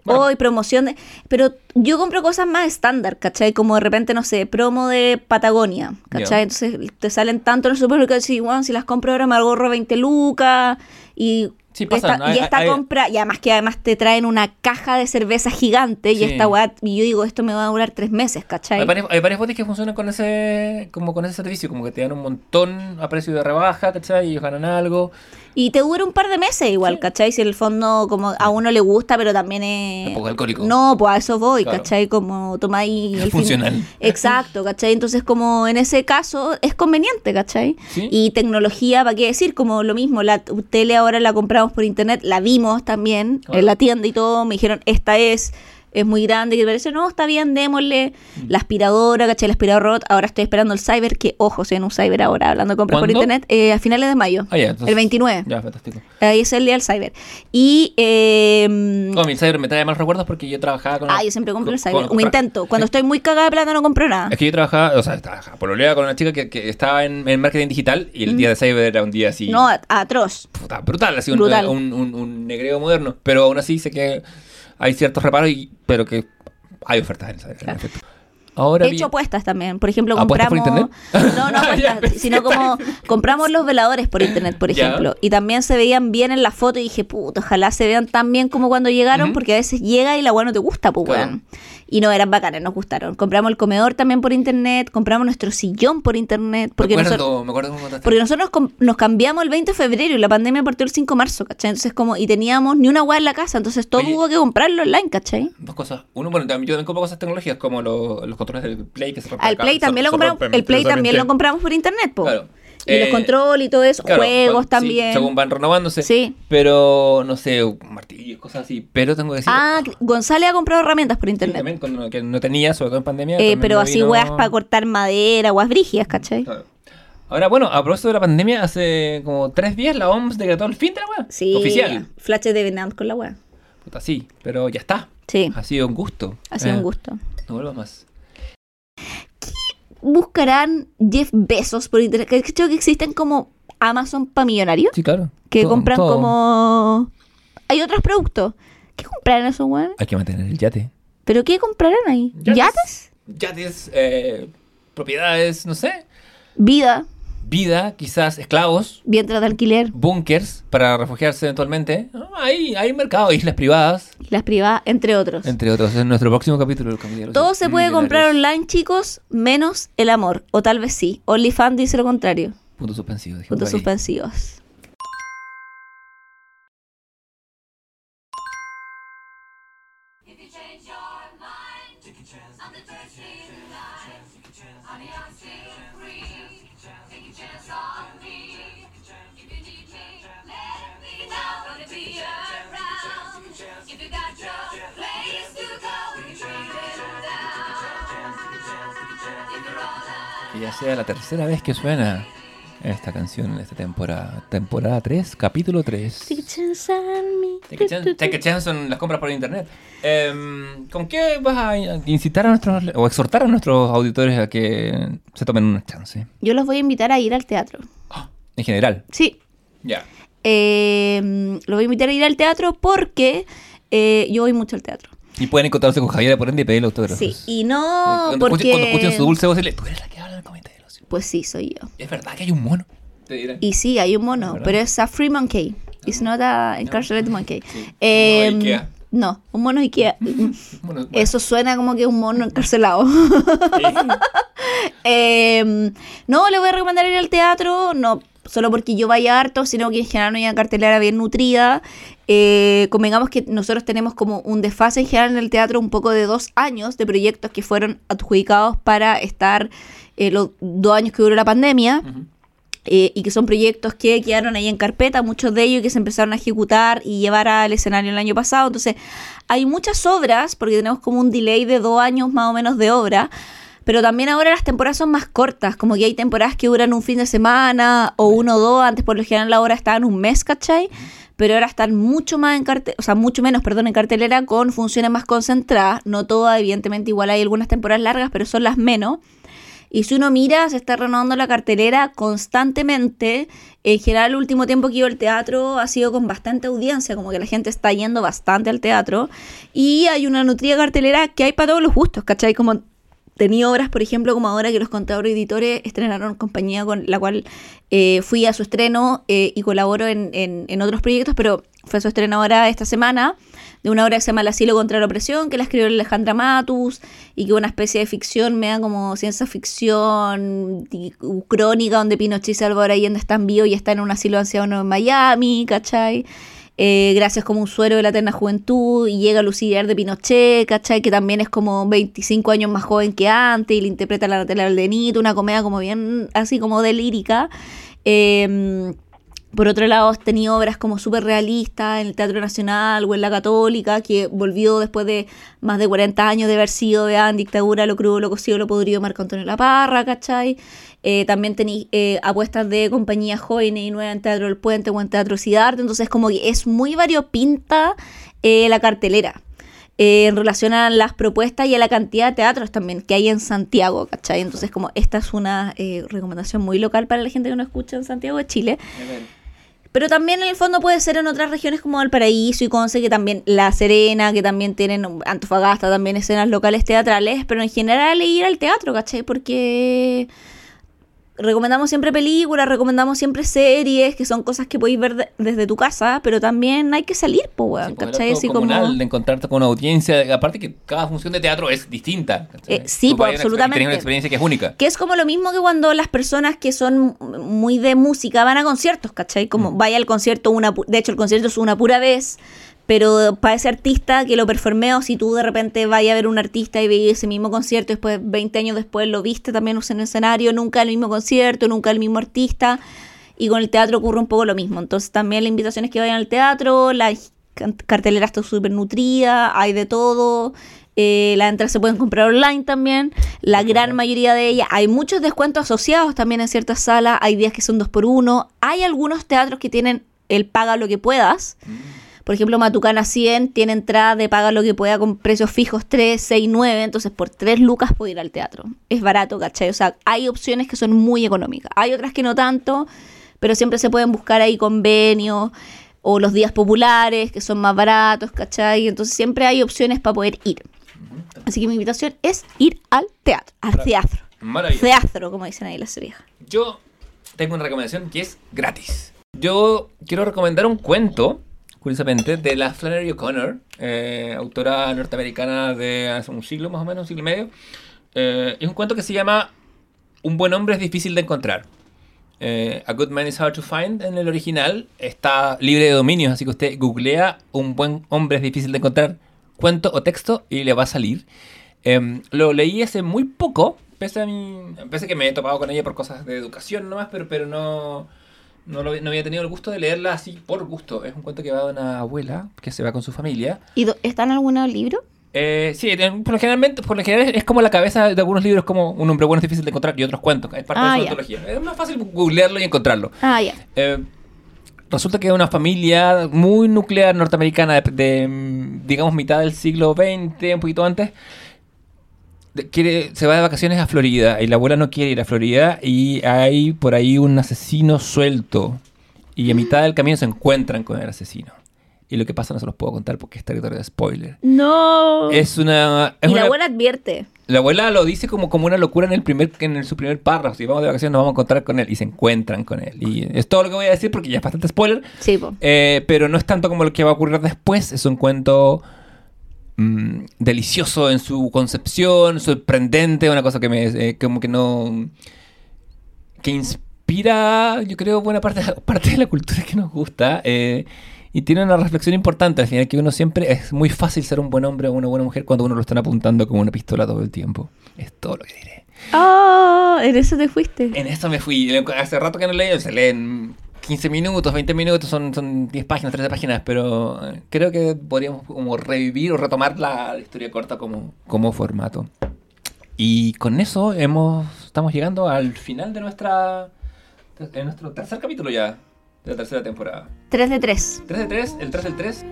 Bueno.
Hoy promoción de... Pero yo compro cosas más estándar, ¿cachai? Como de repente, no sé, promo de Patagonia, ¿cachai?
Ya.
Entonces te salen tanto en el supermercado, si, bueno, si las compro ahora me ahorro 20 lucas y
Sí, pasan,
esta-
hay-
y esta
hay-
compra, y además que además te traen una caja de cerveza gigante y
Sí.
esta weá, y yo digo, esto me va a durar tres meses, ¿cachai?
Hay varios, hay varios botes que funcionan con ese como con ese servicio, como que te dan un montón a precio de rebaja, ¿cachai? Y ellos ganan algo.
Y te dura un par de meses igual, ¿cachai? Si en el fondo como a uno le gusta, pero también es...
Un poco alcohólico.
Eh, No, pues a eso voy,
Claro.
¿cachai? Como tomáis... el fin-
Funcional.
Exacto, ¿cachai? Entonces como en ese caso es conveniente, ¿cachai?
Sí.
Y tecnología, ¿para qué decir? Como lo mismo, la t- tele ahora la compramos por internet, la vimos también
Claro.
en la tienda y todo, me dijeron, esta es... Es muy grande, que parece, no, está bien, démosle.
Mm.
La aspiradora, ¿cachai? La aspiradora robot. Ahora estoy esperando el cyber, que ojo, soy en un cyber ahora, hablando de compras por
¿Cuándo?
internet, eh, a finales de mayo.
Ah, ya, entonces-
el 29.
Ya, fantástico.
Ahí es el día del cyber. Y. eh,
No, mi cyber me trae malos recuerdos porque yo trabajaba con.
ah, yo siempre compro el
con-
cyber.
con-
Un intento. Cuando estoy muy cagada de plata no compro nada.
Es que yo trabajaba, o sea, trabajaba pololeaba con una chica que, que estaba en, en marketing digital y el día de cyber era un día así.
Mm. No, a- atroz.
puta, brutal, así un,
Brutal.
Un, un- un negreo moderno. Pero aún así sé que hay ciertos reparos, y- pero que hay ofertas en el cyber, en efecto. Ahora
He
vi-
hecho pues, apuestas también. Por ejemplo,
¿Apuestas por
compramos.
internet? (laughs)
No, no
Ya,
apuestas,
pensé
sino como compramos los veladores por internet,
(laughs)
por
Ya.
ejemplo. Y también se veían bien en la foto y dije, puta, ojalá se vean tan bien como cuando llegaron,
Ujú.
porque a veces llega y la weá no te gusta, pues
Claro.
weón. Y no, eran bacanas, nos gustaron. Compramos el comedor también por internet, compramos nuestro sillón por internet, porque
me acuerdo,
nosotros.
me acuerdo cómo contaste.
Porque nosotros nos, com- nos cambiamos el 20 de febrero y la pandemia partió el 5 de marzo, ¿cachai? Entonces, como, y teníamos ni una weá en la casa, entonces todo
Oye.
hubo que comprarlo online, ¿cachai?
Dos cosas. Uno, bueno, también, yo también compro cosas tecnológicas como lo- los controles del Play que se rompen.
Al
acá,
Play
se-
también
se
lo compramos,
rompen
el Play también lo
misteriosamente.
compramos por internet, po.
Claro.
Y los
Eh,
controles y todo eso,
Claro,
juegos
cuando- sí,
también.
según van renovándose.
Sí.
Pero, no sé, martillos, cosas así. Pero tengo que decir.
ah, González ha comprado herramientas por
sí,
internet.
también cuando no, que no tenía, sobre todo en pandemia.
Eh,
también
pero
me
así
vino-
weas para cortar madera, weas brigias, ¿cachai?
Claro. Ahora, bueno, a propósito de la pandemia, hace como tres días la OMS decretó el fin de la web.
Sí.
Oficial.
Flashes de Venant con la wea.
Puta, sí, pero ya está.
Sí,
Ha sido un gusto.
ha sido
Eh,
un gusto.
No vuelvas más.
¿Buscarán Jeff Bezos por internet? ¿Cachai que existen como Amazon para millonarios?
Sí, claro.
Que
Todo-
compran
todo.
como... Hay otros productos. ¿Qué compraron esos weones?
Hay que mantener el yate.
¿Pero qué compraron ahí?
Yates.
¿Yates?
Yates, eh, propiedades, no sé.
Vida,
Vida, quizás esclavos,
vientres de alquiler.
bunkers para refugiarse eventualmente. Ah, Hay, hay mercado, islas privadas,
y las privadas, entre otros.
entre otros. En nuestro próximo capítulo, el capítulo de los
Todo se puede comprar
millonarios.
online, chicos, menos el amor. O tal vez sí. OnlyFans dice lo contrario.
Punto suspensivo. dejémoslo
Puntos
ahí.
suspensivos.
Que ya sea la tercera vez que suena esta canción en esta temporada. Temporada 3, capítulo 3.
Take a chance on me.
Take a chance, take a chance son las compras por internet. Em, ¿Con qué vas a incitar a nuestros o exhortar a nuestros auditores a que se tomen una
(gasps)
chance?
Yo los voy a invitar a ir al teatro.
En general.
Sí.
Ya.
Eh, los voy a invitar a ir al teatro porque eh, yo voy mucho al teatro.
Y pueden encontrarse con Javiera por ende y pedirle autógrafos.
Sí. Y
Eh,
no
cuando, escuchen, cuando escuchen
porque...
su dulce voz, dile, tú eres la que habla en el comité de los...
Pues sí, soy yo.
Es verdad que hay un mono. Te dirán.
Y sí, hay un mono,
¿Verdad?
pero es a free monkey. It's not a incarcerated monkey.
Mono
Em,
Ikea.
no,
(laughs)
un mono Ikea. Mm,
Bueno, bueno.
(laughs) Eso suena como que un mono encarcelado.
Sí.
Eh, no, le voy a recomendar ir al teatro, no solo porque yo vaya harto, sino que en general no hay una cartelera bien nutrida. Eh, convengamos que nosotros tenemos como un desfase en general en el teatro un poco de dos años de proyectos que fueron adjudicados para estar eh, los dos años que duró la pandemia. eh, y que son proyectos que quedaron ahí en carpeta, muchos de ellos que se empezaron a ejecutar y llevar al escenario el año pasado. Entonces, hay muchas obras, porque tenemos como un delay de dos años más o menos de obra, pero también ahora las temporadas son más cortas, como que hay temporadas que duran un fin de semana o uno o dos, antes por lo general la obra estaba en un mes, ¿cachai? Pero ahora están mucho más en carte- o sea, mucho menos, perdón, en cartelera con funciones más concentradas, no todas, evidentemente igual hay algunas temporadas largas, pero son las menos. Y si uno mira, se está renovando la cartelera constantemente. En general, el último tiempo que iba al teatro ha sido con bastante audiencia, como que la gente está yendo bastante al teatro. Y hay una nutrida cartelera que hay para todos los gustos, ¿cachai? Como tenía obras, por ejemplo, como ahora que los contadores editores estrenaron compañía con la cual eh, fui a su estreno eh, y colaboro en, en- en otros proyectos, pero fue su estreno ahora esta semana, de una obra que se llama El asilo contra la opresión, que la escribió Alejandra Matus, y que es una especie de ficción, me da como ciencia ficción, di- crónica, donde Pinochet y Salvador Allende están vivos y está en un asilo de ancianos en Miami, ¿cachai? Eh, gracias como un suero de la eterna juventud, y llega Lucía de Pinochet, ¿cachai? Que también es como 25 años más joven que antes, y le interpreta la Natalia Valdenito, una comedia como bien, así como de lírica. Eh, por otro lado, has tenido obras como súper realistas en el Teatro Nacional o en la Católica, que volvió después de más de 40 años de haber sido, vean, dictadura, lo crudo, lo cocido, lo podrido, Marco Antonio La Parra, ¿cachai? Eh, también tenéis eh, apuestas de compañías jóvenes y nuevas en Teatro del Puente o en Teatro Cidarte, entonces como que es muy variopinta eh, la cartelera eh, en relación a las propuestas y a la cantidad de teatros también que hay en Santiago, ¿cachai? Entonces como esta es una eh, recomendación muy local para la gente que no escucha en Santiago de Chile. Pero también en el fondo puede ser en otras regiones como Valparaíso y Conce, que también La Serena, que también tienen um, Antofagasta, también escenas locales teatrales, pero en general ir al teatro, ¿cachai? Porque recomendamos siempre películas, recomendamos siempre series, que son cosas que podéis ver de- desde tu casa, pero también hay que salir, po, weón,
Sí, pues,
¿cachai?
era todo
Así como...
comunal, de encontrarte con una audiencia. Aparte que cada función de teatro es distinta. ¿cachai?
Eh, sí,
Tú
pues,
vas a una experiencia-
absolutamente.
Tienes una experiencia que es única.
Que es como lo mismo que cuando las personas que son muy de música van a conciertos, ¿cachai? Como vaya al concierto una... pu- De hecho, el concierto es una pura vez, pero para ese artista que lo performeo, si tú de repente vayas a ver un artista y veis ese mismo concierto, después 20 años después lo viste también en el escenario, nunca el mismo concierto, nunca el mismo artista, y con el teatro ocurre un poco lo mismo. Entonces también la invitación es que vayan al teatro, la can- cartelera está súper nutrida, hay de todo. eh, las entradas se pueden comprar online también, la gran mayoría de ellas. Hay muchos descuentos asociados también en ciertas salas, hay días que son dos por uno. Hay algunos teatros que tienen el paga lo que puedas. Por ejemplo, Matucana 100 tiene entrada de paga lo que pueda con precios fijos 3, 6, 9. Entonces, por 3 lucas puedo ir al teatro. Es barato, ¿cachai? O sea, hay opciones que son muy económicas. Hay otras que no tanto, pero siempre se pueden buscar ahí convenios o los días populares que son más baratos, ¿cachai? Entonces, siempre hay opciones para poder ir. Así que mi invitación es ir al teatro. Al teatro.
Maravilloso.
Teatro, como dicen ahí las viejas.
Yo tengo una recomendación que es gratis. Yo quiero recomendar un cuento, curiosamente, de la Flannery O'Connor, eh, autora norteamericana de hace un siglo más o menos, un siglo y medio. Eh, es un cuento que se llama Un buen hombre es difícil de encontrar. Eh, A Good Man is Hard to Find en el original está libre de dominios, así que usted googlea Un buen hombre es difícil de encontrar, cuento o texto y le va a salir. Em, lo leí hace muy poco, pese a, mi, pese a que me he topado con ella por cosas de educación nomás, pero, pero no, no, lo- no había tenido el gusto de leerla así por gusto. Es un cuento que va de una abuela que se va con su familia.
¿Y do- está en algún libro?
Eh, sí, de- por lo, generalmente, por lo general es como la cabeza de algunos libros, como Un hombre bueno es difícil de encontrar y otros cuentos. Es parte
Ah,
de su
ya.
antología. Es más fácil googlearlo y encontrarlo.
Ah, ya.
Eh, resulta que una familia muy nuclear norteamericana de, de, mm, digamos, mitad del siglo XX, un poquito antes, de- quiere, se va de vacaciones a Florida y la abuela no quiere ir a Florida y hay por ahí un asesino suelto y a mitad del camino se encuentran con el asesino. Y lo que pasa no se los puedo contar porque es territorio de spoiler.
No.
Es una... es
y la
una-
abuela advierte.
la abuela lo dice como, como una locura en el primer en el- su primer párrafo. Si vamos de vacaciones nos vamos a encontrar con él y se encuentran con él. Y es todo lo que voy a decir porque ya es bastante spoiler.
Sí, po.
Eh, pero no es tanto como lo que va a ocurrir después. Es un cuento mm, delicioso en su concepción, sorprendente, una cosa que me eh, como que no que inspira, yo creo, buena parte, (laughs) parte de la cultura que nos gusta. eh, y tiene una reflexión importante al final, que uno siempre es muy fácil ser un buen hombre o una buena mujer cuando uno lo están apuntando con una pistola todo el tiempo. Es todo lo que diré.
Ah, en eso te fuiste.
En esto me fui. Hace rato que no leí, se leen 15 minutos, 20 minutos, son, son 10 páginas, 13 páginas, pero eh, creo que podríamos como revivir o retomar la, la historia corta como, como formato. Y con eso hemos, estamos llegando al final de nuestra de nuestro tercer capítulo ya de la tercera temporada.
3 de 3.
3 de 3, el 3 del 3.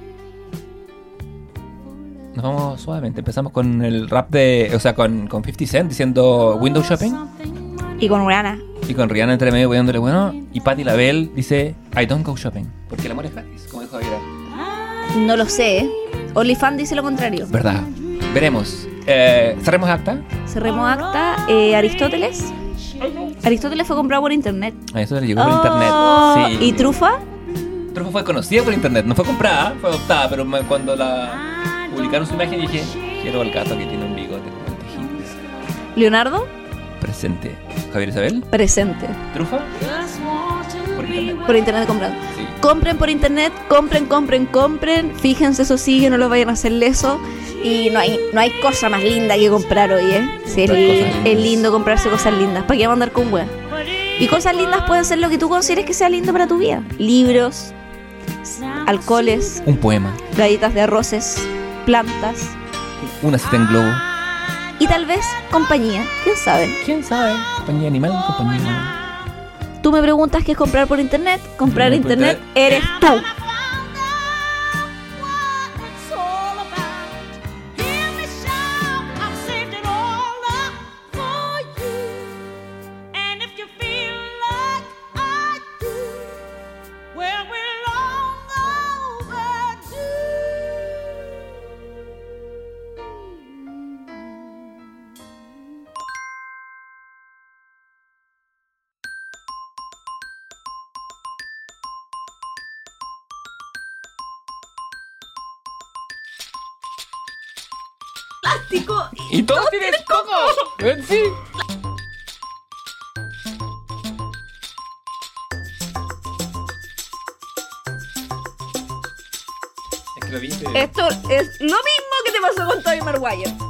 Nos vamos suavemente, empezamos con el rap de, o sea, con, con 50 Cent diciendo Window Shopping.
Y con Rihanna.
Y con Rihanna entre medio cuidándole bueno. Y Patti LaBelle dice, I don't go shopping. Porque el amor es gratis, como dijo Javiera.
No lo sé. ¿eh? OnlyFans dice lo contrario.
Verdad. Veremos. Eh, ¿Cerremos acta?
Cerremos acta. eh, Aristóteles. Aristóteles fue comprado por internet.
A eso le llegó por
Oh,
internet. Sí.
¿Y Trufa?
Trufa fue conocida por internet. No fue comprada, fue adoptada. Pero me- cuando la publicaron su imagen dije, quiero al gato que tiene un bigote como el tejido.
Leonardo,
Presente. Javier Isabel.
presente.
Trufa. Por internet.
Por internet comprado.
Sí.
Compren por internet, compren, compren, compren. Fíjense eso sí, que no lo vayan a hacer leso. Y no hay, no hay cosa más linda que comprar hoy, ¿eh? Sí, es,
Comprar
li-
cosas
es
lindas.
lindo comprarse cosas lindas. ¿Para qué mandar con weas? Y cosas lindas pueden ser lo que tú consideres que sea lindo para tu vida. Libros, alcoholes,
Un poema.
galletas de arroces, plantas
Una cita en globo.
y tal vez compañía. ¿Quién sabe?
¿Quién sabe? Compañía animal, compañía humana.
Tú me preguntas qué es comprar por internet. Comprar
Comprar por
internet eres tú.
Y todos tienen coco. Sí. Es que lo viste.
Esto es lo mismo que te pasó con Toby Maguire.